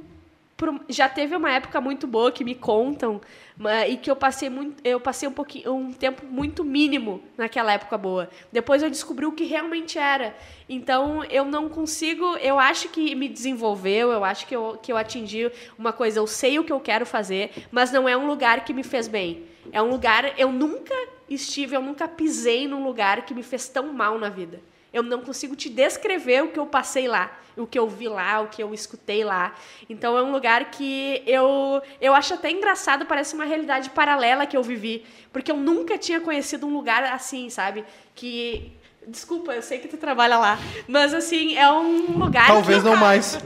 por um- já teve uma época muito boa que me contam ma- e que eu passei muito eu passei um pouquinho um tempo muito mínimo naquela época boa depois eu descobri o que realmente era então eu não consigo eu acho que me desenvolveu eu acho que eu, que eu atingi uma coisa eu sei o que eu quero fazer mas não é um lugar que me fez bem é um lugar eu nunca estive eu nunca pisei num lugar que me fez tão mal na vida eu não consigo te descrever o que eu passei lá, o que eu vi lá, o que eu escutei lá. Então é um lugar que eu eu acho até engraçado, parece uma realidade paralela que eu vivi, porque eu nunca tinha conhecido um lugar assim, sabe? Que desculpa, eu sei que tu trabalha lá, mas assim, é um lugar Talvez que eu, não mais.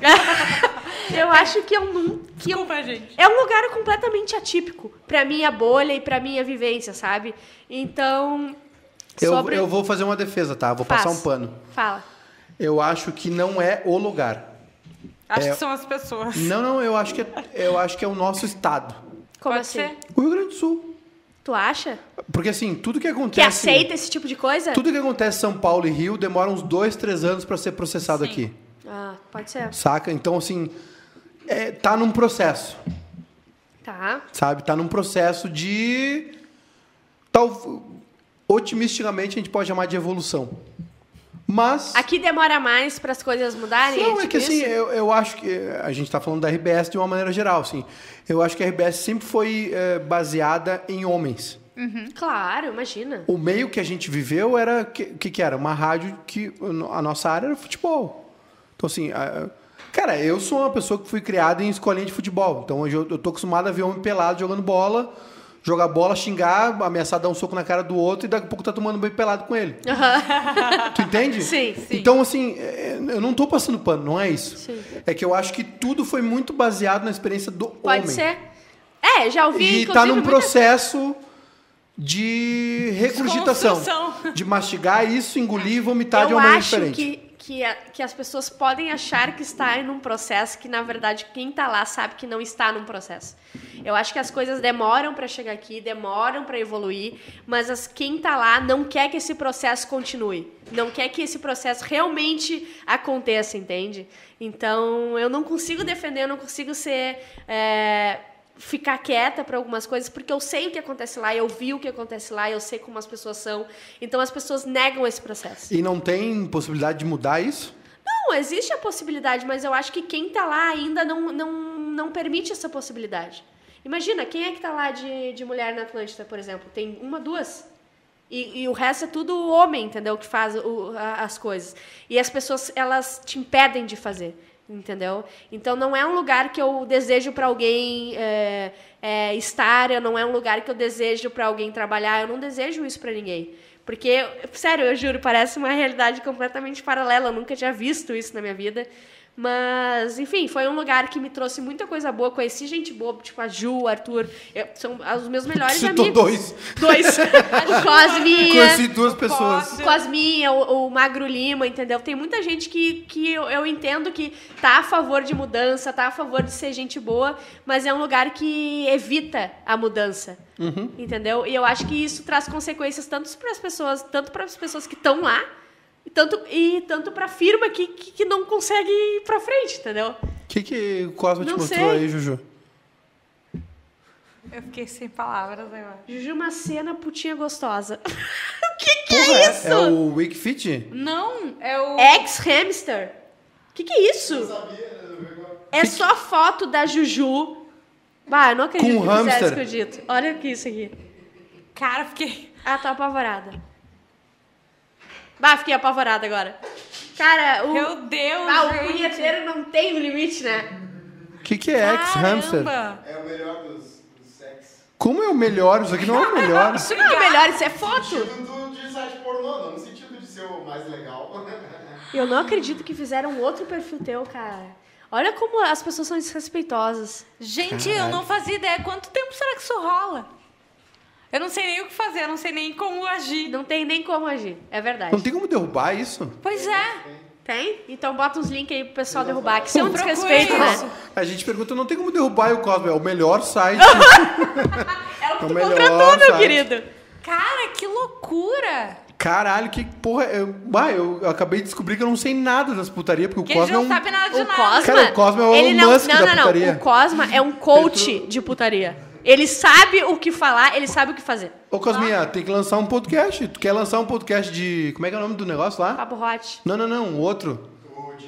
eu acho que eu nunca que eu Desculpa, gente. é um lugar completamente atípico pra minha bolha e pra minha vivência, sabe? Então Eu, sobre eu vou fazer uma defesa, tá? Vou Faz. passar um pano. fala. Eu acho que não é o lugar. Acho É. que são as pessoas. Não, não, eu acho que é, eu acho que é o nosso estado. Como Pode assim? ser? O Rio Grande do Sul. Tu acha? Porque assim, tudo que Que acontece. aceita esse tipo de coisa? Tudo que acontece em São Paulo e Rio demora uns dois, três anos pra ser processado Sim. aqui. Ah, pode ser. Saca? Então, assim, é, tá num processo. Tá. Sabe? Tá num processo de. Tal, otimisticamente a gente pode chamar de evolução. Mas. Aqui demora mais para as coisas mudarem? Não, é tipo que assim, isso? eu, eu acho que a gente tá falando da RBS de uma maneira geral, assim. Eu acho que a RBS sempre foi eh, baseada em homens. Claro, imagina. O meio que a gente viveu era. O que, que, que era? Uma rádio que. A nossa área era futebol. Então, assim. a- cara, eu sou uma pessoa que fui criada em escolinha de futebol. Então, hoje eu, eu tô acostumado a ver homem pelado jogando bola, jogar bola, xingar, ameaçar dar um soco na cara do outro e daqui a pouco tá tomando banho pelado com ele. Tu entende? Sim, sim. Então, assim, é, eu não tô passando pano, não é isso. Sim. É que eu acho que tudo foi muito baseado na experiência do homem. Pode ser. É, já ouvi, E tá num muita- processo de regurgitação. Desconstrução. De mastigar isso, engolir e vomitar de eu uma maneira acho é diferente. que, que, a- que as pessoas podem achar que está em um processo que, na verdade, quem está lá sabe que não está num processo. Eu acho que as coisas demoram para chegar aqui, demoram para evoluir, mas as, quem está lá não quer que esse processo continue. Não quer que esse processo realmente aconteça, entende? Então, eu não consigo defender, eu não consigo ser. é, ficar quieta para algumas coisas, porque eu sei o que acontece lá, eu vi o que acontece lá, eu sei como as pessoas são. Então as pessoas negam esse processo. E não tem possibilidade de mudar isso? Não, existe a possibilidade, mas eu acho que quem tá lá ainda não, não, não permite essa possibilidade. Imagina, quem é que tá lá de, de mulher na Atlântida, por exemplo? Tem uma, duas? E, e o resto é tudo homem, entendeu? Que faz o- a- as coisas. E as pessoas, elas te impedem de fazer, entendeu? Então não é um lugar que eu desejo para alguém é, é, estar, eu- não é um lugar que eu desejo para alguém trabalhar, eu não desejo isso para ninguém. Porque, sério, eu juro, parece uma realidade completamente paralela. Eu nunca tinha visto isso na minha vida. Mas, enfim, foi um lugar que me trouxe muita coisa boa. Conheci gente boa, tipo a Ju, o Arthur. eu- são os meus melhores Citou amigos. dois. Dois. o Cosminha. Conheci duas pessoas. O Cosminha, o, o Magro Lima, entendeu? Tem muita gente que, que eu, eu entendo que tá a favor de mudança, tá a favor de ser gente boa, mas é um lugar que evita a mudança. Uhum. Entendeu? E eu acho que isso traz consequências tanto para as pessoas, tanto para as pessoas que estão lá, e tanto, e tanto para a firma que, que, que não consegue ir para frente, entendeu? O que, que o Cosmo te Não mostrou sei. aí, Juju? Eu fiquei sem palavras agora. Juju Macena, putinha gostosa. Porra, é isso? É o Wikifit? Não, é o. Ex-hamster? O que, que é isso? É só foto da Juju. Bah, eu não acredito Com que fizeram hamster. isso que eu dito. Olha aqui isso aqui. Cara, fiquei. Ah, tô apavorada. Bah, fiquei apavorada agora. Cara, o. Meu Deus! ah, o gente. punheteiro não tem limite, né? O que, que é ex-hamster? Caramba! É o melhor dos, dos sexos. Como é o melhor? Isso aqui não é o melhor. Isso não é melhor, isso é foto. Sentido do- de site pornô, não no sentido de ser o mais legal. Eu não acredito que fizeram outro perfil teu, cara. Olha como as pessoas são desrespeitosas. Gente, eu não fazia ideia. Quanto tempo será que isso rola? Eu não sei nem o que fazer, eu não sei nem como agir. Não tem nem como agir. É verdade. Não tem como derrubar isso? Pois é. Tem? Então bota uns links aí pro pessoal derrubar, que isso é um Procura desrespeito, isso. né? A gente pergunta, não tem como derrubar e o Cosmo. É o melhor site. É o que É o tu melhor contratou, meu site. querido. Cara, que loucura! Caralho, que porra. Eu, bah, eu acabei de descobrir que eu não sei nada das putarias, porque Porque o a gente Cosmo é não um. sabe nada de O nada. Cosma, Cara, o Cosma é o ele Elon não, Musk não, da não, não. putaria. O Cosma é um coach de putaria. Ele sabe o que falar, ele sabe o que fazer. Ô, Cosminha, tem que lançar um podcast. Tu quer lançar um podcast de. Como é que é o nome do negócio lá? Papo hot. Não, não, não, o outro. o de.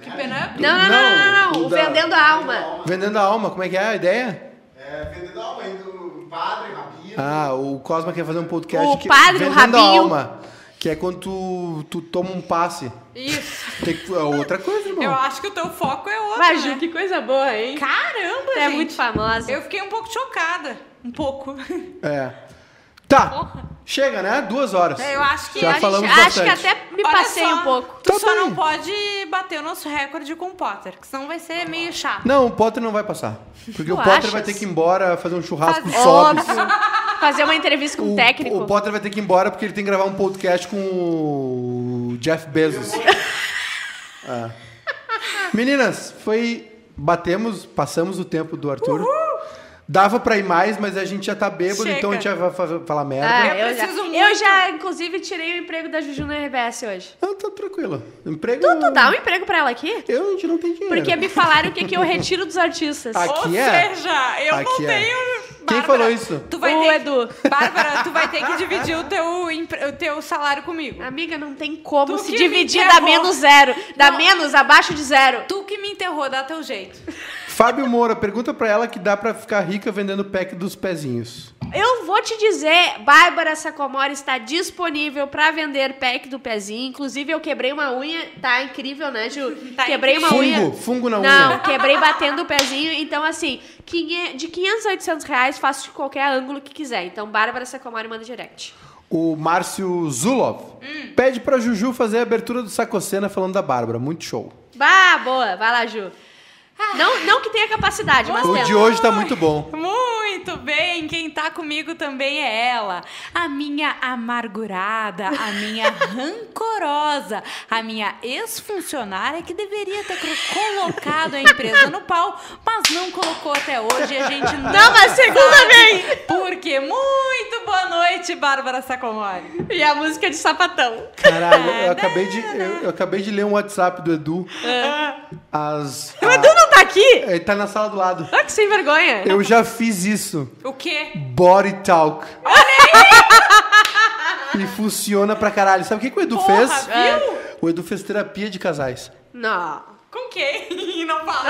Que pena. Não, não, não, não, não, não. Não, O da- vendendo a alma. Vendendo a alma, como é que é a ideia? É, vendedor alma aí do padre, rabino. Ah, o Cosma quer fazer um podcast. O que- padre, o vendendo rabinho. a alma. Que é quando tu, tu toma um passe. Isso. Tem que- é outra coisa, irmão. Eu acho que o teu foco é outro. Mas, Ju, né? que coisa boa, hein? Caramba, Tu gente. é muito famosa. Eu fiquei um pouco chocada. Um pouco. É. Tá. Porra. Chega, né? Duas horas. Eu acho que Já a gente- falamos É, Acho que bastante. até me Olha passei só, um pouco. Tu Tá só não bem. pode bater o nosso recorde com o Potter, que senão vai ser meio chato. Não, o Potter não vai passar. Porque Tu o Potter achas? vai ter que ir embora fazer um churrasco Faz- sóbrio. Óbvio. Fazer uma entrevista com o, técnico. o Potter vai ter que ir embora porque ele tem que gravar um podcast com o Jeff Bezos. É. Meninas, foi. Batemos, passamos o tempo do Arthur. Dava pra ir mais, mas a gente já tá bêbado, Chega. então a gente já vai fa- falar merda. Ah, Eu eu, já, preciso muito. eu já, inclusive, tirei o emprego da Juju na RBS hoje. Não, tá tranquilo. Emprego. Tu, tu dá um emprego pra ela aqui? Eu, a gente não tem dinheiro. Porque me falaram o que, que eu retiro dos artistas. Aqui Ou é? seja, eu não Aqui é. tenho. Quem Bárbara, falou isso? Tu vai o ter... Edu. Bárbara, tu vai ter que dividir o teu, empre- o teu salário comigo. Amiga, não tem como Tu se que dividir me da ferrou. menos zero. Da Não. menos abaixo de zero. Tu que me enterrou, dá teu jeito. Fábio Moura, pergunta pra ela que dá pra ficar rica vendendo pack dos pezinhos. Eu vou te dizer, Bárbara Sacomori está disponível para vender pack do pezinho. Inclusive, eu quebrei uma unha, tá incrível, né, Ju? Tá quebrei uma unha. Fungo, fungo na unha. Não, quebrei batendo o pezinho. Então, assim, quinhe- de 500 a 800 reais, faço de qualquer ângulo que quiser. Então, Bárbara Sacomori manda direct. O Márcio Zulov pede pra Juju fazer a abertura do Sacocena falando da Bárbara. Muito show. Bah, boa. Vai lá, Ju. Não, não que tenha capacidade, mas O tenta. de hoje tá muito bom. Muito bem, quem tá comigo também é ela. A minha amargurada, a minha rancorosa, a minha ex-funcionária que deveria ter cro- colocado a empresa no pau, mas não colocou até hoje e a gente não. Não, mas segunda vem. Porque muito boa noite, Bárbara Sacomori. E a música de sapatão. Caralho, eu acabei de, eu, eu acabei de ler um WhatsApp do Edu. As, O Edu não tá aqui? Ele tá na sala do lado. Olha Ah, que sem vergonha. Eu já fiz isso. O quê? Body talk. e funciona pra caralho. Sabe o que, que o Edu Porra, fez? viu? O Edu fez terapia de casais. Não. Com quem? Não fala.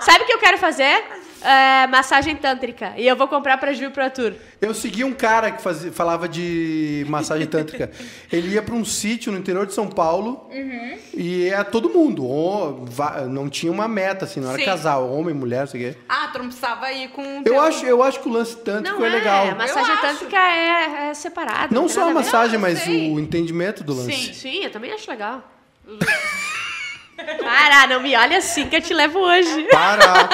Sabe o que eu quero fazer? É, massagem tântrica. E eu vou comprar pra Ju e pro Arthur. Eu segui um cara que fazia, falava de massagem tântrica. Ele ia pra um sítio no interior de São Paulo Uhum. e era todo mundo. Ho- va- não tinha uma meta, assim, não era Sim. casal, homem, mulher, não sei o quê. Ah, tu não precisava ir com. o Eu teu- acho, eu acho que o lance tântrico um- Não é, legal. Massagem Eu acho. tântrica é, é separado. Não tem só a nada ver. massagem, Não, eu mas sei. o entendimento do lance. Sim. Sim, eu também acho legal. Para, não me olha assim que eu te levo hoje. Para!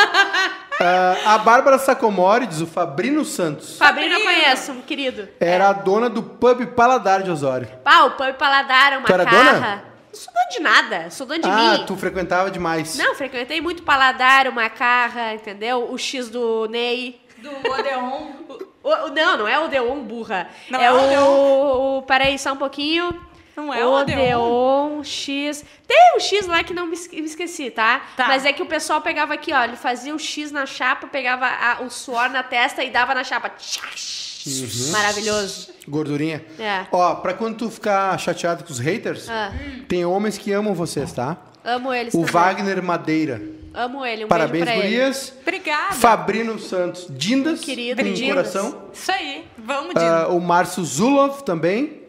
Ah, a Bárbara Sacomori, diz o Fabrino Santos, Fabrício eu Fabrício. conheço, um querido. era a dona do pub Paladar de Osório. Pá, o pão e paladar, é uma Tu era carra. dona? Não sou dona de nada, sou dona de ah, mim. tu frequentava demais. Não, frequentei muito paladar, uma carra, entendeu? O X do Ney. Do Odeon. O- o- não, não é o Deon, burra. Não é é o o, o. Peraí, só um pouquinho. Não é o Odeon X. Tem um X lá que não me esque- me esqueci, tá? Tá. Mas é que o pessoal pegava aqui, ó. Ele fazia o X na chapa, pegava a- o suor na testa e dava na chapa. Maravilhoso. Uhum. Gordurinha. É. Ó, pra quando tu ficar chateado com os haters, Ah. é tem homens que amam vocês, tá? Amo ele. O também. Wagner Madeira. Amo ele. Um Parabéns, beijo pra ele. gurias. Obrigada. Fabrino Santos Dindas, Querido, com Dindas. coração. Isso aí. Vamos, Dino. Ah, o Márcio Zulov também.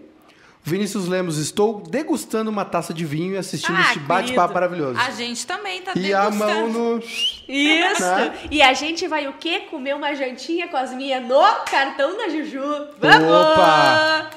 Vinícius Lemos, estou degustando uma taça de vinho e assistindo Ah, este bate-papo querido. maravilhoso. A gente também tá E a degustando. mão no. Isso. Né? E a gente vai o quê? Comer uma jantinha com as minhas no cartão da Juju. Vamos! Opa!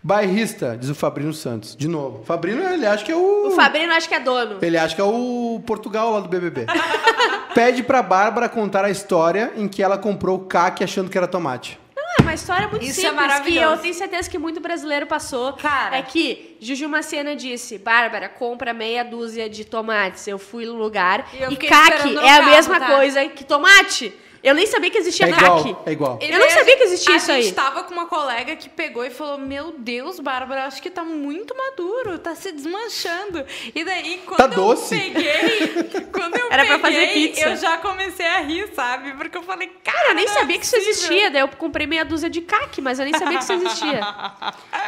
Bairrista, diz o Fabrino Santos. De novo. Fabrino, ele acha que é o. O Fabrino acho que é dono. Ele acha que é o Portugal lá do BBB. Pede pra Bárbara contar a história em que ela comprou o caque achando que era tomate. É uma história muito Isso é simples que maravilhoso. eu tenho certeza que muito brasileiro passou. Cara. É que Juju Macena disse, Bárbara, compra meia dúzia de tomates. Eu fui no lugar E eu e, fiquei caque esperando no é a carro, mesma tá? coisa que tomate. Eu nem sabia que existia É caque. igual, é igual. Eu não sabia que existia isso A aí. gente tá tava com uma colega que pegou e falou: Meu Deus, Bárbara, acho que tá muito maduro, tá se desmanchando. E daí, quando Tá eu doce. peguei, quando eu Era pra peguei, fazer pizza. eu já comecei a rir, sabe? Porque eu falei, cara, Cara, eu nem não é sabia que isso possível." existia. Daí eu comprei meia dúzia de caque, mas eu nem sabia que isso existia.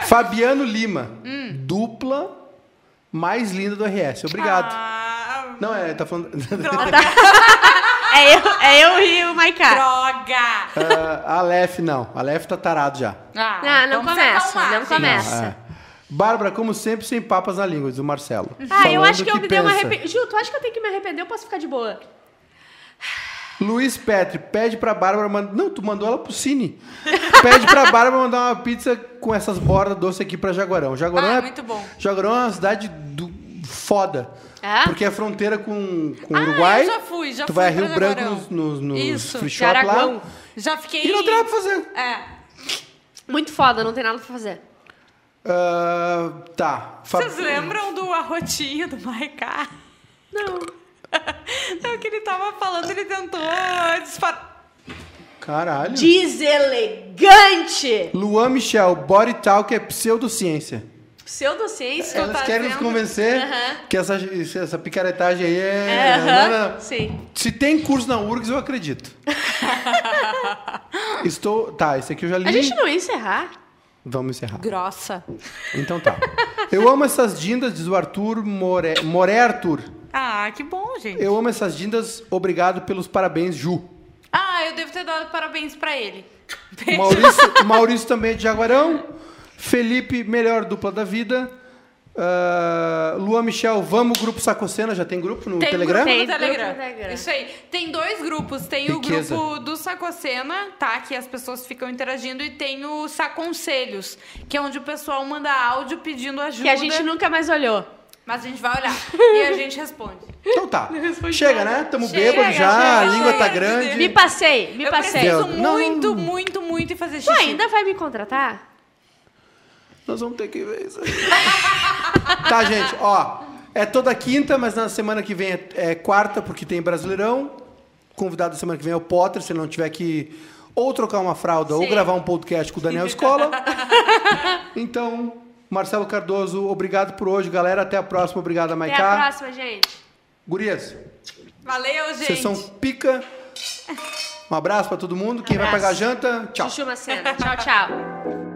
Fabiano Lima, dupla mais linda do RS. Obrigado. Ah, Não, é, tá falando. É eu, é eu e o Maiká. Ah, droga! Ah, Aleph, não. Aleph tá tarado já. Ah, Não, não vamos se começa, acalmar, não gente. começa. Não, é. Bárbara, como sempre, sem papas na língua, diz o Marcelo. Ah, eu Falando acho que, eu me dei uma pensa. arrependida. Ju, tu acha que eu tenho que me arrepender ou posso ficar de boa? Luiz Petri, pede pra Bárbara mandar. Não, tu mandou ela pro Cine. Pede pra Bárbara mandar uma pizza com essas bordas doces aqui pra Jaguarão. Jaguarão Ah, é... muito bom. Jaguarão é uma cidade do... foda. É? Porque é fronteira com, com o Ah, Uruguai. eu já fui, já Tu fui vai a pra Rio Branco Jaguarão. nos, nos, nos Isso, free de shop lá. Aragão. Já fiquei. E não tem nada pra fazer. É. Muito foda, não tem nada pra fazer. Ah, tá. Fa- Vocês lembram do arrotinho do Maicá? Não. Não, É que ele tava falando, ele tentou ah, disfarçar. Caralho. Deselegante! Luan Michel, body talk é pseudociência. Pseudociência. Elas tá querem nos dizendo. convencer Aham. que essa, essa picaretagem aí é. É, aham. Não, Uhum. não. Sim. Se tem curso na URGS, eu acredito. Estou. Tá, esse aqui eu já li. A gente não ia encerrar. Vamos encerrar. Grossa. Então tá. Eu amo essas dindas, diz o Arthur More... More Arthur. Ah, que bom, gente. Eu amo essas dindas, obrigado pelos parabéns, Ju. Ah, eu devo devo ter dado parabéns pra ele. Maurício, Maurício também é de Jaguarão. Felipe, melhor dupla da vida. Ah, Lua Michel, vamos, grupo Sacocena. Já tem grupo no Tem um Telegram? grupo Tem no Telegram. grupo no Telegram. Isso aí. Tem dois grupos. Tem Riqueza. o grupo do Sacocena, tá? Que as pessoas ficam interagindo. E tem o Saconselhos, que é onde o pessoal manda áudio pedindo ajuda. Que a gente nunca mais olhou. Mas a gente vai olhar. e a gente responde. Então tá. Chega, né? Tamo Chega, bêbado já, chega, a língua tá chega. grande. Me passei, me Eu passei. Deus. preciso Não. muito, muito, muito ir fazer xixi. Tu ainda vai me contratar? Nós vamos ter que ver isso aí. tá, gente, ó. É toda quinta, mas na semana que vem é, é quarta, porque tem Brasileirão. Convidado da semana que vem é o Potter, se ele não tiver que ou trocar uma fralda ou gravar um podcast com o Daniel Escola. então, Marcelo Cardoso, obrigado por hoje, galera. Até a próxima. Obrigado, Até a Maiká. próxima, gente. Gurias, Valeu, gente. vocês são pica. Um abraço pra todo mundo. Quem vai Abraço. pagar a janta, tchau. Chuchu Macena. Tchau, tchau.